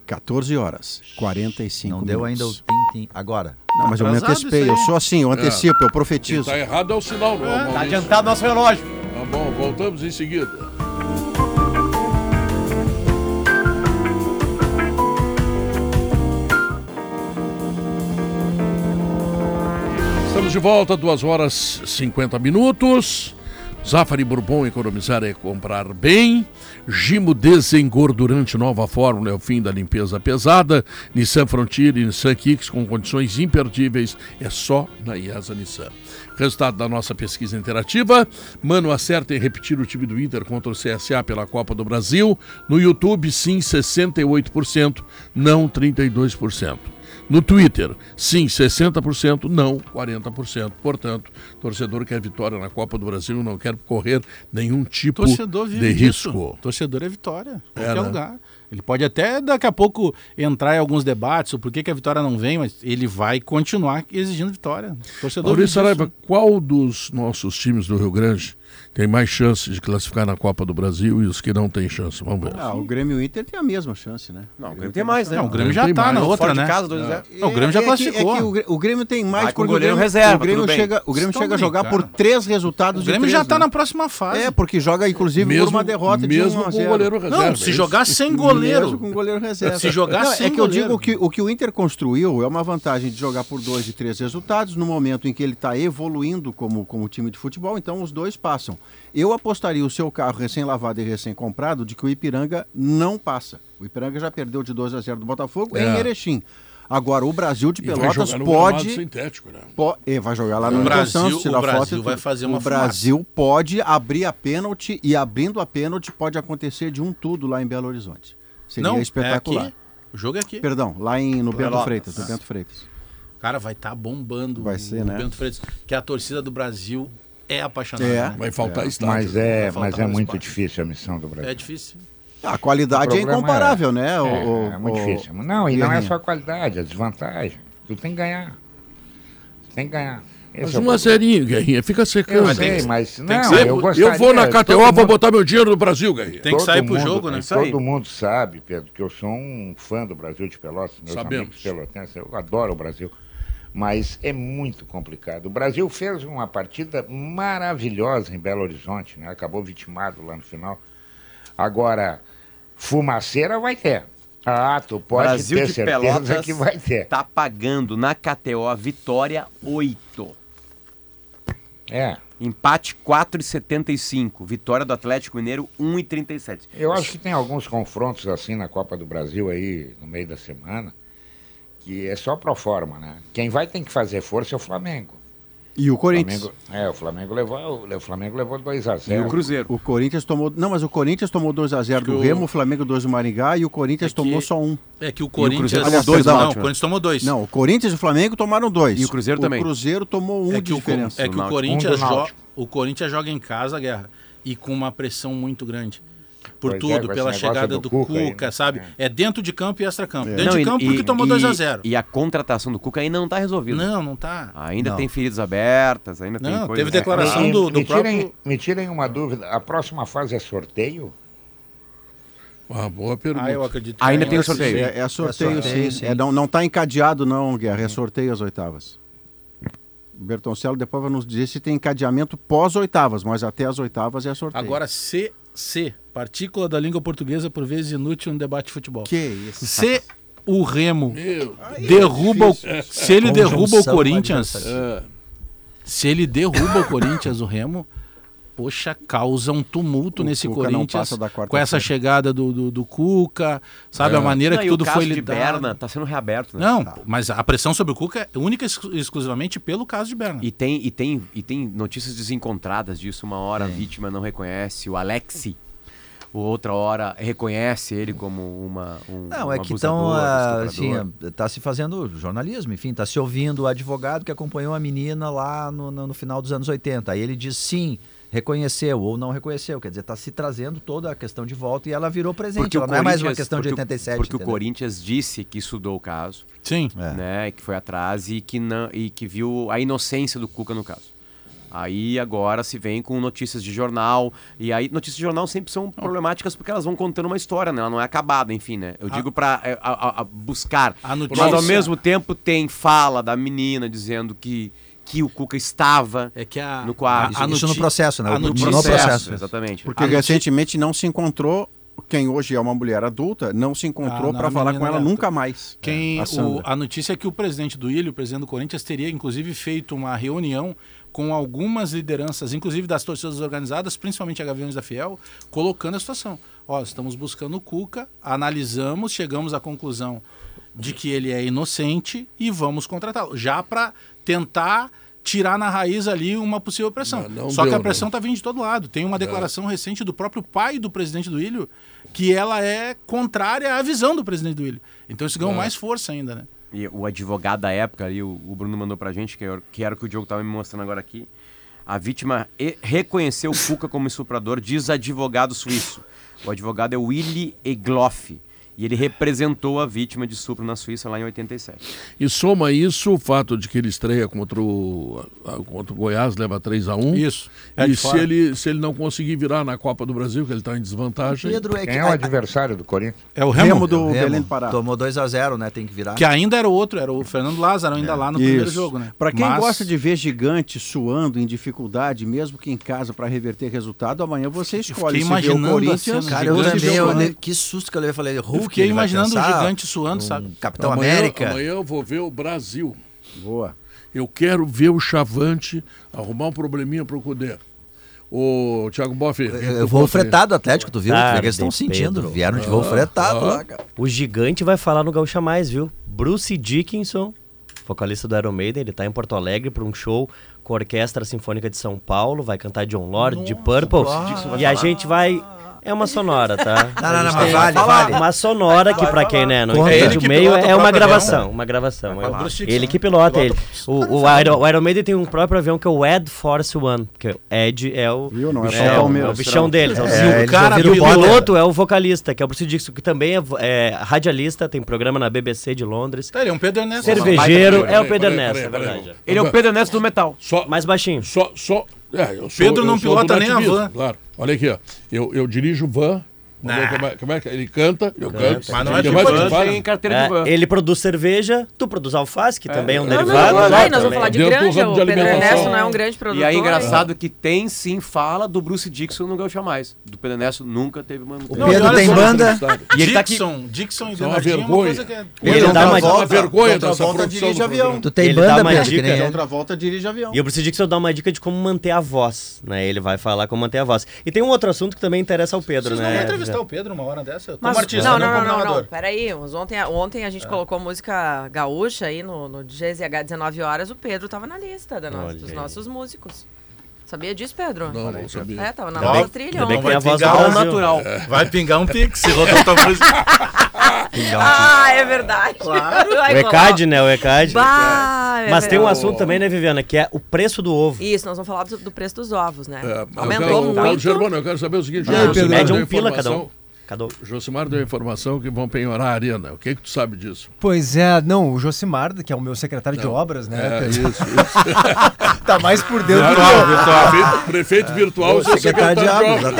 C: 14 horas, 45
D: Não
C: minutos.
D: deu ainda o tim-tim. Agora.
C: Não, mas eu me
E: Atrasado
C: antecipei.
E: isso aí.
C: Eu sou assim, eu
G: É.
C: antecipo, eu
A: Quem
C: profetizo.
A: tá errado é o sinal, não é, o Maurício?
G: Tá Adiantado nosso relógio.
A: Tá bom, voltamos em seguida. Estamos de volta, 2 horas e 50 minutos. Zafari Bourbon, economizar é comprar bem. Gimo desengordurante, nova fórmula, é o fim da limpeza pesada. Nissan Frontier e Nissan Kicks com condições imperdíveis, é só na IASA Nissan. Resultado da nossa pesquisa interativa, Mano acerta em repetir o time do Inter contra o CSA pela Copa do Brasil. No YouTube, sim, 68%, não 32%. No Twitter, sim, 60%, não 40%. Portanto, torcedor quer vitória na Copa do Brasil, não quer correr nenhum tipo
E: Torcedor vive
A: de
E: disso.
A: risco.
E: Torcedor é vitória. Qualquer
A: né?
E: lugar. Ele pode até daqui a pouco entrar em alguns debates, o porquê que a vitória não vem, mas ele vai continuar exigindo vitória. Torcedor
A: Maurício
E: vive disso.
A: Saraiva, qual dos nossos times do Rio Grande tem mais chance de classificar na Copa do Brasil e os que não têm chance? Vamos ver.
C: Ah, o Grêmio e o Inter tem a mesma chance, né?
G: Não, o Grêmio tem mais, né?
E: Não, o Grêmio
A: Grêmio
E: já
A: tem
E: tá
A: mais.
E: na outra,
G: Fora de
E: né?
G: casa, 2 a 0.
E: Não, o Grêmio já
C: É que-
E: classificou.
C: é que o Grê- o Grêmio tem mais
G: Vai com
C: porque
G: goleiro
C: o Grêmio,
G: reserva,
C: o Grêmio
G: tudo bem.
C: chega, o Grêmio
E: Estão
C: chega a
E: bem,
C: jogar
E: cara.
C: por três resultados
E: O Grêmio
C: de
E: já
C: três,
E: tá
C: né?
E: na próxima fase.
C: É, porque joga inclusive por uma derrota
A: mesmo
C: de 1 a
A: com o
C: 0.
A: goleiro reserva.
E: Não,
A: é
E: se
A: isso?
E: jogar sem goleiro.
C: Mesmo com goleiro reserva.
E: Se jogar sem
C: É que eu
E: goleiro.
C: digo que o que o Inter construiu é uma vantagem de jogar por dois e três resultados no momento em que ele está evoluindo como, como time de futebol, então os dois passam. Eu apostaria o seu carro recém-lavado e recém-comprado de que o Ipiranga não passa. O Ipiranga já perdeu de 2 a 0 do Botafogo
A: É.
C: em Erechim. Agora, o Brasil de
A: E vai
C: Pelotas
A: jogar no gramado
C: pode
A: sintético, né?
C: Po- eh, vai jogar lá
E: O
C: no Newton
E: Brasil-
C: Santos,
E: o
C: tirar
E: Brasil
C: foto e tudo.
E: vai fazer uma
C: O Brasil pode abrir a pênalti e abrindo a pênalti pode acontecer de um tudo lá em Belo Horizonte. Seria
E: não,
C: espetacular.
E: É aqui. O jogo é aqui.
C: Perdão, lá em, no Bento
G: Pelotas.
C: Freitas, no Bento Freitas.
E: Cara, vai estar bombando
C: Vai
E: o-
C: ser,
E: o
C: né?
E: Bento Freitas, que a torcida do Brasil é apaixonada.
C: É.
E: né?
A: Vai faltar estádio.
B: Mas é,
E: Vai
B: mas
E: faltar
B: é
E: mais
B: muito
E: espaço.
B: difícil a missão do Brasil.
E: É difícil.
C: A
B: Ah, O
C: qualidade é
B: problema
C: incomparável, né? o-
B: é,
C: o-
B: é muito
C: o-
B: difícil. Não, e não é
C: Guerrinha.
B: só a qualidade, é desvantagem. Tu tem que ganhar. Tu tem que ganhar.
A: Mas
B: Esse é o
A: um a zerinho, Guerrinha, fica secando.
B: Eu sei, mas não,
A: Sempre-
B: eu
A: eu,
B: gostaria-
A: vou na
B: todo
A: KTO, vou botar meu dinheiro no Brasil, Guerrinha.
E: Tem que
B: Todo
E: sair pro
B: mundo-
E: jogo, né?
G: Isso aí.
B: Todo mundo sabe, Pedro, que eu sou um fã do Brasil de Pelotas, meus
A: Sabemos.
B: amigos pelotenses, eu adoro o Brasil. Mas é muito complicado. O Brasil fez uma partida maravilhosa em Belo Horizonte, né? Acabou vitimado lá no final. Agora, fumaceira vai ter. Ah, tu pode
G: Brasil
B: ter
G: de
B: certeza
G: Pelotas
B: que vai ter.
G: tá pagando na KTO a vitória 8.
B: É.
G: Empate 4,75. Vitória do Atlético Mineiro 1,37.
B: Eu acho que tem alguns confrontos assim na Copa do Brasil aí no meio da semana, que é só pro forma, né? Quem vai tem que fazer força é o Flamengo.
C: E o Corinthians.
B: Flamengo- é, o Flamengo levou, o Flamengo levou 2
E: é
B: a 0.
G: E o Cruzeiro.
C: Né? O Corinthians tomou. Não, mas o Corinthians tomou 2x0 do
E: o-
C: Remo, o Flamengo 2 do Maringá e o Corinthians
E: É que-
C: tomou só um.
E: É que o
G: Corinthians-
E: Corinthians.
C: Aliás, perdão,
E: não, o
G: ótimo.
E: Corinthians tomou dois.
C: Não, o Corinthians e o Flamengo tomaram dois.
G: E o Cruzeiro também.
C: O Cruzeiro tomou um
E: é
C: de
E: que, o,
C: diferença.
E: é que o
G: Náutico.
E: Corinthians,
B: Um do
E: jo-
B: Náutico.
E: o Corinthians joga em casa, Guerra, e com uma pressão muito grande. Por
B: Pois é,
E: tudo,
B: com esse
E: pela
B: negócio
E: chegada do,
B: do
E: Cuca,
B: Cuca aí, né?
E: sabe? É. dentro de campo e extra-campo.
C: É.
E: Dentro
G: Não,
E: de
G: e-
E: campo
G: e-
E: porque tomou
G: e-
E: 2x0.
G: E a contratação do Cuca ainda não tá resolvida.
E: Não, não tá.
G: Ainda
D: Não.
G: tem feridas abertas, ainda
E: Não,
G: tem coisa. né?
E: teve declaração
B: Me-
E: do,
B: Ah,
E: do
B: me, tirem,
E: próprio.
B: me tirem uma dúvida, a próxima fase é sorteio?
A: Uma boa pergunta.
E: Ah, eu acredito que
G: Ainda
E: não.
G: tem o sorteio.
C: É, é sorteio,
D: É sorteio,
C: sim.
D: sim.
C: É, não, não tá encadeado, não, Guerra. É sorteio as oitavas. O Bertoncello depois vai nos dizer se tem encadeamento pós-oitavas, mas até as oitavas é sorteio.
E: Agora, C, C, partícula da língua portuguesa por vezes inútil no debate de futebol.
C: Que isso?
E: Se o Remo é
A: Meu,
E: derruba o, se ele derruba o
D: Conjunção
E: Corinthians,
C: assim.
A: é,
E: se ele derruba o Corinthians, o Remo, poxa, causa um tumulto
C: O
E: nesse
C: Cuca não
E: Corinthians
C: passa da quarta-feira.
E: com essa chegada do, do, do Cuca, sabe a
G: É.
E: maneira
G: Não,
E: que
G: e
E: tudo
G: o caso
E: foi
G: de Berna
E: lidado.
G: tá sendo reaberto, né?
E: Não, mas a pressão sobre o Cuca é única e exclu- exclusivamente pelo caso de Berna.
G: E tem, e, tem, e tem notícias desencontradas disso. Uma hora a vítima não reconhece o Alexi. o outra hora reconhece ele como uma um,
D: Não,
G: um
D: é que então,
G: abusador,
D: ah, assim,
G: estuprador.
D: está se fazendo jornalismo, enfim, está se ouvindo o advogado que acompanhou a menina lá no, no, no final dos anos 80. Aí ele diz sim, reconheceu ou não reconheceu. Quer dizer, está se trazendo toda a questão de volta e ela virou presente.
G: Porque o
D: ela não é mais uma
G: Corinthians-
D: questão de
G: porque o-
D: 87.
G: Porque o
D: entendeu?
G: Corinthians disse que estudou o caso,
E: Sim.
D: É.
G: né, que foi atrás e que não e que viu a inocência do Cuca no caso. Aí agora se vem com notícias de jornal e aí notícias de jornal sempre são problemáticas porque elas vão contando uma história, né? Ela não é acabada, enfim, né? Eu digo pra é, a- a- a buscar,
E: A notícia-
G: mas ao mesmo tempo tem fala da menina dizendo que que o Cuca estava
E: É que a,
G: No quadro.
D: Isso- isso no processo, né?
E: A
D: O- no
E: notícia,
D: processo.
G: exatamente.
I: Porque recentemente não se encontrou, quem hoje é uma mulher adulta, não se
E: Ah,
I: encontrou
E: não,
I: pra
E: a
I: falar
E: menina
I: com ela
E: era-
I: nunca mais.
E: Quem,
I: a
E: o-
I: Sandra.
E: a notícia é que o presidente do Ilho, o presidente do Corinthians, teria inclusive feito uma reunião com algumas lideranças, inclusive das torcidas organizadas, principalmente a Gaviões da Fiel, colocando a situação. Ó, estamos buscando o Cuca, analisamos, chegamos à conclusão de que ele é inocente e vamos contratá-lo. Já para tentar tirar na raiz ali uma possível pressão.
A: Mas não
E: Só que
A: deu,
E: a
A: né?
E: pressão está vindo de todo lado. Tem uma declaração recente do próprio pai do presidente do Ilho que ela é contrária à visão do presidente do Ilho. Então isso ganhou mais força ainda, né?
G: E o advogado da época ali, o, o Bruno mandou pra gente, que, eu- que era o que o Diogo tava me mostrando agora aqui. A vítima e- reconheceu o Cuca como estuprador, diz advogado suíço. O advogado é Willy Egloff. E ele representou a vítima de estupro na Suíça lá em 87.
A: E soma isso o fato de que ele estreia contra o, a- contra o Goiás, leva 3 a 1
E: Isso. É
A: e
E: de
A: se
E: fora.
A: ele, se ele não conseguir virar na Copa do Brasil, que ele está em desvantagem.
D: Pedro é que.
B: Quem é o adversário do Corinthians?
E: É o
I: Remo
E: Remo,
I: do
D: Remo
I: Belém do Pará.
D: tomou 2 a 0 né? Tem que virar.
E: que ainda era o outro, era o Fernando Lázaro ainda lá no primeiro jogo, né?
I: Para quem
E: Mas-
I: gosta de ver gigante suando em dificuldade, mesmo que em casa, para reverter resultado, amanhã você escolhe
E: fiquei
I: se vê o
E: imaginando a
I: Corinthians.
E: cena, né?
D: Cara, eu
I: se
E: Gigante
I: vê
D: também,
I: o
D: eu,
I: Corinthians.
D: le- que susto que eu levei. Falei, Hulk,
E: Eu fiquei
D: ele vai
E: imaginando o
D: pensar
E: gigante suando,
D: um
E: sabe?
D: Capitão
A: amanhã,
D: América.
A: amanhã eu vou ver o Brasil.
I: Boa.
A: Eu quero ver o Chavante arrumar um probleminha para o Cudê. Ô, Thiago Boff.
D: Eu eu vou fretado Atlético, tu viu? é
J: Tarde,
D: Eles estão sentindo.
J: Pedro.
D: Vieram de
A: Ah,
D: voo fretado lá, cara.
J: O gigante vai falar no Gaúcha Mais, viu? Bruce Dickinson, vocalista do Iron Maiden, ele tá em Porto Alegre para um show com a Orquestra Sinfônica de São Paulo, vai cantar John Lord, de Purple. E a gente vai... É uma sonora, tá?
D: Não, não,
J: A
D: não,
J: gente
D: mas
J: tem
D: vale, vale.
J: Uma sonora que pra quem,
A: é
J: né, não
D: Conta.
J: entende
D: Ele
J: o
E: que
J: meio,
E: pilota o
J: é uma
E: próprio
J: gravação, uma gravação. É
E: Bruce Dickinson,
J: Ele
E: né?
J: que pilota, ele. O, o, Iron, o Iron Maiden tem um próprio avião que é o Ed Force One, que é o Ed é o...
I: Viu? Não é só
J: É, o, é o
I: Palmeiras.
J: bichão deles, é o
D: É,
J: Zildo.
D: eles
E: cara
J: E
D: ouviram
J: o
E: do
D: Potter.
J: piloto é o vocalista, que é o Bruce Dixon, que também é, vo- é radialista, tem programa na BBC de Londres.
E: Tá, ele é um Pedro Ernesto.
J: Cervejeiro
A: baita
J: é
A: figura,
J: o Pedro
A: peraí,
J: Ernesto, é
A: peraí, peraí.
J: verdade.
G: Ele é o Pedro Ernesto do Metal.
A: Só,
J: Mais baixinho.
A: só, só, é, eu sou-
E: Pedro
A: eu
E: não
A: sou do
E: pilota nem a
A: nativismo,
E: van.
A: Claro. Olha aqui, ó. Eu, eu dirijo van. Vamos ver Como é, como é que ele canta, eu canto.
E: Mas não é
J: tipo
A: Quem
E: de
A: mais
E: van,
A: que fala?
G: Tem carteira
J: É,
G: de van.
J: ele produz cerveja, tu produz alface, que também é um
A: Não,
J: derivado.
L: Não, não,
J: né,
L: vai, nós vamos
J: também.
L: falar de
A: Dentro do
L: granja.
A: ramo
L: O
A: de
L: Pedro
A: alimentação.
L: Ernesto não é um grande produtor.
G: E aí, engraçado que tem sim fala do Bruce Dixon no Gaúcha Mais. Do Pedro Ernesto nunca teve uma...
E: Não, e
D: Pedro
E: olha
D: tem
E: só,
D: banda.
G: E ele tá aqui...
E: Dixon, Dixon e
A: é uma
E: Bernardinho é uma
A: vergonha.
E: coisa que é...
J: Ele
C: Ele
J: dá
C: dá
J: uma
C: mais
A: Uma
C: volta.
A: vergonha
C: Outra
A: dessa
C: volta
A: produção.
C: dirige
A: do programa.
C: avião.
D: Tu tem
J: Ele dá
D: banda,
J: uma
D: Pedro, que
J: dica
D: nem é.
J: de
D: ele.
C: Outra volta dirige avião.
J: E o Bruce Dixon dá uma dica de como manter a voz, né? Ele vai falar como manter a voz. E tem um outro assunto que também interessa ao Pedro,
E: Vocês não
J: né?
E: vão entrevistar o Pedro uma hora dessa? Como
L: Mas,
E: artista,
L: não,
E: né,
L: não,
E: como
L: não, não,
E: narrador.
L: não. Peraí, mas ontem, a- ontem a
J: É.
L: gente colocou música gaúcha aí no, no GZH 19 horas, o Pedro tava na lista da nossa-
J: Olha
L: dos
J: aí.
L: nossos músicos. Sabia disso, Pedro?
A: Não, não sabia.
L: É, tava na
J: Ainda
L: nossa
J: bem,
L: trilha.
J: ainda bem que
L: ontem.
J: tem a voz do
E: Vai pingar o
J: Brasil.
G: natural.
E: Vai pingar um pix, se rodar tua música.
L: Ah, é verdade. Claro.
J: Então, O ECAD, né? O ECAD.
L: Bah, é
J: Mas tem um
L: verdade.
J: assunto também, né, Viviana? Que é o preço do ovo.
L: Isso, nós vamos falar do, do preço dos ovos, né?
A: É,
L: Aumentou
A: eu quero,
L: muito.
A: Germano, né? eu quero saber o seguinte.
J: Ah,
A: Josimar
J: se mede
A: deu
J: um pila cada um.
A: informação-
J: Cada um.
A: Josimar deu a informação que vão penhorar a arena. O que, que tu sabe disso?
M: Pois é, não, o Josimar, que é o meu secretário de obras, né?
A: É,
M: Pedro?
A: isso, isso.
M: Tá mais por dentro do
A: Virtual, virtual. Prefeito virtual e seu secretário de obras.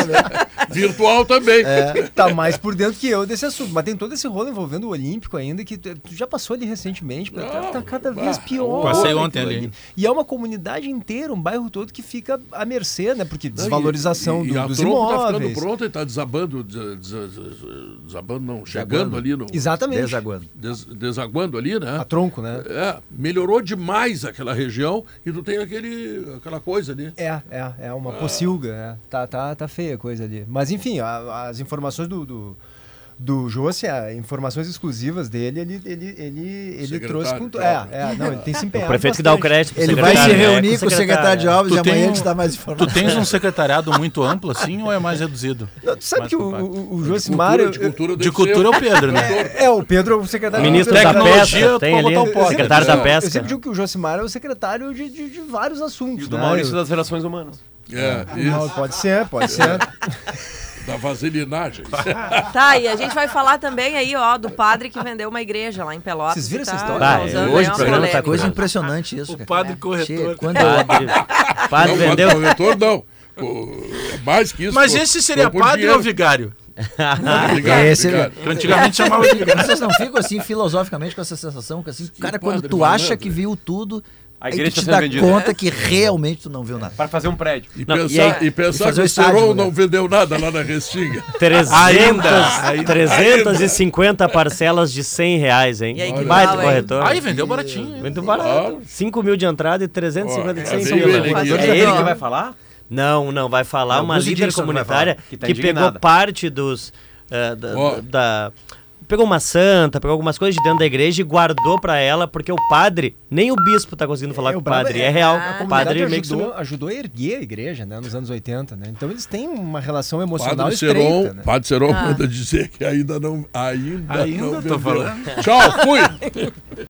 A: Virtual também.
M: É, tá mais por dentro que eu desse assunto. Mas tem todo esse rolo envolvendo o Olímpico ainda, que tu tu já passou ali recentemente, pra- tá, tá cada vez pior.
E: Passei
M: aquilo
E: ontem ali.
M: E é uma comunidade inteira, um bairro todo que fica à mercê, né? Porque desvalorização
A: e,
M: do-
A: e a
M: dos
A: Trompo Tá ficando
M: imóveis.
A: pronta e tá desabando, des- des- des- desabando não, chegando ali no...
M: Exatamente.
D: Desaguando.
A: des- desaguando ali,
M: A
A: né?
M: tronco, né?
A: É, melhorou demais aquela região e tu tem aquele, aquela coisa ali. Ah.
M: É, é, é uma pocilga, né? Tá, tá, tá feia a coisa ali. Mas enfim, a- as informações do, do, do José, informações exclusivas dele, ele, ele, ele, ele
A: Secretário
M: trouxe com. tu-
A: de
M: É,
A: obras.
M: é, não, ele tem se empenhado.
J: O prefeito que dá o
M: bastante.
J: crédito pro
M: Ele
J: secretário,
M: vai se
J: né?
M: reunir
J: Com o secretário de obras
E: Tu
J: e amanhã
E: tem
J: a
E: um-
J: gente dá mais
E: Tu
J: informações.
E: tens um secretariado muito amplo assim ou é mais reduzido?
M: Não, tu sabe
E: Mais
M: que o,
E: compacto.
M: o, o Josimar.
A: de cultura
E: De cultura é o Pedro, né?
M: É, é, o Pedro é o secretário
J: Ministro
M: da
J: da
M: Tecnologia.
J: Pesca,
E: tu
J: tem
E: pode
J: ali.
E: botar um pote.
J: Secretário da
M: Eu
J: Pesca.
M: sempre digo que o Josimar é o secretário de, de, de vários assuntos.
G: E o do
M: né?
G: Maurício das Relações Humanas.
A: É,
M: Eu- Não,
A: isso. É.
M: Pode ser, pode ser.
A: Da vaselinagem.
L: Tá, e a gente vai falar também aí, ó, do padre que vendeu uma igreja lá em Pelotas.
M: Vocês viram
L: que
M: essa
L: tá
M: história?
J: Bah,
G: é,
L: causando
J: hoje
L: aí
J: o
L: uma
J: programa tá
L: polêmica.
J: coisa
D: Coisa
J: Cara.
D: impressionante isso,
E: O
D: cara.
E: padre corretor.
D: Che, quando
J: Padre, padre
A: não,
J: vendeu.
A: Não, corretor não. O- é mais que isso.
E: Mas
A: pô.
E: esse seria
A: Pô, por
E: padre
A: dinheiro.
E: ou vigário?
A: Obrigado,
D: Esse-
A: obrigado.
E: Que antigamente chamava de vigário.
D: Vocês não ficam assim filosoficamente com essa sensação que assim, cara, quando
A: padre né?
D: tu
A: malandro.
D: acha que viu tudo,
G: A
D: aí
G: igreja
D: tu te
G: tá
D: dá
G: sendo vendida.
D: conta que realmente tu não viu nada.
G: Para fazer um prédio.
A: E
G: Não, e
A: pensar,
G: aí,
A: e pensar
D: fazer
A: que
D: o
A: o
D: estádio,
A: Serol
D: né?
A: não vendeu nada lá na Restinga.
J: 300,
E: Ainda.
J: 350 parcelas de 100 reais, hein?
L: E aí, que
J: Baita
L: tal, hein?
J: corretor.
E: Aí vendeu baratinho. né?
J: Muito barato. 5 mil de entrada e 350
A: Ó,
J: de
A: é
J: 100
A: veio
J: pila.
A: ele aqui.
G: é ele que vai falar?
J: Não, não, vai falar
D: Não,
J: uma
D: Bruce
J: líder
D: Dickinson vai
J: comunitária
D: falar,
J: que,
G: que tá
J: pegou
G: indignada.
J: parte dos. eh, da,
A: Ó.
J: da- Pegou uma santa, pegou algumas coisas de dentro da igreja e guardou pra ela, porque o padre, nem o bispo tá conseguindo falar
M: É,
J: com
M: o
J: o
M: brabo
J: padre.
M: é-
J: É, real.
L: a
J: o
M: A
J: padre
M: padre
J: meio que
M: ajudou,
J: sumiu.
M: ajudou a erguer a igreja, né? Nos anos 80, né? Então eles têm uma relação emocional
A: Padre
M: estreita,
A: Seron,
M: né?
A: Padre
J: Ah.
A: Seron manda dizer que ainda não. Ainda,
E: Ainda
A: não
E: tô
A: vendeu.
E: falando.
A: Tchau, fui!